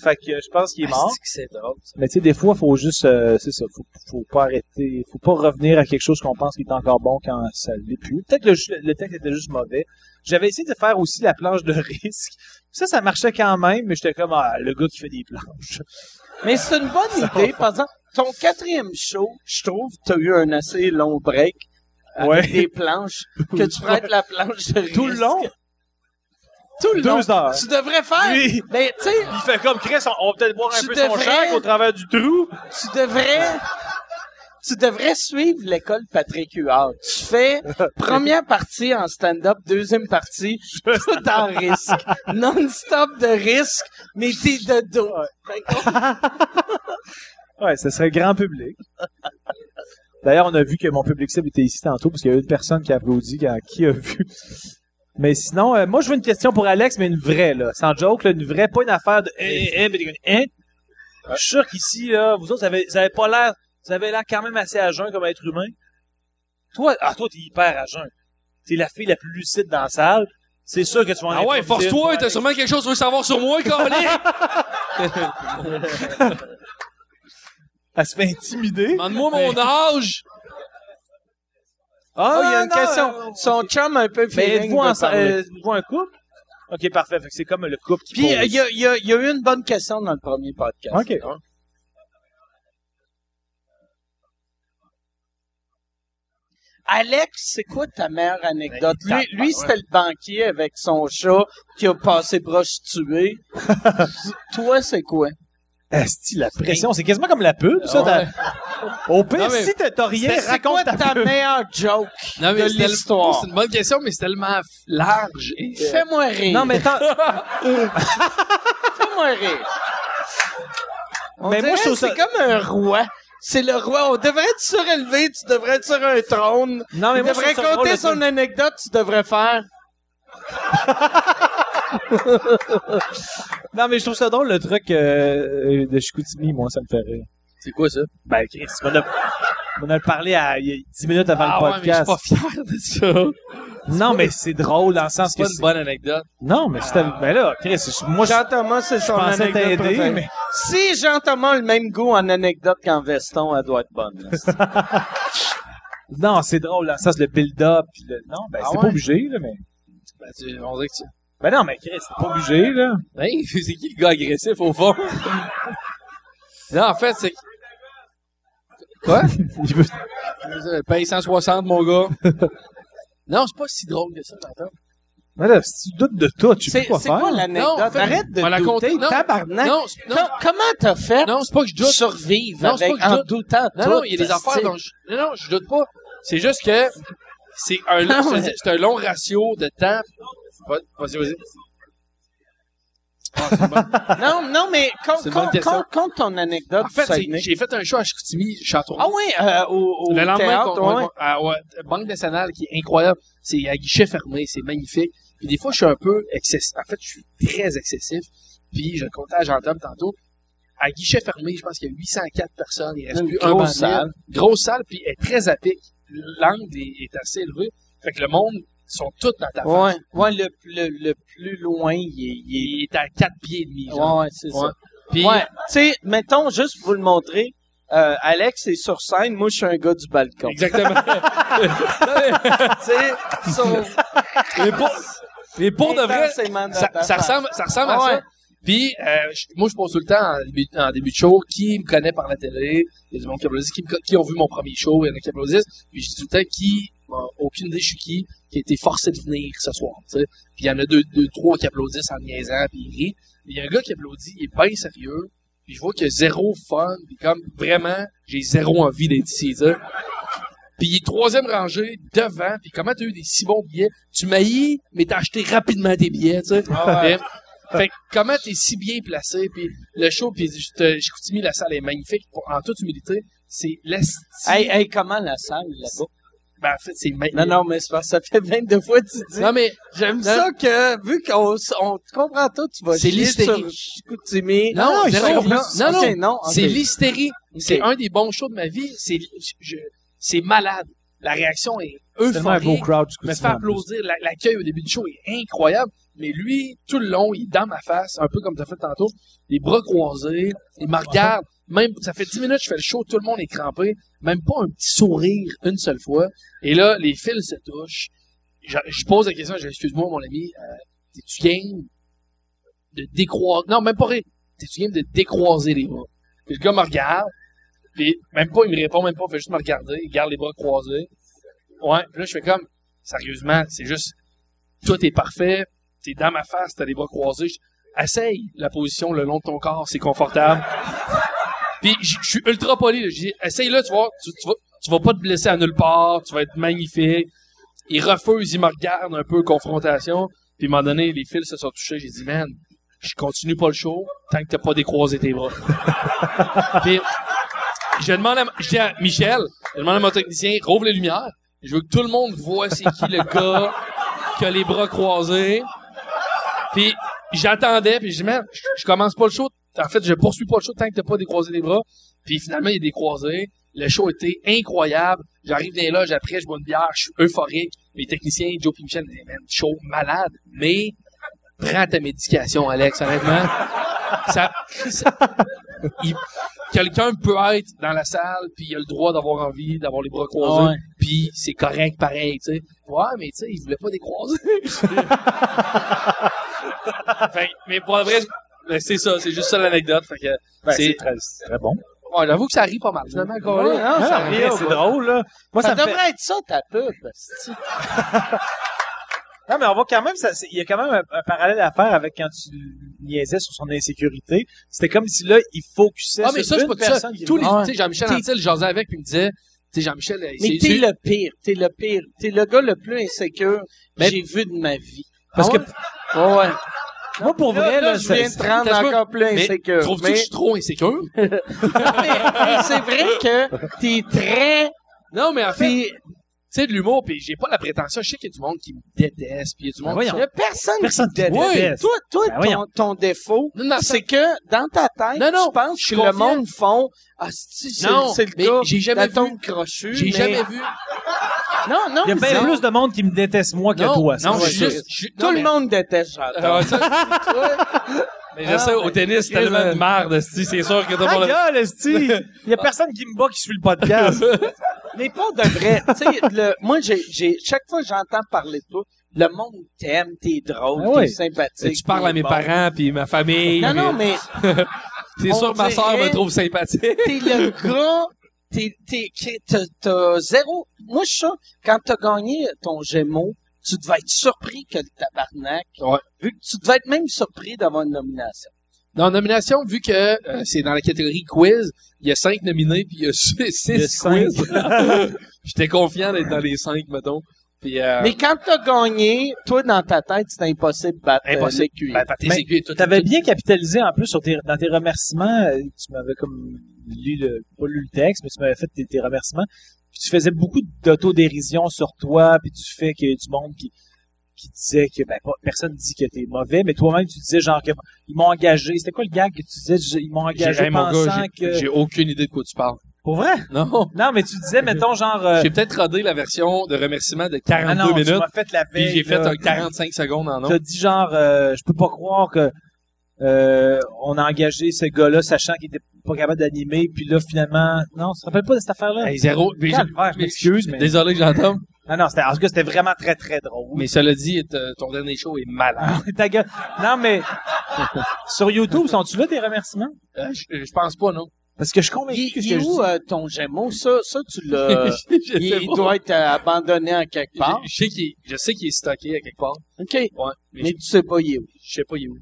C: Fait que euh, je pense qu'il est mort.
H: c'est drôle.
C: Mais tu sais, des fois, faut juste, euh, c'est ça, faut, faut pas arrêter, faut pas revenir à quelque chose qu'on pense qui est encore bon quand ça l'est plus. Peut-être que le, ju- le texte était juste mauvais. J'avais essayé de faire aussi la planche de risque. Ça, ça marchait quand même, mais j'étais comme, ah, le gars qui fait des planches.
B: Mais c'est une bonne idée. Par exemple, ton quatrième show, je trouve, t'as eu un assez long break avec
C: Ouais.
B: des planches, que tu prêtes la planche de
C: Tout le
B: risque.
C: long?
B: Tout le
C: Deux
B: long.
C: heures.
B: Tu devrais faire.
C: Oui.
B: Ben, tu sais,
C: Il fait comme Chris, on, on va peut-être boire un
B: Tu
C: peu son
B: devrais-
C: chac au travers du trou.
B: tu devrais, tu devrais suivre l'école Patrick Huard. Tu fais première partie en stand-up, deuxième partie, tout en risque. Non-stop de risque, mais t'es de dos. Fait que- oh,
C: Ouais, ça serait grand public. D'ailleurs, on a vu que mon public cible était ici tantôt parce qu'il y a une personne qui a applaudi quand- qui a vu. Mais sinon, euh, moi, je veux une question pour Alex, mais une vraie, là. Sans joke, là, une vraie, pas une affaire de. Eh, eh, eh, ben, eh. Je suis sûr qu'ici, là, vous autres, vous avez, vous avez pas l'air. Vous avez l'air quand même assez à jeun comme être humain. Toi, ah, toi, t'es hyper à jeun. T'es la fille la plus lucide dans la salle. C'est sûr que tu vas en
D: Ah ouais,
C: improviser
D: force-toi,
C: une.
D: t'as sûrement quelque chose que tu veux savoir sur moi, Carlin!
C: Elle se fait intimider.
D: Demande-moi mon âge!
C: Ah,
B: Oh, il y a une
C: non,
B: question.
C: euh,
B: Son chum un peu
C: Mais
B: feeling
C: êtes-vous
B: veut
C: ense-
B: parler.
C: euh, êtes-vous un couple? euh, OK, parfait. Fait que c'est comme le couple qui
B: Puis il
C: pose.
B: y, a, y a- y a eu une bonne question dans le premier podcast.
C: OK.
B: Alex, c'est quoi ta meilleure anecdote?
H: Ben,
B: Lui, lui c'était le banquier avec son chat qui a passé proche tué. Toi, c'est quoi?
C: Asti, Ah, la pression, c'est quasiment comme la pub, ça. t'as- Au pire,
D: Non, mais-
C: si t'as t'as rien,
B: C'est- c'est
C: Ben, raconte
B: quoi
C: ta,
B: ta
C: pub.
B: meilleure joke
D: Non, mais
B: de
D: c'est tellement-
B: l'histoire?
D: C'est une bonne question, mais c'est tellement large. Et, euh,
B: Fais-moi rire.
C: Non, mais tant-
B: Fais-moi rire. On
C: Mais moi,
B: dirait
C: je trouve
B: que
C: ça-
B: c'est comme un roi. C'est le roi. On devrait être surélevé, tu devrais être sur un trône.
C: Non, mais
B: Il
C: moi, je
B: devrait
C: trouve ça drôle,
B: compter
C: le
B: son
C: truc.
B: anecdote, tu devrais faire.
C: non, mais je trouve ça drôle, le truc euh, euh, de Chicoutimi, moi, ça me fait rire.
D: C'est quoi ça?
C: Ben, Chris, on a, on a parlé à, il y a 10 minutes avant
D: Ah
C: le
D: ouais, mais je suis
C: podcast.
D: pas fier de ça.
C: non, mais c'est drôle dans le sens
D: C'est
C: que...
D: pas une
C: c'est-
D: bonne anecdote.
C: Non, mais si t'avais- Ben là, Chris, je- moi, je
B: Jean-Thomas, c'est son
C: pensais
B: anecdote.
C: t'aider,
B: préférée.
C: mais...
B: Si Jean-Thomas a le même goût en anecdote qu'en veston, elle doit être bonne.
C: Non, c'est drôle dans le sens, le build-up, puis le... Non, ben,
D: Ah
C: c'est
D: ouais?
C: pas obligé, là, mais...
D: Ben, tu- on dirait que tu...
C: Ben non, mais Chris, t'es pas obligé, là.
D: Hey, c'est qui le gars agressif au fond? non, en fait, c'est. Quoi?
C: Il veut-
D: Euh, Paye 160, mon gars. non, c'est pas si drôle que ça, Nathan.
C: Mais là, si tu doutes de tout, tu
B: C'est
C: peux quoi
B: c'est quoi
C: faire?
B: l'anecdote?
D: Non, fais-
B: Arrête de
D: on la compte-
B: douter,
D: non,
B: tabarnak.
D: Non, c'est- non,
B: Com- comment t'as fait
D: non, c'est pas que je
B: de
D: doute.
B: survivre
D: Non, c'est
B: avec,
D: pas que je
B: en
D: doute.
B: doutant
D: Non,
B: tout,
D: non, il y a des affaires
B: c'est-
D: dont je... Non, non, je doute pas. C'est juste que c'est un,
B: Non,
D: je te
B: mais-
D: dis, c'est un long ratio de temps. Va- Vas-y, vas-y. Ah, c'est bon.
B: Non, non, mais compte,
D: C'est une bonne
B: compte-
D: question.
B: compte- compte ton anecdote.
D: en fait,
B: du
D: c'est-
B: Saguenay.
D: j'ai fait un show à Chicoutimi, Château.
B: Ah oui, euh, au, au
D: le lendemain,
B: théâtre,
D: qu'on-
B: ouais.
D: qu'on- à- ouais, Banque nationale, qui est incroyable. C'est à guichet fermé, c'est magnifique. Puis des fois, je suis un peu excessif. En fait, je suis très excessif. Puis je comptais à jean tantôt. À guichet fermé, je pense qu'il y a 804 personnes. Il reste
B: Une
D: plus un
B: grosse
D: banc de libre.
B: salle.
D: Grosse salle, puis elle est très à pic. L'angle est, est assez élevé. Fait que le monde, ils sont tous dans ta face.
B: Ouais, ouais, le, le, le plus loin, il est... il
D: Il est à 4 pieds et demi.
B: est-
D: Genre.
B: Ouais, ouais, c'est ça.
D: Ouais. Puis,
B: Ouais, tu sais, mettons, juste pour vous le montrer, euh, Alex est sur scène, moi, je suis un gars du balcon.
D: exactement.
B: Tu sais, son-
D: mais pour, mais pour de vrai,
B: intensément dans
D: ça,
B: ta
D: ça
B: face.
D: ressemble, ça ressemble
B: Ah
D: à
B: ouais.
D: ça. Puis, euh, je- moi, je pose tout le temps en début, en début de show qui me connaît par la télé, il y a du monde qui applaudit, qui, me co- qui ont vu mon premier show, il y en a qui applaudissent. Puis, je dis tout le temps qui, a aucune idée, je suis qui, qui a été forcé de venir ce soir. tu sais. Puis, il y en a deux, deux, trois qui applaudissent en niaisant, puis ils rient. Puis, il y a un gars qui applaudit, il est bien sérieux. Puis, je vois qu'il y a zéro fun, puis comme vraiment, j'ai zéro envie d'être ici. tu sais. Puis il est troisième rangé, devant. Puis comment t'as eu des si bons billets? Tu maillis, mais t'as acheté rapidement des billets, tu sais.
B: Ah
D: Fait- fait que comment t'es si bien placé? Puis le show, puis je te- je continue, la salle est magnifique. Pour- en toute humilité, c'est l'esti.
B: Hey, hey, comment la salle, là-bas?
D: Ben, en fait, c'est même.
B: Non, non, mais c'est parce que ça fait 22 fois que tu dis.
D: Non, mais,
B: J'aime
D: non.
B: ça que, vu qu'on s- on te comprend tout, tu vas
D: C'est
B: chier
D: l'hystérie.
B: sur Chicoutimi.
D: Non,
B: Ah,
D: zéro.
B: je comprends.
D: Non, non.
B: Ok, non.
D: c'est
B: ok.
D: l'hystérie. C'est
B: Ok.
D: un des bons shows de ma vie. C'est, je- c'est malade. La réaction est
C: C'est tellement un beau
D: euphorique.
C: crowd, du coup.
D: Je me fais applaudir. La- L'accueil au début du show est incroyable. Mais lui, tout le long, il est dans ma face, un peu comme tu as fait tantôt. Les bras croisés. Il me regarde. Même, ça fait 10 minutes que je fais le show, tout le monde est crampé. Même pas un petit sourire une seule fois. Et là, les fils se touchent. Je, je pose la question, je dis, excuse-moi, mon ami, euh, t'es-tu game de décroiser... Non, même pas rire. T'es-tu game de décroiser les bras? Puis le gars me regarde. Puis même pas, il me répond même pas. Il fait juste me regarder. Il garde les bras croisés. Ouais. Puis là, je fais comme sérieusement, c'est juste, tout est parfait, t'es dans ma face, t'as les bras croisés. Je- Essaye la position le long de ton corps, c'est confortable. Puis je je suis ultra poli, là. je dis, essaye là, tu vois, tu, tu vas, tu vas pas te blesser à nulle part, tu vas être magnifique. Il refuse, il me regarde un peu, confrontation. Puis à un moment donné, les fils se sont touchés, j'ai dit, man, je continue pas le show tant que t'as pas décroisé tes bras. Puis je demande à, je dis à Michel, je demande à mon technicien, rouvre les lumières. Je veux que tout le monde voit c'est qui le gars qui a les bras croisés. Puis j'attendais, puis je dis, man, je, je commence pas le show. En fait, je poursuis pas le show tant que t'as pas décroisé les bras. Puis finalement, il est décroisé. Le show était incroyable. J'arrive dans les loges après, je bois une bière, je suis euphorique. Mes techniciens, Joe et Michel, hey, man, show malade, mais prends ta médication, Alex, honnêtement. Ça, ça- il- quelqu'un peut être dans la salle, puis il a le droit d'avoir envie, d'avoir les bras croisés
C: Ouais.
D: puis c'est correct pareil, tu sais. Ouais, mais tu sais, il voulait pas décroiser. Fait que- mais pour le vrai, ben, c'est ça, c'est juste ça l'anecdote. Fait que,
C: Ben, c'est
D: Ben, c'est-
C: très, c'est très bon.
D: ouais, j'avoue que ça rit pas mal. hein? Finalement,
B: Ouais,
D: Colin.
B: non, ça
C: Ah,
B: rit,
C: mais
B: on
C: c'est
B: va-
C: drôle, là. Moi, ça,
B: Ça
C: me fait-
B: devrait être ça, ta pub. esti.
C: Non, mais on voit quand même, ça- c'est- il y a quand même un, un parallèle à faire avec quand tu niaisais sur son insécurité. C'était comme si là, il focusait
D: Ah, mais ça,
C: sur
D: c'est
C: une
D: pas tout ça.
C: personne. qui-
D: Tous les,
C: Ouais.
D: tu sais, Jean-Michel
B: T'es-
D: Antil, j'en avec, puis il me disait, tu sais, Jean-Michel, euh,
B: Mais
D: c'est
B: t'es
D: tu-
B: le pire. T'es le pire. T'es le gars le plus insécure que
D: Mais-
B: j'ai vu de ma vie.
C: Parce
D: Ah ouais?
C: que
B: Ouais, ouais.
C: moi, pour
B: Là,
C: vrai,
B: là,
C: là,
B: je
C: ça-
B: viens de te rendre
D: t'as-
B: encore plus
D: mais
B: insécure.
D: Trouves-tu
B: mais-
D: que je suis trop insécure?
B: mais- mais c'est vrai que t'es très...
D: Ben Non, mais en fait, tu
B: Puis,
D: sais, de l'humour, puis j'ai pas la prétention. Je sais qu'il y a du monde qui me déteste, puis il y a du
C: Ben
D: monde qui
C: voyons.
B: y a personne,
C: personne
B: qui te
D: Oui.
C: déteste.
B: Toi, toi
C: Ben voyons.
B: ton, ton défaut,
D: Non, non,
B: c'est que dans ta tête,
D: Non, non,
B: tu penses
D: je
B: que
D: suis
B: le
D: confiant.
B: monde font ah, c'est c'est
D: Non,
B: le
D: mais
B: gars,
D: j'ai jamais
B: la
D: vu.
B: tombe crochue.
D: J'ai
B: mais-
D: jamais vu.
B: Non, non,
C: Il y a
B: mais
C: bien
B: non.
C: plus de monde qui me déteste moi que
D: non,
C: toi. ça,
D: non,
C: c'est
D: je suis
C: sûr.
D: juste, je suis-
B: Tout
D: non,
B: le
D: mais-
B: monde déteste J'adore.
D: Ah, ouais, ça- mais je
B: Ah,
D: sais, au
B: mais-
D: tennis, c'est tellement de merde, c'ti, c'est sûr que tout le
C: Ta
D: monde...
C: gueule, esti! Il y a personne qui me bat qui suit le podcast.
B: Mais pas de vrai. tu sais, le- moi, j'ai, j'ai, chaque fois que j'entends parler de toi, le monde t'aime, t'es drôle,
C: Ah
B: t'es
C: oui.
B: sympathique.
D: Et tu parles à
B: t'es
D: mes
B: bon.
D: parents, puis ma famille.
B: Non, non,
D: puis-
B: mais
D: C'est sûr
B: on
D: que ma sœur
B: dirait-
D: me trouve sympathique.
B: t'es le gars, t'es, t'es, qui- t'as, t'as zéro. Moi, je suis sûr, quand t'as gagné ton Gémeaux, tu devais être surpris que le tabarnak.
D: Ouais.
B: Vu que tu devais être même surpris d'avoir une nomination.
D: Dans nomination, vu que euh, c'est dans la catégorie quiz, il y a cinq nominés, puis il y a six,
C: Il y a
D: six
C: cinq.
D: quiz. J'étais confiant d'être dans les cinq, mettons. Puis, euh,
B: Mais quand t'as gagné, toi, dans ta tête, c'est impossible de battre euh,
D: Impossible.
B: l'écuyer.
D: ben, Patrice
C: Mais
D: Aiguille est tout-
C: T'avais
D: tout-
C: bien capitalisé en plus sur tes, dans tes remerciements. euh, Tu m'avais comme lu le, pas lu le texte, mais tu m'avais fait tes, tes remerciements. Puis tu faisais beaucoup d'autodérision sur toi, puis tu fais qu'il y a du monde qui, qui disait que ben, pas- personne dit que t'es mauvais, mais toi-même tu disais genre que ils m'ont engagé. C'était quoi le gag que tu disais? J- Ils m'ont engagé
D: Hey, mon
C: pensant
D: gars, j'ai-
C: que.
D: j'ai aucune idée de quoi tu parles.
C: Pour vrai?
D: Non.
C: Non, mais tu disais, mettons, genre. euh,
D: J'ai peut-être rodé la version de remerciement de
C: ah
D: 42
C: non, tu
D: minutes,
C: m'as fait la
D: puis
C: veille.
D: j'ai fait
C: là.
D: un 45 secondes en nom.
C: T'as dit genre, euh, je peux pas croire que euh, on a engagé ce gars-là sachant qu'il était pas capable d'animer, puis là finalement, non, tu te rappelles pas de cette affaire-là
D: Hey, zéro. Mais j'ai-
C: Calvaire, je m'excuse, mais
D: Désolé, j'entends.
C: non, non, c'était en tout cas c'était vraiment très très drôle.
D: Mais cela dit, t- ton dernier show est malade.
C: Ta gueule. Non mais sur YouTube, sont-tu là tes remerciements
D: Euh, je je pense pas, non.
C: Parce que je suis convaincu
B: Il,
C: que
B: il est
C: je
B: où
C: dis-
B: euh, ton Gémeaux? Ça, ça tu l'as...
D: Je
B: Euh, il
D: sais
B: il
D: pas.
B: doit être euh, abandonné en quelque part.
D: Je sais qu'il, je sais qu'il est stocké à quelque part.
B: OK.
D: Ouais. Mais,
B: Mais
D: je,
B: tu sais pas il est où.
D: je sais pas il est où.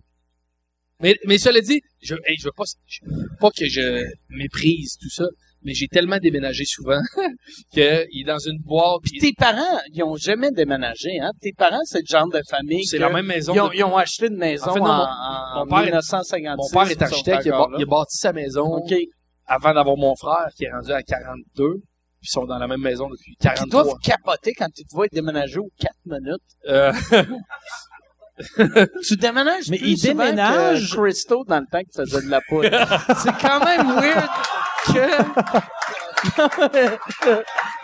D: Mais, mais cela dit, je, hey, je veux pas, je- pas que je méprise tout ça, mais j'ai tellement déménagé souvent que il est dans une boîte.
B: Puis tes parents, ils ont jamais déménagé, hein? Tes parents, c'est le genre de famille
D: c'est
B: que-
D: la même maison.
B: Ils ont,
D: de-
B: ils ont acheté une maison en,
D: En fait, non,
B: en,
D: mon père est-
B: 1956.
D: mon père est
B: ils sont
D: architecte, il a,
B: encore
D: bâ-
B: là.
D: il a bâti sa maison
B: OK.
D: avant d'avoir mon frère qui est rendu à 42. Puis
F: puis ils sont dans la même maison depuis
B: Ils
F: 43
B: doivent capoter quand tu te vois déménager aux quatre minutes.
F: Euh,
B: Tu déménages
C: Mais
B: plus
C: il
B: souvent
C: déménage.
B: que Christo dans le temps qu'il faisait de la poudre. C'est quand même weird que... Il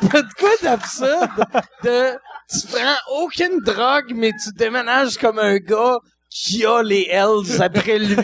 B: y a de quoi d'absurde de... Tu prends aucune drogue, mais tu déménages comme un gars qui a les Hells après lui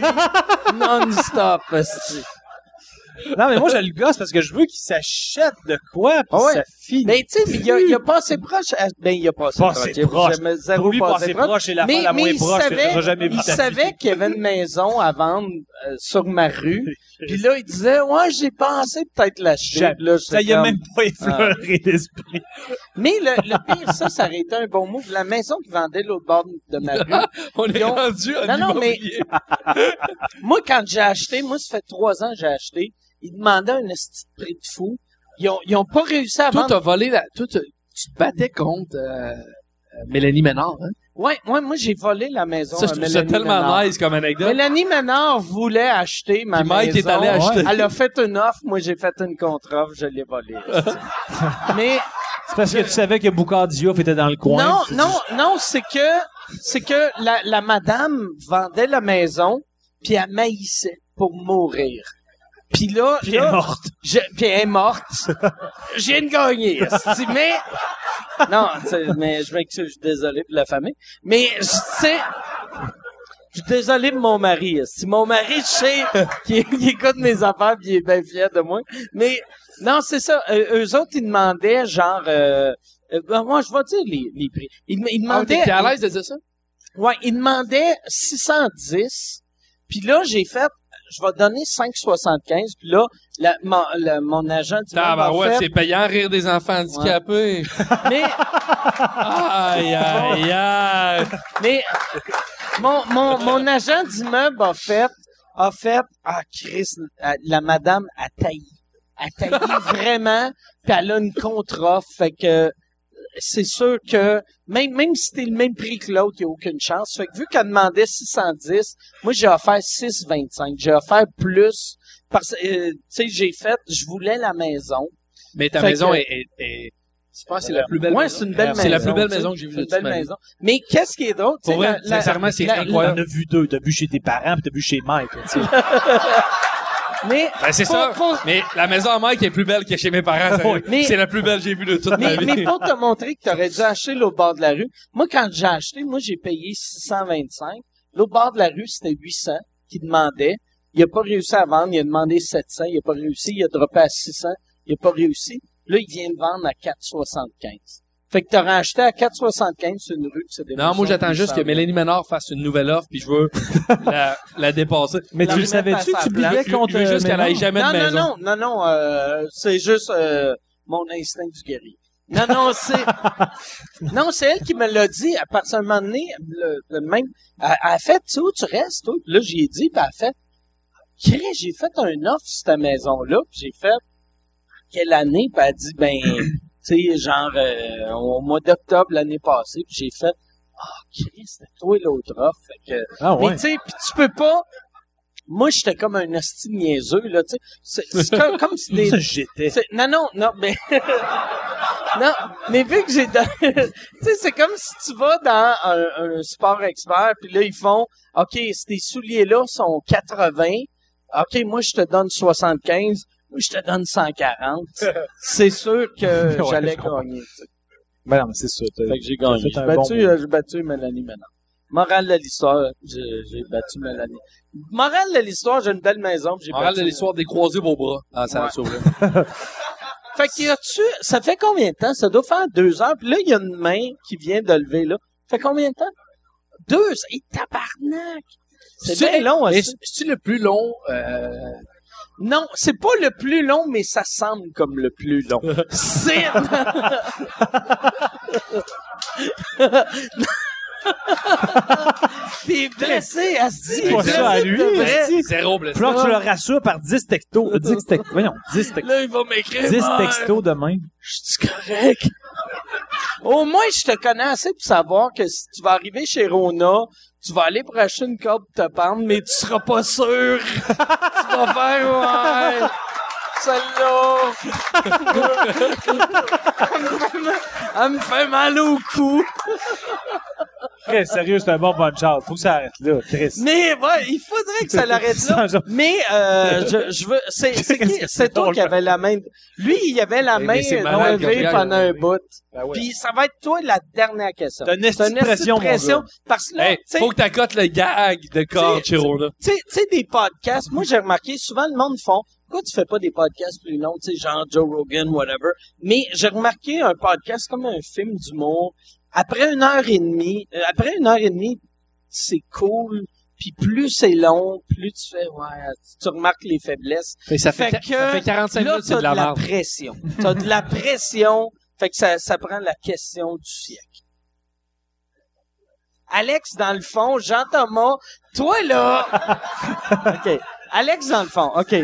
B: non-stop. esti.
C: euh? Non, mais moi, je le gosse parce que je veux qu'il s'achète de quoi, puis
B: Ah ouais.
C: ça finit.
B: Mais tu sais, mais il y a, il y a passé proche. à- ben, il y a passé
C: Passé
B: proche. Il y a
C: proche.
B: jamais
C: Pour
B: zéro
C: lui, passer
B: passé proche.
C: proche, c'est la fin
B: Mais,
C: la
B: mais
C: moins
B: il
C: proche que
B: savait,
C: t'auras jamais vu
B: il
C: ta vie.
B: savait qu'il y avait une maison à vendre euh, sur ma rue. Puis là, il disait, ouais, j'ai pensé peut-être l'acheter.
C: Jamais.
B: Puis là, j'étais
C: Ça y a
B: comme- Ah.
C: même pas effleuré d'esprit.
B: Mais le, le pire, ça, ça aurait été un bon move. La maison qui vendait l'autre bord de ma rue.
F: on est
B: Ils ont-
F: rendu à
B: Non, non, mais
F: l'immobilier.
B: moi, quand j'ai acheté, moi, ça fait trois ans que j'ai acheté, ils demandaient un esti de prix de fou. Ils ont, ils ont pas réussi à
F: Toi,
B: vendre.
F: t'as volé la... Toi,
D: euh,
F: t'as- tu te battais contre euh, euh, Mélanie Ménard, hein?
B: Ouais, ouais, moi, j'ai volé la maison.
F: Ça, je
B: à
F: trouve ça
B: Mélanie
F: tellement
B: Ménard.
F: nice comme anecdote.
B: Mélanie Ménard voulait acheter ma
F: Puis Mike
B: maison.
F: est allé acheter.
B: Elle a fait une offre, moi j'ai fait une contre-offre, je l'ai volée. Mais
C: C'est parce que tu savais que Boucard Diouf était dans le coin.
B: non,
C: puis tu-
B: non, non, c'est que c'est que la, la madame vendait la maison, puis elle maïssait pour mourir. Puis là,
C: Puis elle est
B: là
C: morte.
B: je- puis elle est morte. je viens de gagner. esti, mais non, tu sais, mais je m'excuse, je suis désolé pour la famille. Mais je- tu sais, je suis désolé pour mon mari. Si mon mari, je sais qu'il qu'il écoute mes affaires, puis il est bien fier de moi. Mais non, c'est ça. Euh, eux autres, ils demandaient genre. euh, euh, ben, moi, je vais dire les, les prix. Ils, ils
F: Ah,
B: demandaient.
F: t'es t'es à l'aise de dire ça?
B: Ouais, il demandait 610. Puis là, j'ai fait, je vais donner 5,75. Puis là, la- mon, la- mon agent du monde m'a
F: Tabarouette,
B: fait,
F: c'est payant rire des enfants handicapés.
B: mais,
F: aïe, aïe, aïe.
B: mais mon, mon, mon agent d'immeuble a fait, a fait, ah, Chris, euh, la madame a taillé. A taillé vraiment, puis elle a une contre-offre. Fait que c'est sûr que même, même si t'es le même prix que l'autre, il n'y a aucune chance. Fait que vu qu'elle demandait 610, moi j'ai offert 625. J'ai offert plus parce que euh, tu sais, j'ai fait, je voulais la maison.
F: Mais ta
B: Fait
F: maison
B: que-
F: est, est, est- Je pense que c'est la plus belle
B: Ouais,
F: maison.
B: c'est une belle maison.
F: C'est la plus belle
B: tu sais.
F: maison que j'ai vue
B: C'est
F: de
B: une
F: toute
B: belle
F: ma vie.
B: maison. Mais qu'est-ce qui est drôle, tu
F: Pour
B: sais,
F: vrai,
B: la- la-
F: sincèrement, c'est
B: la-
C: On
F: incroyable.
C: en a vu deux. T'as vu chez tes parents, puis t'as vu chez Mike. là, tu sais.
B: mais
F: Ben, c'est
B: pour-
F: ça.
B: pour-
F: Mais la maison à Mike est plus belle que chez mes parents. sérieux.
B: Mais-
F: C'est la plus belle que j'ai vue de toute ma
B: mais,
F: vie.
B: mais pour te montrer que tu aurais dû acheter l'autre bord de la rue, moi, quand j'ai acheté, moi, j'ai payé 625. L'autre bord de la rue, c'était 800 qui demandait. Il a pas réussi à vendre. Il a demandé 700. Il a pas réussi. Il a droppé à 600. Il a pas réussi. Là, il vient de vendre à 475. Fait que t'aurais acheté à 475 sur une rue qui s'est
F: Non, moi, j'attends juste que
B: mais
F: Mélanie Ménard fasse une nouvelle offre, puis je veux la, la dépasser.
C: Mais
B: La
C: tu le
B: remettre à
C: savais-tu
B: sa
C: que tu
B: place.
C: buvais
F: Je veux-
C: contre euh,
F: je veux juste qu'elle aille jamais
B: non,
F: de maison.
B: non, non, non, non, euh, c'est juste euh, mon instinct du guerrier. Non, non, c'est... non, c'est elle qui me l'a dit. À partir d'un moment donné, le, le même... Elle, elle a fait, tu sais où tu restes, toi? Puis là, j'y ai dit, puis elle a fait... Crée, j'ai fait un offre sur ta maison-là, puis j'ai fait... Quelle année? Puis elle a dit, ben... Tu sais, genre, euh, au mois d'octobre l'année passée, puis j'ai fait... Ah, Chris, c'était toi l'autre offre. Fait que,
C: Ah
B: mais
C: ouais.
B: tu sais, puis tu peux pas. Moi, j'étais comme un hostie niaiseux, là, tu sais. C'est- C'est comme, comme si des.
C: Ça, j'étais.
B: c'est- Non, non, non, mais. non, mais vu que j'ai. don- tu sais, c'est comme si tu vas dans un, un sport expert, puis là, ils font OK, si tes souliers-là sont 80, OK, moi, je te donne 75, moi, je te donne 140. c'est sûr que
C: Ouais,
B: j'allais
C: je comprends.
B: gagner, tu sais.
C: Ben non, mais c'est ça. t'as-
B: Fait que j'ai gagné.
C: fait
B: J'ai
C: un
B: battu,
C: bon
B: euh, j'ai battu Mélanie maintenant. Morale de l'histoire, j'ai j'ai battu Mélanie. Morale de l'histoire, j'ai une belle maison, puis j'ai
F: Moral
B: battu.
F: de l'histoire, décroisez vos bras. Ah, ça la sauve, là.
B: Fait que y a-tu, ça fait combien de temps? Ça doit faire deux heures. Puis là, il y a une main qui vient de lever, là. Fait combien de temps? Deux. Et tabarnak! C'est bien long,
F: Mais
B: aussi.
F: c'est- C'est-tu le plus long, euh,
B: Non, c'est pas le plus long, mais ça semble comme le plus long. C'est... T'es blessé, Asti.
C: Dis pas ça à lui. esti.
F: zéro blessé?
C: Faut que tu le rassures par 10 textos. 10 textos. Voyons, 10 textos.
B: Là, il va m'écrire.
C: 10 textos demain.
B: Je suis correct. Au moins, je te connais assez pour savoir que si tu vas arriver chez Rona, tu vas aller pour acheter une corde de te pendre, mais tu seras pas sûr. tu vas faire, ouais. Celle-là! Elle me fait mal au cou.
C: Chris, Eh, sérieux, c'est un bon bonne chance. Faut que ça arrête là, Chris.
B: Mais ouais, il faudrait que ça l'arrête là.
C: Sans genre-
B: Mais euh, je, je veux. C'est c'est qui- c'est toi qui avait la main. Lui, il avait
F: Eh,
B: la
F: Mais-
B: main
F: mais c'est malade,
B: levée
F: Gabriel,
B: pendant un bout.
F: Ben ouais.
B: Puis ça va être toi la dernière question.
C: T'as une esti de
B: esti de
C: pression, mon gars.
B: Parce que là,
F: Hey,
B: tu sais,
F: faut que t'accotes le gag de Carl
B: T'sais,
F: Chirona.
B: tu sais- tu sais, des podcasts, moi, j'ai remarqué, souvent, le monde font, pourquoi tu fais pas des podcasts plus longs, tu sais, genre Joe Rogan, whatever. Mais j'ai remarqué un podcast comme un film d'humour. Après une heure et demie, euh, après une heure et demie, c'est cool. Puis plus c'est long, plus tu fais, ouais, tu remarques les faiblesses.
D: ça
B: fait, que,
D: ça fait 45
B: là,
D: minutes, c'est
B: t'as
D: de la merde.
B: pression. T'as de la pression. Fait que ça, ça prend la question du siècle. Alex, dans le fond, Jean-Thomas, toi, là... OK. Alex, dans le fond, OK.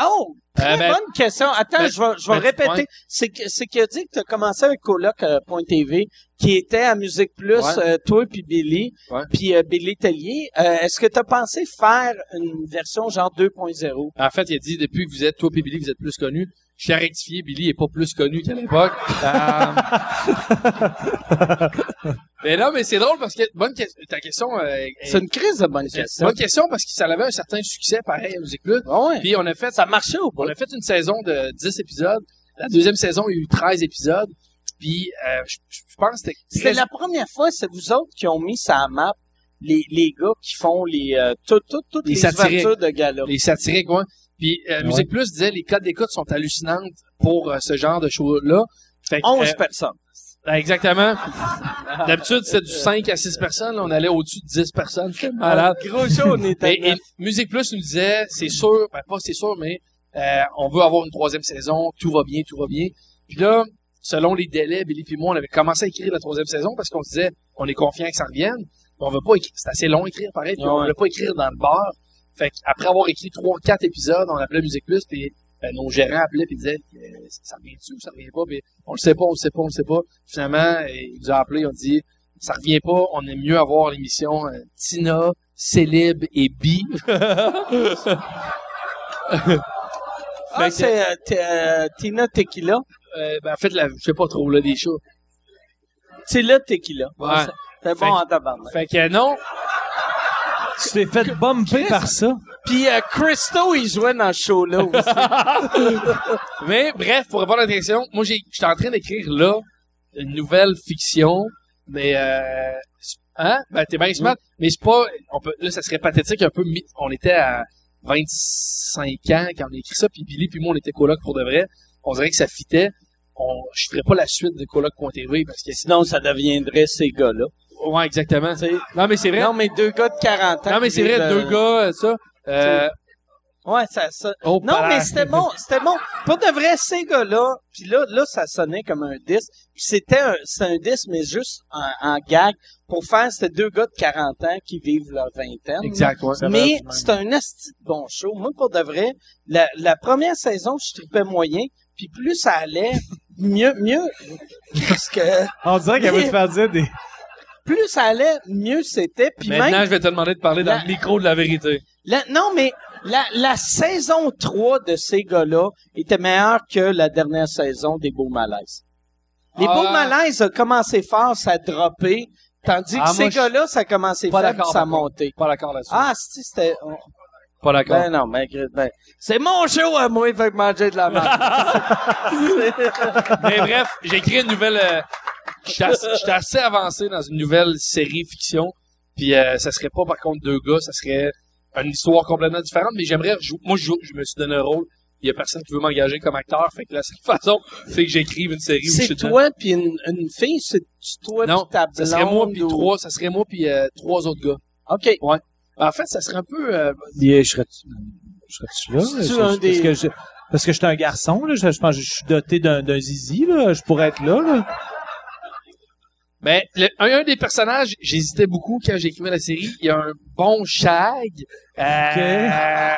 B: Oh! Très
D: Euh, ben,
B: bonne question. Attends,
D: ben,
B: je vais, je vais
D: ben,
B: répéter.
D: ouais.
B: C'est que c'est qu'il a dit que tu as commencé un colloque à Point TV qui était à Musique Plus,
D: Ouais.
B: euh, toi puis Billy,
D: Ouais.
B: puis euh, Billy Tellier. Euh, Est-ce que tu as pensé faire une version genre 2.0?
D: En fait, il a dit, depuis que vous êtes, toi et Billy, vous êtes plus connus. Je suis rectifié, Billy est pas plus connu qu'à l'époque. Euh, mais non, mais c'est drôle parce que, bonne question, ta question, euh, est-
B: C'est une crise de bonne
D: c'est une
B: question.
D: bonne question parce que ça avait un certain succès, pareil, à Musique Plus.
B: Ah ouais.
D: Puis on a fait,
B: Ça marchait ou pas?
D: on a fait une saison de 10 épisodes. La deuxième saison, il y a eu 13 épisodes. Puis, euh, je, je- je pense que
B: C'est
D: c'était
B: la première fois, c'est vous autres qui ont mis ça à map, les, les gars qui font les euh, tout- tout- toutes
D: Les
B: les,
D: satiriques.
B: ouvertures de gala.
D: Les satiriques, ouais. Puis euh, Musique Plus disait les codes d'écoute sont hallucinantes pour euh, ce genre de show-là. Fait que,
B: 11
D: euh,
B: personnes.
D: ben, exactement. D'habitude, c'était du 5 à 6 personnes. Là, on allait au-dessus de 10 personnes. C'était malade.
B: Gros show, on était
D: Et, et Musique Plus nous disait, c'est sûr, ben pas c'est sûr, mais euh, on veut avoir une troisième saison, tout va bien, tout va bien. Puis là, selon les délais, Billy puis moi, on avait commencé à écrire la troisième saison parce qu'on se disait, on est confiant que ça revienne, mais on veut pas écrire, c'est assez long à écrire pareil, puis on
B: Ouais.
D: veut pas écrire dans le bar. Fait qu'après avoir écrit trois, quatre épisodes, on appelait Musique Plus, puis ben, nos gérants appelaient puis disaient, euh, ça revient-tu ou ça revient pas? Puis on le sait pas, on le sait pas, on le sait pas. Finalement, euh, ils nous ont appelés, ils ont dit, ça revient pas, on aime mieux avoir l'émission euh, Tina, Célib et Bi.
B: Ah, c'est euh, t- euh, Tina Tequila.
D: Euh, ben, en fait, la, je sais pas trop, là, des chats.
B: Tina Tequila.
D: Ouais.
B: C'est
D: Fait-
B: bon en tabarnak.
D: Fait que non,
C: Tu t'es fait bumper par ça.
B: Puis euh, Christo, il jouait dans ce show-là aussi.
D: mais bref, pour répondre à la question, moi, j'ai- j'étais en train d'écrire, là, une nouvelle fiction, mais, euh, c'est- hein? Ben, t'es bien smart, mais c'est pas, on peut, là, ça serait pathétique un peu, mi- on était à 25 ans quand on a écrit ça, puis Billy puis moi, on était coloc pour de vrai. On dirait que ça fitait. On, je ferais pas la suite de coloc.tv parce que
B: Sinon,
D: sinon,
B: ça deviendrait ces gars-là.
D: ouais, exactement. Non, mais c'est vrai.
B: Non, mais deux gars de 40 ans.
D: Non, mais
B: qui
D: c'est vrai,
B: vivent,
D: deux
B: euh,
D: gars, euh, ça. Euh,
B: Ouais, ça, ça.
D: oh,
B: Non,
D: palabre.
B: mais c'était bon, c'était bon. Pour de vrai, ces gars-là, puis là, là, ça sonnait comme un 10. Puis c'était un, c'est un 10, mais juste en, en gag. Pour faire, c'était deux gars de 40 ans qui vivent leur vingtaine.
D: Exact, ouais.
C: Ça va
B: Mais
C: du même.
B: c'est un asti de bon show. Moi, pour de vrai, la, la première saison, je tripais moyen. Puis plus ça allait, mieux, mieux. Parce que
C: On dirait qu'elle veut te faire dire des.
B: plus ça allait, mieux c'était. Puis même,
D: Maintenant, je vais te demander de parler dans
B: La-
D: le micro de la vérité.
B: la- non, mais la, la saison 3 de ces gars-là était meilleure que la dernière saison des Beaux Malaises. Les
D: Ah.
B: Beaux Malaises a commencé fort, ça a droppé. Tandis
D: Ah,
B: que ces
D: moi, je-
B: gars-là, ça a commencé
D: Pas
B: fort, puis
D: d'accord,
B: ça a
D: par contre.
B: monté.
D: Pas d'accord là-dessus.
B: Ah, si, c'était... on-
D: pas d'accord.
B: Ben non, mais ben, c'est mon show à moi, fait que manger de la merde.
D: Ben, Mais bref, j'ai écrit une nouvelle. Euh, J'étais assez, j'étais assez avancé dans une nouvelle série fiction. Puis euh, ça serait pas par contre deux gars, ça serait une histoire complètement différente. Mais j'aimerais, rejou- moi je, joue- je me suis donné un rôle. Il y a personne qui veut m'engager comme acteur. Fait que la seule façon, c'est que j'écrive une série. où je
B: c'est
D: suis
B: toi puis une, une fille, c'est toi
D: Non,
B: puis ta blonde.
D: dedans. Ça serait moi puis
B: ou-
D: trois, ça serait moi puis euh, trois autres gars. Ben,
B: Ok.
D: En fait, ça serait un peu. euh,
C: Je serais-tu là?
B: C'est-tu
C: Je- je-
B: un
C: parce,
B: des-
C: que je, parce que je suis un garçon, là. Je, je pense que je suis doté d'un d'un zizi, là. Je pourrais être là, là.
D: Mais ben, le- un, un des personnages, j'hésitais Euh, beaucoup quand j'écrivais la série. Il y a un bon shag. Euh,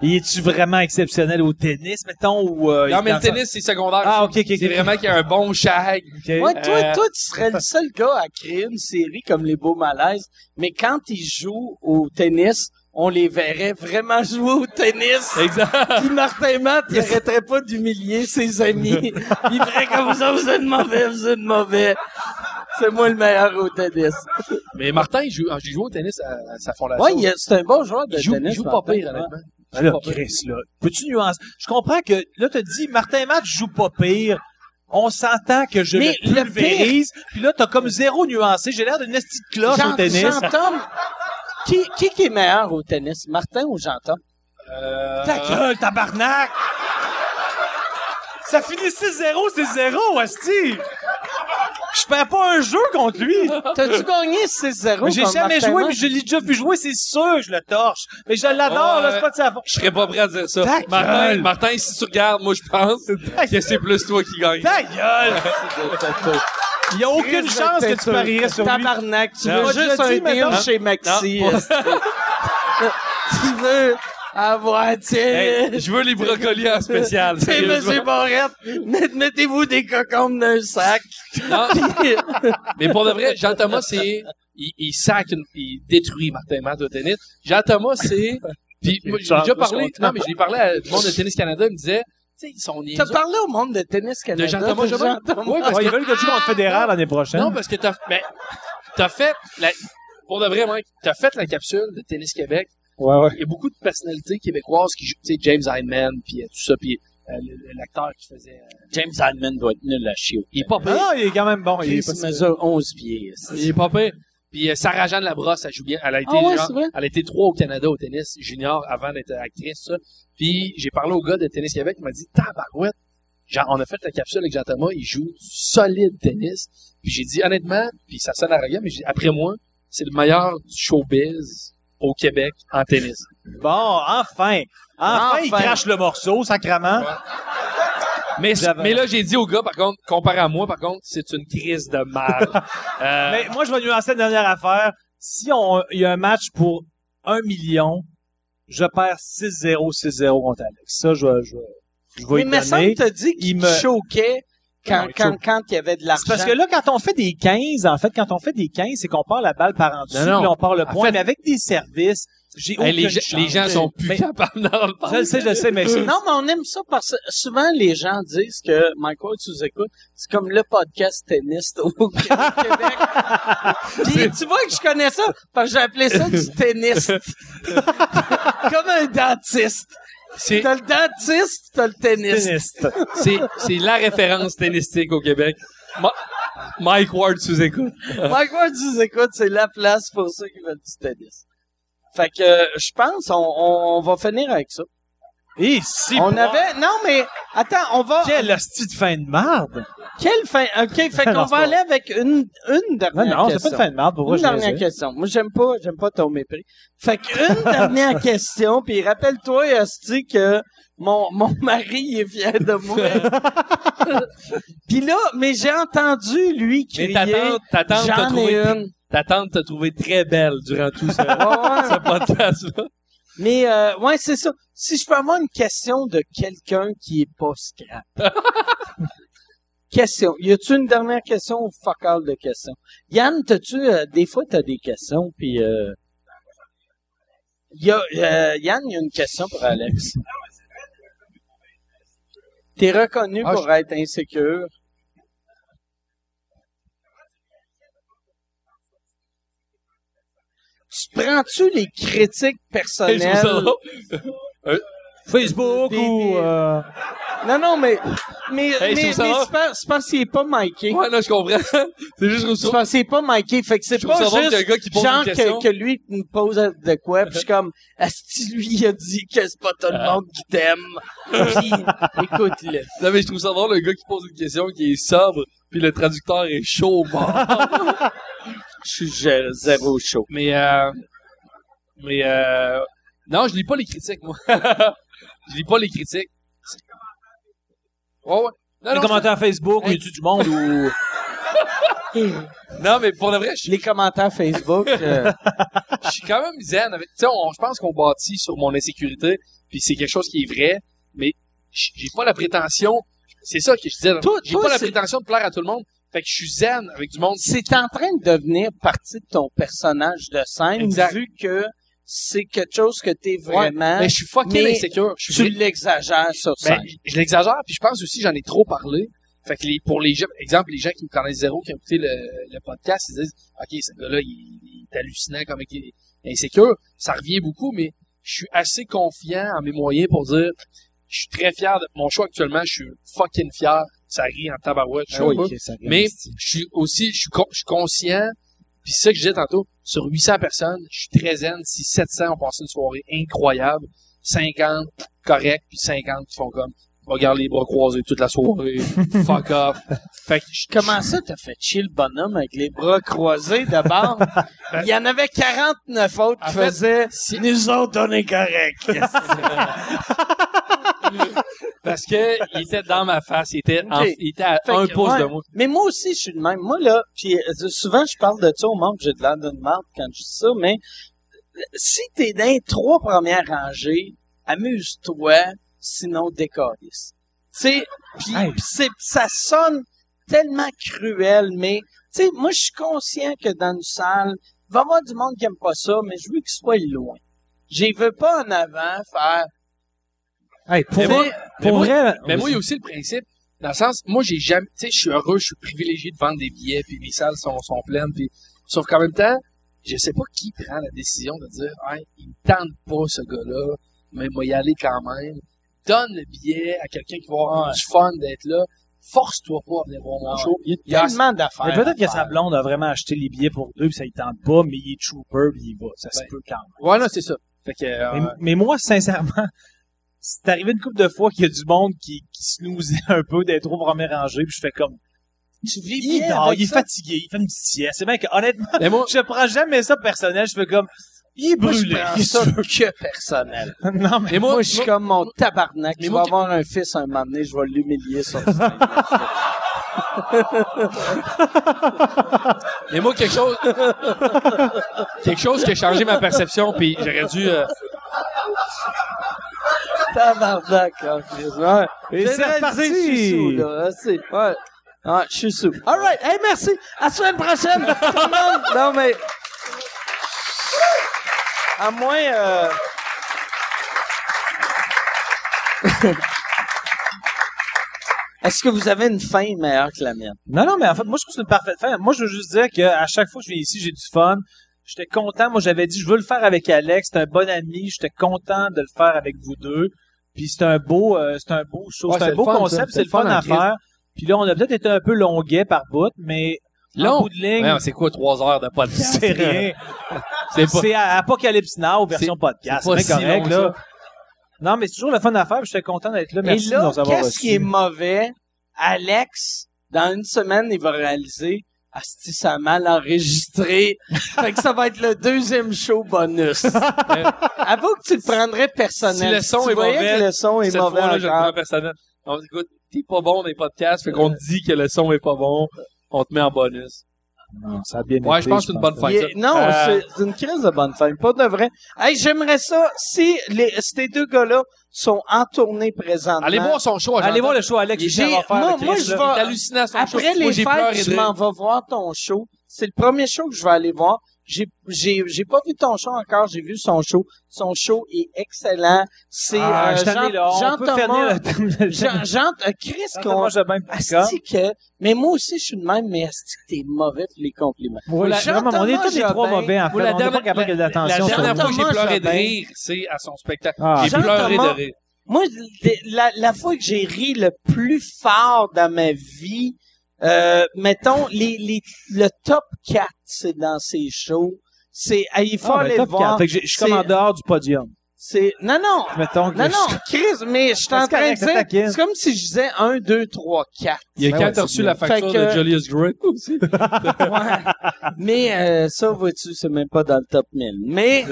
C: Il est-tu vraiment exceptionnel au tennis, mettons, ou... euh,
D: Non, mais
C: dans
D: le tennis, c'est secondaire.
C: Ah, ok, ok. ok.
D: C'est vraiment qu'il y a un bon shag.
C: Ok.
B: Ouais, toi,
D: Euh,
B: toi, tu serais le seul gars à créer une série comme Les Beaux Malaises, mais quand ils jouent au tennis, on les verrait vraiment jouer au tennis.
D: Exact.
B: Puis Martin Matt, il arrêterait pas d'humilier ses amis. Il ferait comme ça, vous êtes mauvais, vous êtes mauvais. C'est moi le meilleur au tennis.
D: Mais Martin, il joue, ah, j'ai joué au tennis à, à sa fondation.
B: Ouais, il est- c'est un bon joueur de
D: il joue,
B: tennis.
D: il joue pas
B: Martin.
D: pire, honnêtement.
C: Ben là, Chris, là, peux-tu nuancer? Je comprends que, là, t'as dit, Martin Matt joue pas pire. On s'entend que je
B: Mais
C: le
B: le
C: pulvérise. Puis là, t'as comme zéro nuancé. J'ai l'air d'une esti de cloche
B: Jean-
C: au tennis.
B: Jean-Tom, qui, qui qui est meilleur au tennis, Martin ou Jean-Tom?
D: Euh,
C: Ta
B: Ah.
C: gueule, tabarnak! Ça finit 6-0, c'est 0, Asti! Je perds pas un jeu contre lui!
B: T'as-tu gagné 6-0?
C: Ah. Mais J'ai
B: contre
C: jamais
B: Martin
C: joué,
B: Matt?
C: mais je l'ai déjà vu jouer, c'est sûr que je le torche. Mais je l'adore,
D: Ouais.
C: là, c'est pas de sa faute.
D: Je serais pas prêt à dire ça.
C: Ta
D: Martin,
C: gueule.
D: Martin, si tu regardes, moi, je pense que c'est plus toi qui gagne.
C: Ta gueule! Il y a aucune
B: Chris,
C: chance que
B: t'es
C: tu
B: sûr.
C: parierais sur lui.
B: Tabarnak, tu
C: Non.
B: veux
C: Je
B: juste
C: dis,
B: un
C: mais non.
B: deal chez Maxi. esti. tu veux avoir, tiens,
D: Hey, je veux les brocolis en spécial.
B: tiens,
D: sérieusement.
B: monsieur Barrette, met- mettez-vous des cocombes dans un sac.
D: Non, mais pour de vrai, Jean-Thomas, c'est... Il, il sac, une- il détruit Martin Matt au tennis. Jean-Thomas, c'est... Puis, moi, j'ai déjà parlé... Non, mais je l'ai parlé à du monde de Tennis Canada, il me disait... Tu sais, ils sont niaiseux.
B: T'as parlé au monde de tennis canadien.
D: De Jean-Thomas Jobin? Oui, parce
C: Ouais,
D: que
C: ils veulent que tu joues contre Federer l'année prochaine.
D: Non, parce que t'as, ben, t'as fait, la, pour de vrai, Mike, t'as fait la capsule de Tennis Québec.
C: ouais, ouais.
D: Il y a beaucoup de personnalités québécoises qui jouent, tu sais, James Hyman, puis euh, tout ça, puis euh, le- le- l'acteur qui faisait, euh,
B: James Hardman doit être nul à chier.
D: il est pas
C: Ah
D: pire.
C: non, il est quand même bon. Il
B: Il
C: est pas si-
B: mesure 11 pieds. esti.
D: Il est pas pire. Puis euh, Sarah Jeanne Labrosse, elle joue bien. Elle a été,
B: Ah ouais,
D: genre-
B: c'est vrai?
D: elle a été trois au Canada au tennis junior avant d'être actrice, ça. Puis j'ai parlé au gars de Tennis Québec, il m'a dit, tabarouette, genre, on a fait la capsule avec Jean-Thomas, il joue du solide tennis. Puis j'ai dit, honnêtement, puis ça sonne arrogant, mais j'ai dit, après moi, c'est le meilleur du showbiz au Québec en tennis.
C: Bon, enfin. enfin! il
B: Enfin.
C: crache le morceau, sacrament.
D: Mais,
C: J'avais-
D: mais là, j'ai dit au gars, par contre, comparé à moi, par contre, c'est une crise de mal. Euh,
C: Mais moi, je vais nuancer la dernière affaire. Si on, il y a un match pour un million, je perds 6-0, 6-0 contre Alex. Ça, je, vais- je, vais- je vais
B: Mais
C: y
B: il me semble
C: donner.
B: que t'as dit qu'il
C: Il me-
B: choquait quand,
C: Non, il
B: quand, quand il y avait de l'argent.
C: C'est parce que là, quand on fait des 15, en fait, quand on fait des 15, c'est qu'on part la balle par en dessous,
D: Non, non.
C: puis on part le point.
D: fait-
C: mais avec des services, j'ai
D: hey,
C: aucune
D: les, gens-
C: chance.
D: les gens sont plus
C: Mais-
D: capables d'en
C: Je
D: parler.
C: le sais, je le sais, mais c'est-
B: Non, mais on aime ça parce que souvent les gens disent que Mike Ward sous écoute, c'est comme le podcast tennis au au Québec. Puis tu vois que je connais ça parce que j'ai appelé ça du tennis. comme un dentiste.
D: C'est-
B: T'as le dentiste, t'as le tennis.
C: Tennis.
D: C'est, c'est la référence tennistique au Québec. Ma- Mike Ward sous écoute.
B: Mike Ward sous écoute, c'est la place pour ceux qui veulent du tennis. Fait que euh, je pense on, on- on va finir avec ça.
C: Et si
B: on
C: bon,
B: avait non mais attends, on va
C: Quelle hostie de fin de marde!
B: quelle fin OK, fait qu'on
C: Non,
B: va
C: c'est pas
B: aller avec une une
C: Non,
B: dernière
C: non, c'est pas
B: question.
C: de fin de marde, pour vrai,
B: une
C: je
B: dernière
C: niaisais.
B: question. Moi, j'aime pas, j'aime pas ton mépris. Fait qu'une dernière question, puis rappelle-toi, Asti, que mon, mon mari il est fier de moi. puis là, mais j'ai entendu lui
D: Mais
B: crier.
D: ta tante, ta tante t'a
B: J'en ai
D: trouvé,
B: une.
D: ta tante t'a trouvé très belle durant tout ce,
B: Ouais, ouais.
D: ce podcast-là.
B: Mais euh, ouais, c'est ça. Si je peux avoir une question de quelqu'un qui est pas scrap. question. Y a-tu une dernière question ou fuck all de questions? Yann, t'as-tu euh, des fois t'as des questions puis euh... y a, euh, Yann, y a une question pour Alex. T'es reconnu
D: Ah,
B: pour être insécure. Tu prends-tu les critiques
D: Je trouve
B: personnelles?
D: ça drôle. Euh,
C: Facebook
B: Des-
C: ou...
B: des-
C: euh,
B: Non, non, mais, mais, mais,
D: Hey, je
B: mais
D: trouve ça rare.
B: c'est pas- c'est parce qu'il est pas miké.
D: Ouais, non, je comprends. C'est juste, je trouve
B: C'est
D: ça-
B: parce qu'il est pas miké. Fait que c'est
D: je trouve
B: pas
D: ça drôle qu'il y a un
B: juste
D: gars qui pose
B: genre
D: une question.
B: que, que lui me pose de quoi, puis je suis comme, Asti, lui, il a dit que c'est pas tout le
D: Euh.
B: monde qui t'aime. Puis, écoute-le.
D: Non, mais je trouve ça drôle, le gars qui pose une question qui est sobre, puis le traducteur est chaud au bord.
B: Je suis je- zéro chaud.
D: mais, euh, mais, euh, non, je lis pas les critiques, moi. je lis pas les critiques. Ouais, ouais. Non,
C: les
D: non,
C: commentaires Facebook,
D: Hey.
C: ou YouTube du monde ou...
D: Non, mais pour le vrai, je
B: Les commentaires Facebook. euh,
D: je suis quand même zen. Avec, tu sais, on- je pense qu'on bâtit sur mon insécurité, puis c'est quelque chose qui est vrai, mais j- j'ai pas la prétention. C'est ça que je disais.
B: Toi-
D: J'ai
B: toi,
D: pas la
B: c'est-
D: prétention de plaire à tout le monde. Fait que je suis zen avec du monde.
B: c'est en train de devenir partie de ton personnage de scène,
D: Exact.
B: vu que c'est quelque chose que t'es vraiment.
D: Mais je suis fucking
B: Mais
D: insécure. Je suis
B: tu l'exagères sur
D: Ben,
B: scène.
D: je- je l'exagère, puis je pense aussi j'en ai trop parlé. Fait que les, pour les gens, exemple, les gens qui me connaissent zéro, qui ont écouté le, le podcast, ils disent OK, ce gars-là, il, il est hallucinant comme il est insécure. Ça revient beaucoup, mais je suis assez confiant en mes moyens pour dire je suis très fier de mon choix actuellement, je suis fucking fier. Ça rit en tabarouette,
B: Ah
D: je sais pas. Mais je suis aussi, je suis, con- je suis conscient, puis c'est ça que je disais tantôt, sur 800 personnes, je suis très zen. Si 700 ont passé une soirée incroyable, 50 correct, puis 50 qui font comme, regarde les bras croisés toute la soirée, fuck off. Fait que je,
B: Comment ça t'as fait chier le bonhomme avec les bras croisés d'abord? Il y en avait 49 autres qui
D: En fait,
B: faisaient
D: si-
B: Nous autres, on est corrects.
D: parce que il était dans ma face, il était, en-
B: Ok.
D: il était à
B: Fait
D: un
B: que,
D: pouce
B: ouais.
D: de moi.
B: Mais moi aussi, je suis de même. Moi, là, puis euh, souvent, je parle de ça au monde, j'ai de l'air d'une marde quand je dis ça, mais euh, si t'es dans les trois premières rangées, amuse-toi, sinon décalisse. Tu sais, puis puis c'est- ça sonne tellement cruel, mais tu sais, moi, je suis conscient que dans une salle, il va y avoir du monde qui aime pas ça, mais je veux qu'il soit loin. J'y veux pas en avant faire...
C: Hey, pour
D: Mais moi-
C: vrai, pour
D: moi-
C: vrai,
D: Mais moi, il y a aussi le principe, dans le sens, moi, j'ai jamais, tu sais, je suis heureux, je suis privilégié de vendre des billets, puis les salles sont, sont pleines, puis, sauf qu'en même temps, je sais pas qui prend la décision de dire, hey, il me tente pas, ce gars-là, mais moi, y aller quand même. Donne le billet à quelqu'un qui va avoir du fun d'être là. Force-toi pas à venir voir mon show.
C: Ah il y a
D: Il y a-
B: Tellement d'affaires.
C: Mais peut-être
B: à
C: que sa
B: faire.
C: blonde a vraiment acheté les billets pour deux, puis ça il tente pas, mais il est trooper, puis il va. Ça se
B: Ben,
D: Ouais.
C: peut quand même.
D: Ouais, non, c'est ça. Fait que, euh,
C: Mais, mais moi, sincèrement, c'est arrivé une couple de fois qu'il y a du monde qui, qui snoozait un peu d'être au premier rangé, puis je fais comme,
B: Tu vis
C: il
B: bien
C: dort,
B: avec
C: il est
B: ça.
C: fatigué, il fait une petite sieste. C'est bien que, honnêtement,
D: mais moi,
C: je prends jamais ça personnel, je fais comme, il est
B: Moi, je
C: brûlé.
B: prends
C: qu'est-ce
B: ça
C: que
B: que personnel.
C: tu veux? non, mais
D: mais moi,
B: Moi, je suis comme mon tabarnak.
D: Mais
B: Tu
D: moi,
B: vas avoir un fils un moment donné, je vais l'humilier sur scène.
D: Mais moi, quelque chose, quelque chose qui a changé ma perception, puis j'aurais dû, euh,
B: tabarnak, hein, Chris. Ouais.
C: Et
B: J'ai
C: c'est
B: réalisé,
C: reparti.
B: Je suis sous, là. hein, c'est- Ouais. Ah, je suis sous. All right. Hey, merci. À la semaine prochaine. tout le monde. Non, mais... À moins... euh, Est-ce que vous avez une fin meilleure que la mienne?
C: Non, non, mais en fait, moi, je trouve que c'est une parfaite fin. Moi, je veux juste dire que à chaque fois que je viens ici, j'ai du fun. J'étais content. Moi, j'avais dit, je veux le faire avec Alex. C'est un bon ami. J'étais content de le faire avec vous deux. Puis c'est un beau, euh, c'est un beau show. c'est
D: Ouais, c'est
C: un
D: le
C: beau
D: fun, ça.
C: concept. C'est le fun,
D: en
C: à
D: crise.
C: faire. Puis là, on a peut-être été un peu longuet par bout, mais en
D: Long?
C: bout de ligne,
D: Ouais, c'est quoi trois heures de podcast?
C: c'est rien.
D: C'est pas,
C: C'est à- Apocalypse Now version podcast.
D: c'est pas
C: C'est
D: si
C: bien correct,
D: long,
C: là. Non, mais c'est toujours le fun à faire. puis J'étais content d'être là. Merci
B: Et
C: de
B: là,
C: nous avoir
B: qu'est-ce qui est
C: reçus.
B: mauvais? Alex, dans une semaine, il va réaliser Asti, ça a mal enregistré. fait que ça va être le deuxième show bonus. Euh, Avoue que tu le prendrais personnel.
D: Si le son
B: tu
D: est
B: voyais
D: mauvais,
B: que le son est
D: cette
B: mauvais
D: fois-là, je le prends
B: encore.
D: personnel. On dit, écoute, t'es pas bon dans les podcasts, fait qu'on te dit que le son est pas bon, on te met en bonus.
C: Non, ça a bien
D: Ouais,
C: été,
D: je pense que c'est une bonne fin.
B: Il est- non,
D: Euh.
B: c'est- c'est une crise de bonne femme. Pas de vrai. Hey, j'aimerais ça si les, ces deux gars-là sont en tournée présentement.
D: Allez voir son show,
C: Allez voir le show Alex.
B: J'ai-
C: Michel va faire
B: moi-
C: le
B: moi,
C: Chris,
B: je
C: là.
B: vais-
D: show. hallucinant son show.
B: Après
D: Moi,
B: les
D: j'ai pleuré
B: fêtes,
D: de
B: je
D: rire.
B: m'en vais voir ton show. C'est le premier show que je vais aller voir. J'ai, j'ai, j'ai pas vu ton show encore, j'ai vu son show. Son show est excellent. C'est
C: Ah,
B: euh,
C: je t'en
B: Jean,
C: ai, là. On
B: Jean
C: peut
B: Thomas,
C: finir le-
B: Jean, Jean- euh, Chris qu'on
C: Jean-Thomas Jobin Picard.
B: Asti que- mais moi aussi je suis de même, mais Asti que t'es mauvais pour les compliments.
C: Ouais,
D: la-
C: je suis vraiment- on est tous les
B: Jean-Thomas
C: trois
B: Jobin.
C: mauvais, en fait.
D: Moi, la
C: on n'est pas
D: dernière-
C: capable de
D: La
C: l'attention.
D: dernière
B: sur-
D: fois que j'ai
B: Thomas
D: pleuré de
B: Jobin.
D: rire, c'est à son spectacle.
C: Ah.
D: J'ai
B: Jean
D: pleuré de
B: Thomas-
D: rire.
B: Moi, le- la, la fois que j'ai ri le plus fort dans ma vie, euh, mettons, les, les, le top 4, c'est dans ces shows. C'est, ah, il faut
C: Ah, ben,
B: aller le
C: top quatre.
B: voir.
C: Fait que j'ai- je suis comme
B: C'est-
C: en dehors du podium.
B: C'est, non, non,
C: Mettons que
B: non,
C: je-
B: non, Chris, mais je suis en train
C: C'est correct,
B: de
C: c'est
B: dire,
C: taquin.
B: c'est comme si je disais 1, 2, 3, 4.
D: Il y a
C: Ouais,
D: quand
C: Ben ouais,
D: t'as
C: c'est
D: reçu
C: bien.
D: la facture
B: Fait que-
D: de Julius Gray aussi.
C: Ah.
B: Mais euh, ça, vois-tu, c'est même pas dans le top 1000. Mais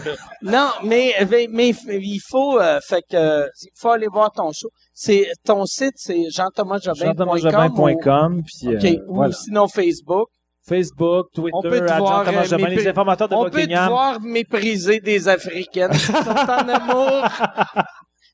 B: non, mais mais, mais il faut, euh, fait que euh, il faut aller voir ton show. C'est ton site, c'est jean-thomas-jobin.com.
C: Ben jean-thomas-jobin.com, puis, euh,
B: Ok, ou
C: voilà.
B: sinon Facebook.
C: Facebook, Twitter,
B: On peut te
C: Agent
B: voir,
C: Thomas
B: euh,
C: Jobin,
B: mais
C: les
B: pe-
C: informateurs de
B: On peut te
C: Buckingham.
B: voir mépriser des Africaines qui sont en amour.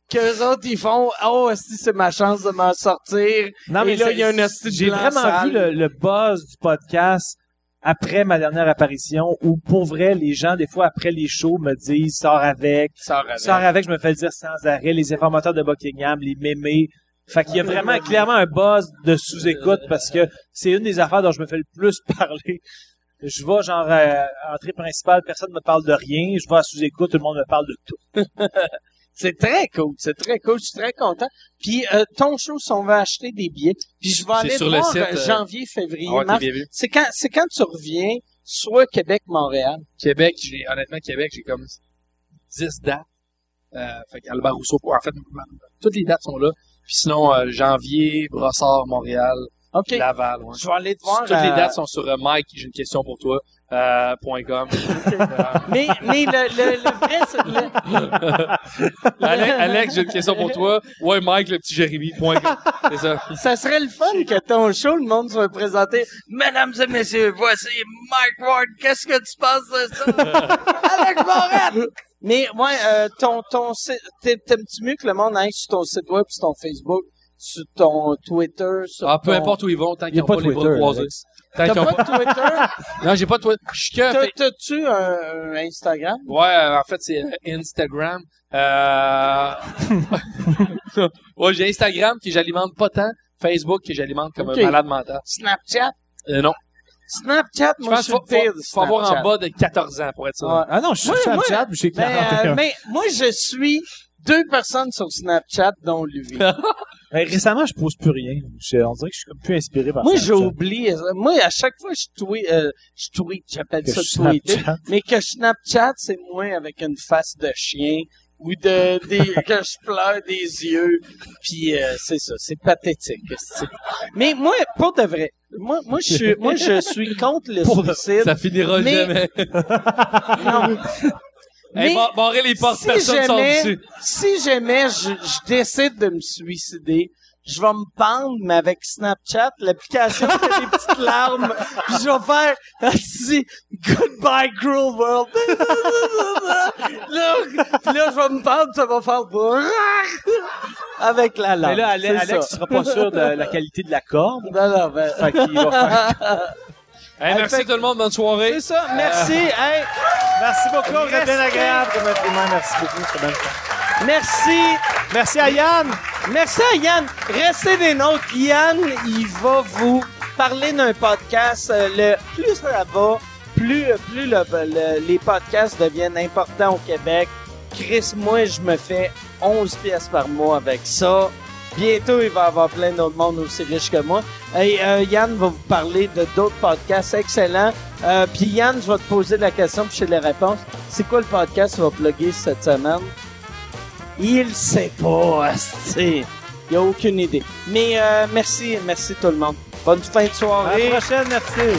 B: Qu'eux autres, ils font « Oh, si c'est ma chance de m'en sortir.
C: Non,
B: Et là,
C: c'est-
B: il y a un hostie de
C: J'ai
B: blanc
C: vraiment
B: sale.
C: vu le, le buzz du podcast après ma dernière apparition où, pour vrai, les gens, des fois, après les shows, me disent « Sors avec,
D: sort avec.
C: sors avec », je me fais dire sans arrêt, les informateurs de Buckingham, les mémés. Fait qu'il y a vraiment clairement un buzz de sous-écoute parce que c'est une des affaires dont je me fais le plus parler. Je vais genre à entrée principale, personne ne me parle de rien. Je vais à sous-écoute, tout le monde me parle de tout. »
B: C'est très cool, c'est très cool, je suis très content. Puis euh, ton show, si on va acheter des billets, puis je vais
D: C'est
B: aller
D: sur
B: te
D: le
B: voir
D: site,
B: euh,
D: euh,
B: janvier, février,
D: Ah ouais, t'es
B: mars.
D: bien vu.
B: C'est quand, c'est quand tu reviens, soit Québec, Montréal.
D: Québec, j'ai, honnêtement, Québec, j'ai comme 10 dates. Euh, fait Albert Rousseau, en fait, ma- toutes les dates sont là. Puis sinon, euh, janvier, Brossard, Montréal,
B: Ok,
D: Laval. ouais.
B: je vais aller te voir.
D: Toutes
B: euh,
D: les dates sont sur euh, Mike, j'ai une question pour toi. Euh, point .com. Euh,
B: Mais, mais le, le, le vrai, c'est- le-
D: Alex, Alex, j'ai une question pour toi. Ouais, Mike, le petit Jérémy. Point. C'est ça.
B: ça serait le fun que ton show, le monde soit présenté. Mesdames et messieurs, voici Mike Ward. Qu'est-ce que tu penses de ça? Alex Morin! Mais, ouais, euh, ton, ton site, t'aimes- t'aimes-tu mieux que le monde aille sur ton site web, sur ton Facebook, sur ton Twitter, sur
D: Ah, peu
B: ton-
D: importe où ils vont, tant qu'ils
C: y a
D: n'ont
C: pas
D: pas, les
C: Twitter,
D: bras croisés.
C: Alex.
D: Tant
B: T'as
D: qu'ils ont
B: pas de Twitter?
D: pas- Non, j'ai pas de Twitter. Je suis que.
B: T'as-
D: fait-
B: T'as-tu un, un Instagram?
D: Ouais, euh, en fait, c'est euh, Instagram. Euh... ouais, j'ai Instagram que j'alimente pas tant. Facebook que j'alimente comme
B: Ok.
D: un malade mental.
B: Snapchat?
D: Euh, non.
B: Snapchat,
D: Je
B: moi, je
D: pense
B: suis
D: qu'il faut,
B: le pire
D: faut,
B: de
D: faut avoir en
B: Snapchat.
D: bas de 14 ans pour être ça.
B: Ouais.
C: Ah non, je suis
B: Ouais,
C: sur
B: moi-
C: Snapchat, puis j'ai
B: Mais,
C: 41.
B: euh, mais moi, je suis deux personnes sur Snapchat, dont lui.
C: Mais Ben, récemment, je pose plus rien. Je- on dirait que je suis comme plus inspiré par
B: Moi,
C: Snapchat
B: j'oublie. Moi, à chaque fois, je tweet, euh, je tweet, j'appelle
C: que
B: ça tweeter.
C: Snapchat.
B: Mais que Snapchat, c'est moi avec une face de chien ou de des, que je pleure des yeux. Puis euh, c'est ça, c'est pathétique. c'est- Mais moi, pour de vrai, moi, moi, je suis, moi, je suis contre le
C: Pour de-
B: suicide.
D: Ça finira
B: Mais-
D: jamais.
B: Non.
D: Hey,
B: Mais-
D: bar- barrez les portes, personne ne sort dessus.
B: si jamais je, je décide de me suicider, je vais me pendre, mais avec Snapchat, l'application qui a des petites larmes, puis je vais faire si goodbye cruel world. là, là, je vais me pendre, ça va faire avec la larme.
C: Mais là, Ale-
B: c'est
C: Alex,
B: ça.
C: il sera pas sûr de la qualité de la corde.
B: Non, non, ben-
C: Fait qu'il va faire-
D: Hey, merci
B: fait-
D: tout le monde, bonne soirée.
B: c'est ça. Merci. Hey,
C: Merci beaucoup, c'était bien
B: Restez-
C: agréable comme être humain. Merci beaucoup, c'était bien le fun.
B: merci.
C: Merci à Yann.
B: Merci à Yann. Restez des nôtres. Yann, il va vous parler d'un podcast. Euh, Le plus ça va, plus, plus le- le- les podcasts deviennent importants au Québec. Chris, moi, je me fais 11 pièces par mois avec ça. Bientôt, il va y avoir plein d'autres monde aussi riches que moi. Et euh, Yann va vous parler de d'autres podcasts excellents. Euh, Puis Yann, je vais te poser la question puis je sais les réponses. C'est quoi le podcast qu'on va plugger cette semaine? Il sait pas, asti. Il a aucune idée. Mais euh, merci, merci tout le monde. Bonne fin de
C: À
B: soirée.
C: la prochaine, merci.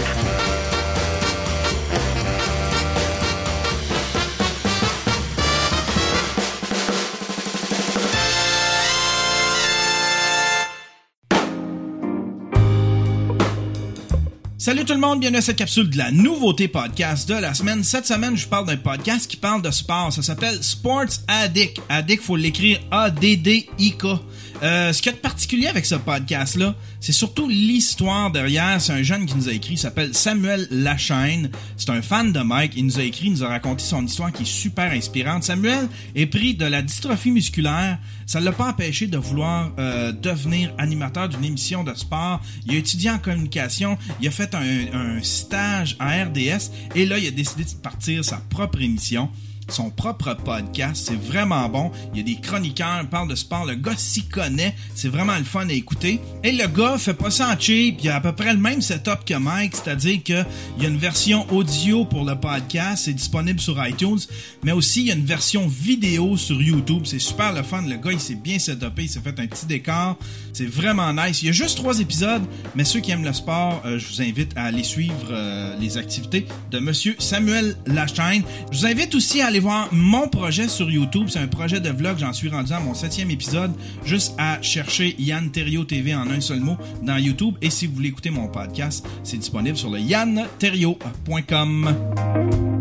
I: Salut tout le monde, bienvenue à cette capsule de la nouveauté podcast de la semaine. Cette semaine, je vous parle d'un podcast qui parle de sport. Ça s'appelle Sports Addict. Addict, faut l'écrire A-D-D-I-K. Euh, ce qu'il y a de particulier avec ce podcast-là, c'est surtout l'histoire derrière. C'est un jeune qui nous a écrit, il s'appelle Samuel Lachaine. C'est un fan de Mike. Il nous a écrit, il nous a raconté son histoire qui est super inspirante. Samuel est pris de la dystrophie musculaire. Ça ne l'a pas empêché de vouloir euh, devenir animateur d'une émission de sport. Il a étudié en communication. Il a fait un, un stage à RDS. Et là, il a décidé de partir sa propre émission. Son propre podcast, c'est vraiment bon. Il y a des chroniqueurs, il parle de sport. Le gars s'y connaît. C'est vraiment le fun à écouter. Et le gars fait pas ça en cheap. Il a à peu près le même setup que Mike, c'est-à-dire que il y a une version audio pour le podcast. C'est disponible sur iTunes. Mais aussi, il y a une version vidéo sur YouTube. C'est super le fun. Le gars, il s'est bien setupé. Il s'est fait un petit décor. C'est vraiment nice. Il y a juste trois épisodes, mais ceux qui aiment le sport, euh, je vous invite à aller suivre euh, les activités de Monsieur Samuel Lachaine. Je vous invite aussi à aller aller voir mon projet sur YouTube. C'est un projet de vlog. J'en suis rendu à mon septième épisode. Juste à chercher Yann Terrio TV en un seul mot dans YouTube. Et si vous voulez écouter mon podcast, c'est disponible sur le yannterrio.com.